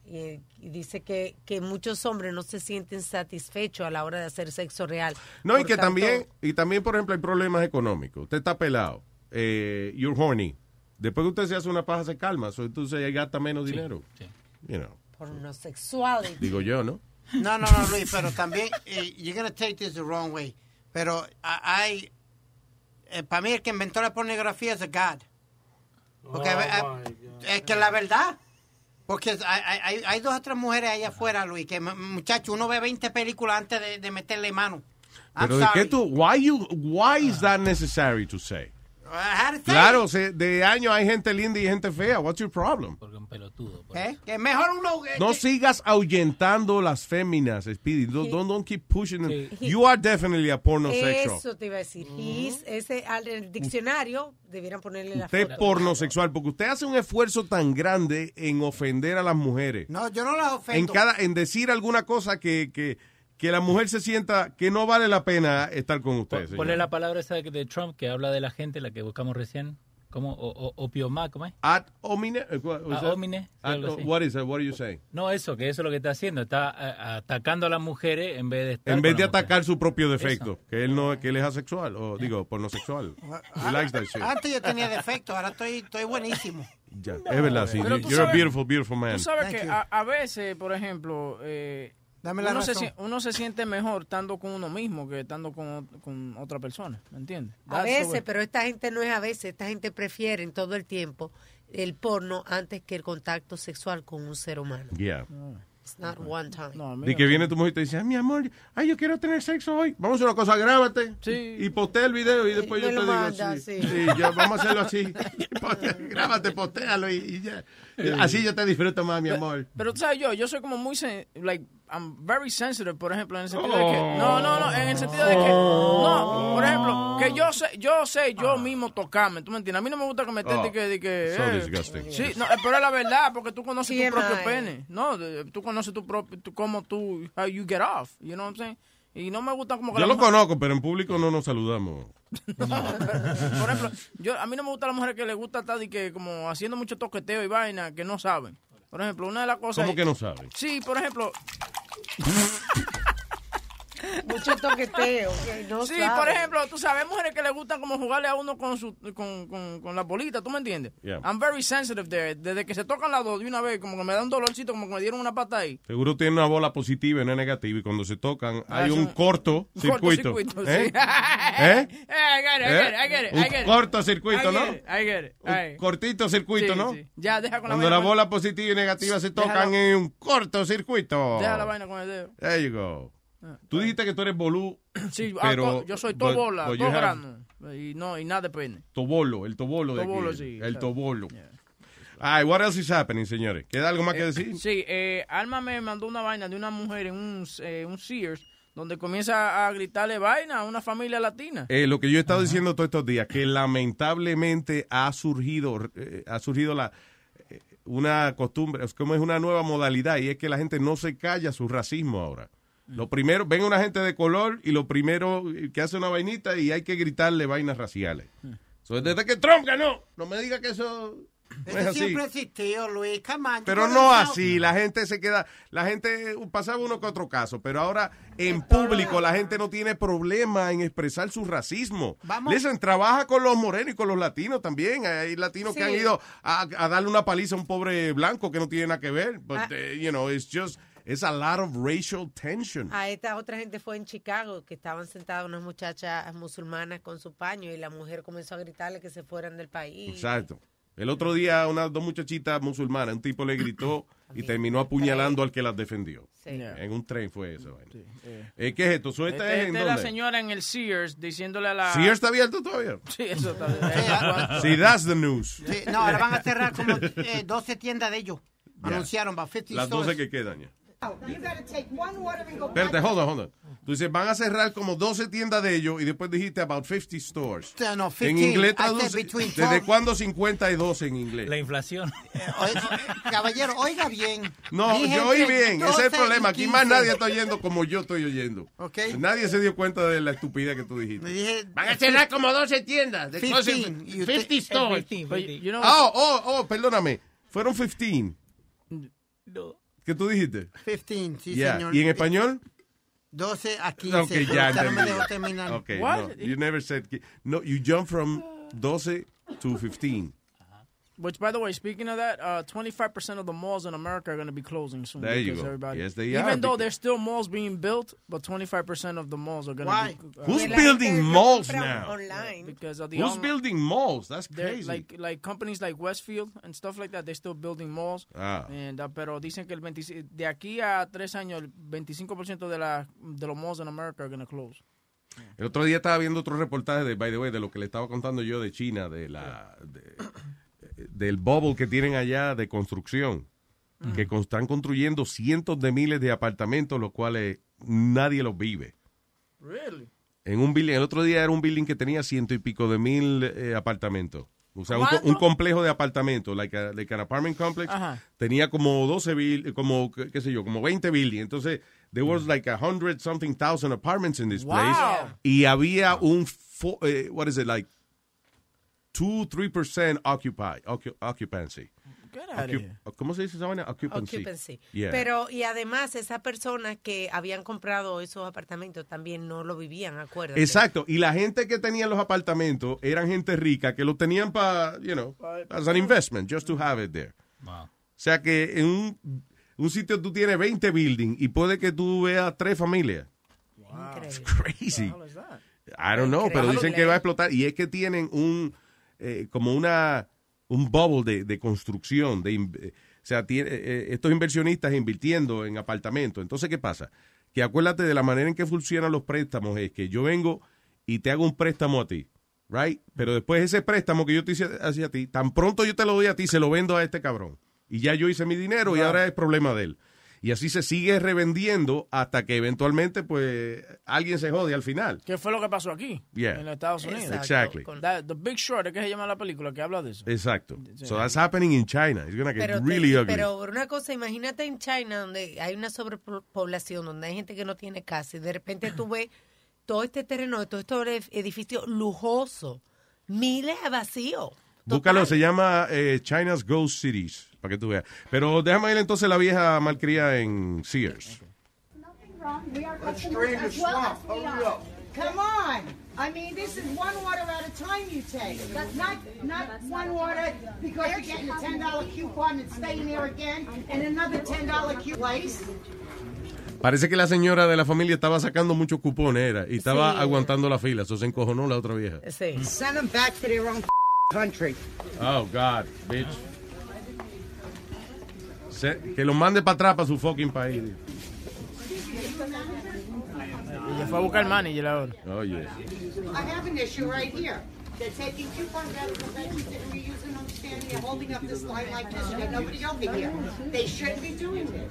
Speaker 25: Y, y dice que, que muchos hombres no se sienten satisfechos a la hora de hacer sexo real.
Speaker 7: No, y
Speaker 25: Por
Speaker 7: que
Speaker 25: tanto,
Speaker 7: también, y también, por ejemplo, hay problemas económicos. Usted está pelado. Eh, you're horny. Después que usted se hace una paja, se calma. So, entonces ahí gasta menos dinero. You know,
Speaker 25: Pornosexuales.
Speaker 7: digo yo, ¿no?
Speaker 8: No, no, no, Luis, pero también, eh, you're gonna take this the wrong way. Pero ah, hay, para mí el que inventó la pornografía es a God. Porque
Speaker 3: Oh,
Speaker 8: ah, es que la verdad, porque hay, hay- hay- hay dos o tres mujeres allá afuera, Luis, que mu- muchacho, uno ve 20 películas antes de, de meterle mano. I'm
Speaker 7: Pero de
Speaker 8: sorry.
Speaker 7: qué tú, why you, why is that necessary to say?
Speaker 8: I had to say
Speaker 7: Claro, se- de año hay gente linda y gente fea. What's your problem?
Speaker 8: it. ¿Eh? Que mejor uno... eh,
Speaker 7: No
Speaker 8: que-
Speaker 7: sigas ahuyentando las féminas, Speedy. Don't, don't, don't keep pushing them. You are definitely a pornosexual.
Speaker 25: Eso te iba a decir. His, ese, al el diccionario, debieran ponerle la
Speaker 7: Usted
Speaker 25: foto.
Speaker 7: es pornosexual porque usted hace un esfuerzo tan grande en ofender a las mujeres.
Speaker 8: No, yo no las
Speaker 7: en
Speaker 8: ofendo.
Speaker 7: cada en decir alguna cosa que, que, que la mujer se sienta que no vale la pena estar con usted. señor.
Speaker 9: Ponle la palabra esa de, de Trump que habla de la gente, la que buscamos recién. ¿Cómo? O, o, opioma, ¿cómo es?
Speaker 7: Ad homine. eh, what was
Speaker 9: Ad
Speaker 7: that?
Speaker 9: homine,
Speaker 7: Ad-
Speaker 9: algo así.
Speaker 7: Ah, what is that? What are you saying?
Speaker 9: No, eso, que eso es lo que está haciendo. Está eh, atacando a las mujeres en vez de estar
Speaker 7: En vez
Speaker 9: con
Speaker 7: de
Speaker 9: las mujeres.
Speaker 7: atacar su propio defecto, que él no que él es asexual o digo pornosexual. He likes that shit.
Speaker 8: Antes yo tenía defectos, ahora estoy, estoy buenísimo.
Speaker 7: Ya, es verdad, sí.
Speaker 6: Pero
Speaker 7: You-
Speaker 6: tú
Speaker 7: You're a
Speaker 6: sabes-
Speaker 7: beautiful, beautiful man.
Speaker 6: Tú sabes
Speaker 8: Thank
Speaker 6: que
Speaker 8: you.
Speaker 6: a, a veces, por ejemplo, eh,
Speaker 8: Dame la
Speaker 6: uno, se,
Speaker 8: razón.
Speaker 6: sien- uno se siente mejor estando con uno mismo que estando con, ot- con otra persona, ¿me entiendes?
Speaker 25: A
Speaker 6: That's the way.
Speaker 25: veces, pero esta gente no es a veces, esta gente prefiere en todo el tiempo el porno antes que el contacto sexual con un ser humano.
Speaker 7: Yeah.
Speaker 25: It's not one time.
Speaker 7: Y que viene tu mujer y te dice, "Ay, mi amor, ay, yo quiero tener sexo hoy. Vamos a hacer una cosa, grábate. Y postea el video
Speaker 6: Eh,
Speaker 7: y después yo
Speaker 25: me
Speaker 7: te
Speaker 25: lo
Speaker 7: digo,
Speaker 25: manda,
Speaker 7: sí,
Speaker 25: sí.
Speaker 7: sí, ya, vamos a hacerlo
Speaker 6: [LAUGHS]
Speaker 7: así. Postea, grábate, postéalo y, y ya. Así yo te disfruto más, mi amor.
Speaker 6: Pero tú sabes yo, yo soy como muy, sen- like, I'm very sensitive, por ejemplo, en el sentido de que,
Speaker 3: Oh.
Speaker 6: no, no, no, en el sentido de que, no, por ejemplo, que yo sé, yo sé, yo mismo tocarme, ¿tú me entiendes? A mí no me gusta que me estén
Speaker 7: Oh.
Speaker 6: de que, de que,
Speaker 7: Ah. So
Speaker 6: eh,
Speaker 7: disgusting.
Speaker 6: sí, no, eh, pero es la verdad, porque tú conoces tu
Speaker 25: TMI.
Speaker 6: propio pene, no, de- tú conoces tu propio, tu- cómo tú, how you get off, you know what I'm saying? Y no me gusta como que
Speaker 7: Yo
Speaker 6: las
Speaker 7: lo
Speaker 6: mujeres-
Speaker 7: conozco, pero en público no nos saludamos.
Speaker 6: Por ejemplo, yo, a mí no me gustan las mujeres que les gusta estar de que como haciendo mucho toqueteo y vaina que no saben. Por ejemplo, una de las cosas...
Speaker 7: ¿Cómo que no saben?
Speaker 6: Sí, por ejemplo,
Speaker 25: Mucho toqueteo. que no
Speaker 6: sí,
Speaker 25: sabe.
Speaker 6: por ejemplo, tú sabes, hay mujeres que le gustan como jugarle a uno con su con, con, con las bolitas, ¿tú me entiendes?
Speaker 7: Yeah.
Speaker 6: I'm very sensitive there. Desde que se tocan las dos de una vez, como que me da un dolorcito, como que me dieron una pata ahí.
Speaker 7: Seguro tiene una bola positiva y una negativa. Y cuando se tocan,
Speaker 6: Ah,
Speaker 7: hay
Speaker 6: eso-
Speaker 7: un corto circuito.
Speaker 6: Cortocircuito, [LAUGHS]
Speaker 7: ¿Eh?
Speaker 6: sí.
Speaker 7: ¿Eh?
Speaker 6: I get it, I get it, I get it, I
Speaker 7: Un
Speaker 6: get it.
Speaker 7: cortocircuito,
Speaker 6: I
Speaker 7: ¿no?
Speaker 6: get it, I get it. All right.
Speaker 7: Cortito circuito,
Speaker 6: Sí,
Speaker 7: ¿no?
Speaker 6: sí. Ya, deja con la
Speaker 7: Cuando la
Speaker 6: vaina.
Speaker 7: bola positiva y negativa se
Speaker 6: Déjalo.
Speaker 7: tocan en un cortocircuito.
Speaker 6: Deja la vaina Ah, con
Speaker 7: [CLEARS THROAT]
Speaker 6: el dedo.
Speaker 7: There you go. Tú dijiste que tú eres bolú,
Speaker 6: Sí, ah,
Speaker 7: pero...
Speaker 6: to- yo soy todo
Speaker 7: but-
Speaker 6: bola,
Speaker 7: but you
Speaker 6: todo
Speaker 7: have
Speaker 6: grano. Y no, y nada de pene.
Speaker 7: Tobolo, el tobolo de
Speaker 6: Tobolo,
Speaker 7: aquí.
Speaker 6: sí,
Speaker 7: el
Speaker 6: claro.
Speaker 7: tobolo. Ay, what else is happening, señores? ¿Queda algo más que
Speaker 6: Eh,
Speaker 7: decir?
Speaker 6: Sí, eh, Alma me mandó una vaina de una mujer en un, eh, un Sears donde comienza a gritarle vaina a una familia latina.
Speaker 7: Eh, lo que yo he estado diciendo todos estos días, que lamentablemente ha surgido, eh, ha surgido la eh, una costumbre, es como es una nueva modalidad, y es que la gente no se calla su racismo ahora.
Speaker 6: Mm.
Speaker 7: Lo primero, ven una gente de color y lo primero que hace una vainita y hay que gritarle vainas raciales. So, desde que Trump ganó, no me diga que eso no es
Speaker 8: Eso
Speaker 7: así.
Speaker 8: siempre existió, Luis. Come on, you
Speaker 7: Pero
Speaker 8: gotta
Speaker 7: no
Speaker 8: know.
Speaker 7: así, la gente se queda, la gente pasaba uno que otro caso, pero ahora en público la gente no tiene problema en expresar su racismo.
Speaker 8: Vamos.
Speaker 7: Listen, trabaja con los morenos y con los latinos también. Hay latinos que
Speaker 8: Sí.
Speaker 7: han ido a, a darle una paliza a un pobre blanco que no tiene nada que ver. But,
Speaker 25: Ah.
Speaker 7: eh, you know, it's just, it's a lot of racial tension.
Speaker 25: A esta otra gente fue en Chicago, que estaban sentadas unas muchachas musulmanas con su paño y la mujer comenzó a gritarle que se fueran del país.
Speaker 7: Exacto. El otro día unas dos muchachitas musulmanas, un tipo le gritó y terminó apuñalando al que las defendió.
Speaker 25: Sí.
Speaker 7: En un tren fue eso. vaina.
Speaker 6: eh.
Speaker 7: Eh, ¿Qué es esto? ¿Suelta
Speaker 6: Este-
Speaker 7: es en
Speaker 6: esta es la
Speaker 7: dónde?
Speaker 6: señora en el Sears diciéndole a la...
Speaker 7: Sí, está abierto todavía.
Speaker 6: Sí, eso está abierto.
Speaker 7: [LAUGHS] Sí, that's the news.
Speaker 8: Sí, no, ahora van a cerrar
Speaker 7: [LAUGHS]
Speaker 8: como eh, 12 tiendas de ellos.
Speaker 7: Ya.
Speaker 8: Anunciaron, va 50
Speaker 7: Las 12
Speaker 8: stores.
Speaker 7: que quedan ya.
Speaker 11: You gotta take one order and go.
Speaker 7: Espérate, hold on, hold on. Tú dices, van a cerrar como 12 tiendas de ellos y después dijiste about 50 stores.
Speaker 8: No, no,
Speaker 7: en
Speaker 8: 15.
Speaker 7: inglés
Speaker 8: I said
Speaker 7: traduce,
Speaker 8: between
Speaker 7: ¿desde
Speaker 8: 12.
Speaker 7: cuándo 52 en inglés? La inflación.
Speaker 8: Caballero, oiga bien.
Speaker 7: No,
Speaker 8: Dije
Speaker 7: yo oí
Speaker 8: entre
Speaker 7: bien, ese es el
Speaker 8: 12 y
Speaker 7: problema. Aquí más
Speaker 8: 15.
Speaker 7: nadie está oyendo como yo estoy oyendo.
Speaker 8: Ok.
Speaker 7: Nadie se dio cuenta de la estupidez que tú dijiste.
Speaker 5: Van a cerrar como 12 tiendas. De
Speaker 7: 15,
Speaker 5: 12,
Speaker 7: y usted-
Speaker 5: 50 stores.
Speaker 7: Ah, oh, oh, oh, perdóname. Fueron 15. ¿Qué tú dijiste?
Speaker 8: 15, sí,
Speaker 7: Yeah.
Speaker 8: señor.
Speaker 7: ¿Y en español?
Speaker 8: 12 a 15.
Speaker 7: Ok, ya
Speaker 8: Usted no me
Speaker 7: entendí.
Speaker 8: dejó terminar.
Speaker 7: Okay, no, you never said. ki- No, you jump from 12 to 15.
Speaker 6: Which, by the way, speaking of that, uh, 25% of the malls in America are going to be closing soon.
Speaker 7: There you
Speaker 6: because
Speaker 7: go.
Speaker 6: Everybody,
Speaker 7: Yes, they
Speaker 6: even
Speaker 7: are,
Speaker 6: though there's still malls being built, but 25% of the malls are going
Speaker 7: Why?
Speaker 6: to be...
Speaker 7: Who's building malls now?
Speaker 6: Online. Because of the
Speaker 7: Who's
Speaker 6: online-
Speaker 7: building malls? That's
Speaker 6: They're
Speaker 7: crazy.
Speaker 6: Like, like companies like Westfield and stuff like that, they're still building malls.
Speaker 7: Ah.
Speaker 6: And, uh, pero dicen que el 25 de aquí a tres años, el 25% de, la, de los malls in America are going to close.
Speaker 7: El otro día estaba viendo otro reportaje de, by the way, de lo que le estaba contando yo de China, de la, de- del bubble que tienen allá de construcción,
Speaker 6: Mm.
Speaker 7: que con- están construyendo cientos de miles de apartamentos, los cuales nadie los vive.
Speaker 6: Really?
Speaker 7: En un building, el otro día era un building que tenía ciento y pico de mil eh, apartamentos. O sea, un, co-
Speaker 6: ¿Cuánto?
Speaker 7: un complejo de apartamentos, like, a- like an apartment complex,
Speaker 6: Ajá.
Speaker 7: tenía como 12 bill, como, qué qué sé yo, como 20 buildings. Entonces, there was like a hundred something thousand apartments in this
Speaker 6: Wow.
Speaker 7: place. Y había un, fo- eh, what is it, like, 2, 3% occupy, occu- occupancy.
Speaker 6: Get outta
Speaker 7: Occup-
Speaker 6: here.
Speaker 7: ¿Cómo se dice esa vaina? Occupancy.
Speaker 25: Occupancy.
Speaker 7: Yeah.
Speaker 25: Oh, Pero, y además, esas personas que habían comprado esos apartamentos también no lo vivían, acuérdate.
Speaker 7: Exacto, y la gente que tenía los apartamentos eran gente rica que los tenían para, you know, as an investment, just
Speaker 6: Mm.
Speaker 7: to have it there.
Speaker 9: Wow.
Speaker 7: O sea que en un, un sitio tú tienes 20 buildings y puede que tú veas tres familias. It's crazy. I don't know, pero dicen que va a explotar. Y es que tienen un, eh, como una, un bubble de, de construcción. De, in- eh, o sea, tiene- eh, estos inversionistas invirtiendo en apartamentos. Entonces, ¿qué pasa? Que acuérdate de la manera en que funcionan los préstamos. Es que yo vengo y te hago un préstamo a ti, right? Pero después ese préstamo que yo te hice hacia ti, tan pronto yo te lo doy a ti, se lo vendo a este cabrón. Y ya yo hice mi dinero y ahora es problema de él. Y así se sigue revendiendo hasta que eventualmente, pues, alguien se jode al final.
Speaker 6: ¿Qué fue lo que pasó aquí?
Speaker 7: Yeah.
Speaker 6: En los Estados Unidos.
Speaker 7: Exacto. Exactly.
Speaker 6: That- the Big Short, ¿qué se llama la película que habla de eso?
Speaker 7: Exacto. So that's happening in China. It's gonna get
Speaker 25: Pero, te-
Speaker 7: really ugly.
Speaker 25: pero una cosa, imagínate en China donde hay una sobrepoblación, donde hay gente que no tiene casa y de repente tú ves todo este terreno, todo este edificio lujoso, miles de vacíos.
Speaker 7: Búscalo, se llama eh, China's Ghost Cities, para que tú veas. Pero déjame ir entonces la vieja malcría en Sears.
Speaker 32: We are
Speaker 5: Let's
Speaker 32: customers
Speaker 5: drain the
Speaker 32: as well
Speaker 5: swamp.
Speaker 32: as we
Speaker 5: Hurry
Speaker 32: are.
Speaker 5: up.
Speaker 32: Come on. I mean, this is one water at a time you take. Not, not one water because you're getting a ten dollar coupon and staying there again and another ten dollar coupon. Place.
Speaker 7: Parece que la señora de la familia estaba sacando muchos cupones, era, y estaba
Speaker 32: Sí.
Speaker 7: aguantando la fila. Eso se encojonó la otra vieja.
Speaker 32: Send them back to their own country.
Speaker 7: Oh, God, bitch. Se- que los mande para atrás para su fucking país.
Speaker 6: Y le fue a buscar el manager ahora.
Speaker 7: Oye.
Speaker 32: I have an issue right here. They're taking coupons out of the register and reusing them, standing there holding up this line like this, and there's nobody over here. They shouldn't be doing this.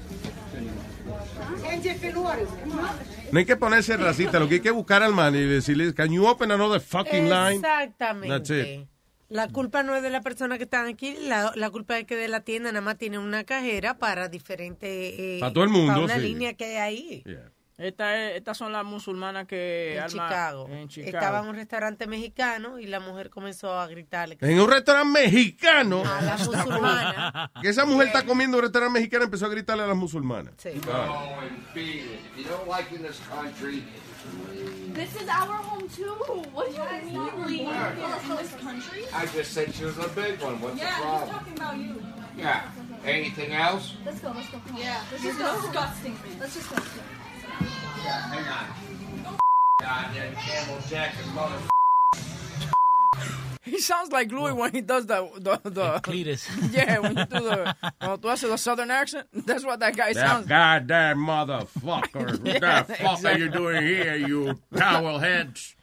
Speaker 32: Ten different orders, come on.
Speaker 7: No hay que ponerse racista, lo que hay que buscar al man y decirle, can you open another fucking line?
Speaker 25: Exactamente.
Speaker 7: That's it.
Speaker 25: La culpa no es de la persona que está aquí, la, la culpa es que de la tienda nada más tiene una cajera para diferentes... eh,
Speaker 7: Para todo el mundo,
Speaker 25: para una
Speaker 7: sí.
Speaker 25: línea que hay ahí.
Speaker 6: Esta es- estas son las musulmanas que...
Speaker 25: En
Speaker 6: arma-
Speaker 25: Chicago.
Speaker 6: En Chicago.
Speaker 25: Estaba en un restaurante mexicano y la mujer comenzó a gritarle.
Speaker 7: En un restaurante mexicano.
Speaker 25: la musulmana.
Speaker 7: Que esa mujer está comiendo en un restaurante mexicano empezó a gritarle a las musulmanas.
Speaker 25: Sí.
Speaker 7: Ah.
Speaker 2: Go and beat it. If you don't like it in this country,
Speaker 20: This is our home too. What do you mean we live in this country?
Speaker 2: I just said she was a big one. What's
Speaker 20: yeah, he's
Speaker 2: the
Speaker 20: talking
Speaker 2: problem?
Speaker 20: about you.
Speaker 2: Yeah. Anything else?
Speaker 20: Let's go. Let's go. Yeah. This Let's is go. disgusting. Let's just go.
Speaker 2: Hang on. Goddamn Camel Jack is mother.
Speaker 6: He sounds like Louis when he does the... the, the
Speaker 33: Cletus.
Speaker 6: [LAUGHS] Yeah, when you do the... Cuando tú haces the Oh, southern accent, [LAUGHS] that's what that guy
Speaker 7: That [LAUGHS]
Speaker 6: sounds
Speaker 7: goddamn motherfucker.
Speaker 6: Yeah,
Speaker 7: what the fuck are
Speaker 6: exactly.
Speaker 7: you doing here, you towel heads?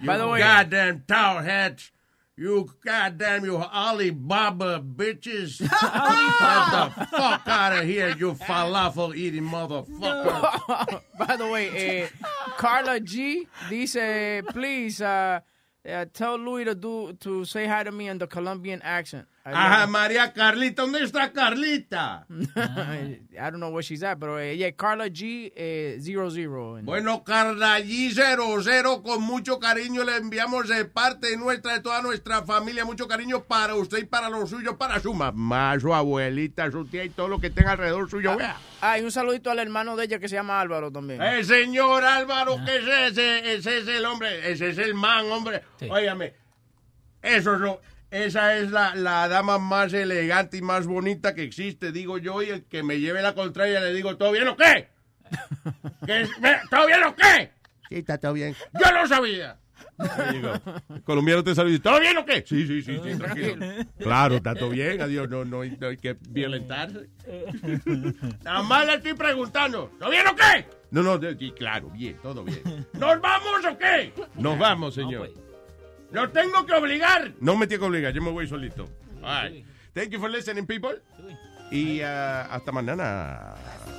Speaker 7: You
Speaker 6: By the way-
Speaker 7: goddamn towel heads. You goddamn you Alibaba [LAUGHS] bitches. Get the fuck out of here, you falafel eating motherfucker.
Speaker 6: [LAUGHS] By the way, eh, Carla G dice, please uh, uh, tell Louis to do to say hi to me in the Colombian accent. I
Speaker 7: Ajá,
Speaker 6: love
Speaker 7: María Carlita, ¿dónde está Carlita?
Speaker 6: it. I don't know where she's at, but eh, yeah, Carla G eh, zero zero. And-
Speaker 7: Bueno, Carla G00, con mucho cariño le enviamos de parte nuestra, de toda nuestra familia, mucho cariño para usted y para los suyos, para su mamá, su abuelita, su tía y todo lo que tenga alrededor suyo. Vea.
Speaker 6: Ah, y un saludito al hermano de ella que se llama Álvaro también.
Speaker 7: El Eh, señor Álvaro, ¿qué es ese? Ese es el hombre, ese es el man, hombre. Óigame, eso es lo- Esa es la, la dama más elegante y más bonita que existe, digo yo, y el que me lleve la contraria le digo, ¿todo bien o [LAUGHS] qué? ¿Qué es- ve, ¿Todo bien o qué? Sí, está todo bien. ¡Yo lo sabía! Colombiano te salió ¿todo bien o qué? Sí, sí, sí, sí, tranquilo. Claro, está todo bien, adiós, no, no, hay- no hay que [LAUGHS] violentarse. Nada más le estoy preguntando, ¿todo bien o qué? No, no, de- sí, claro, bien, todo bien. ¿Nos vamos o qué? Nos vamos, señor. ¡Lo tengo que obligar! No me tiene que obligar, yo me voy solito. All right. Thank you for listening, people. Y ah, hasta mañana.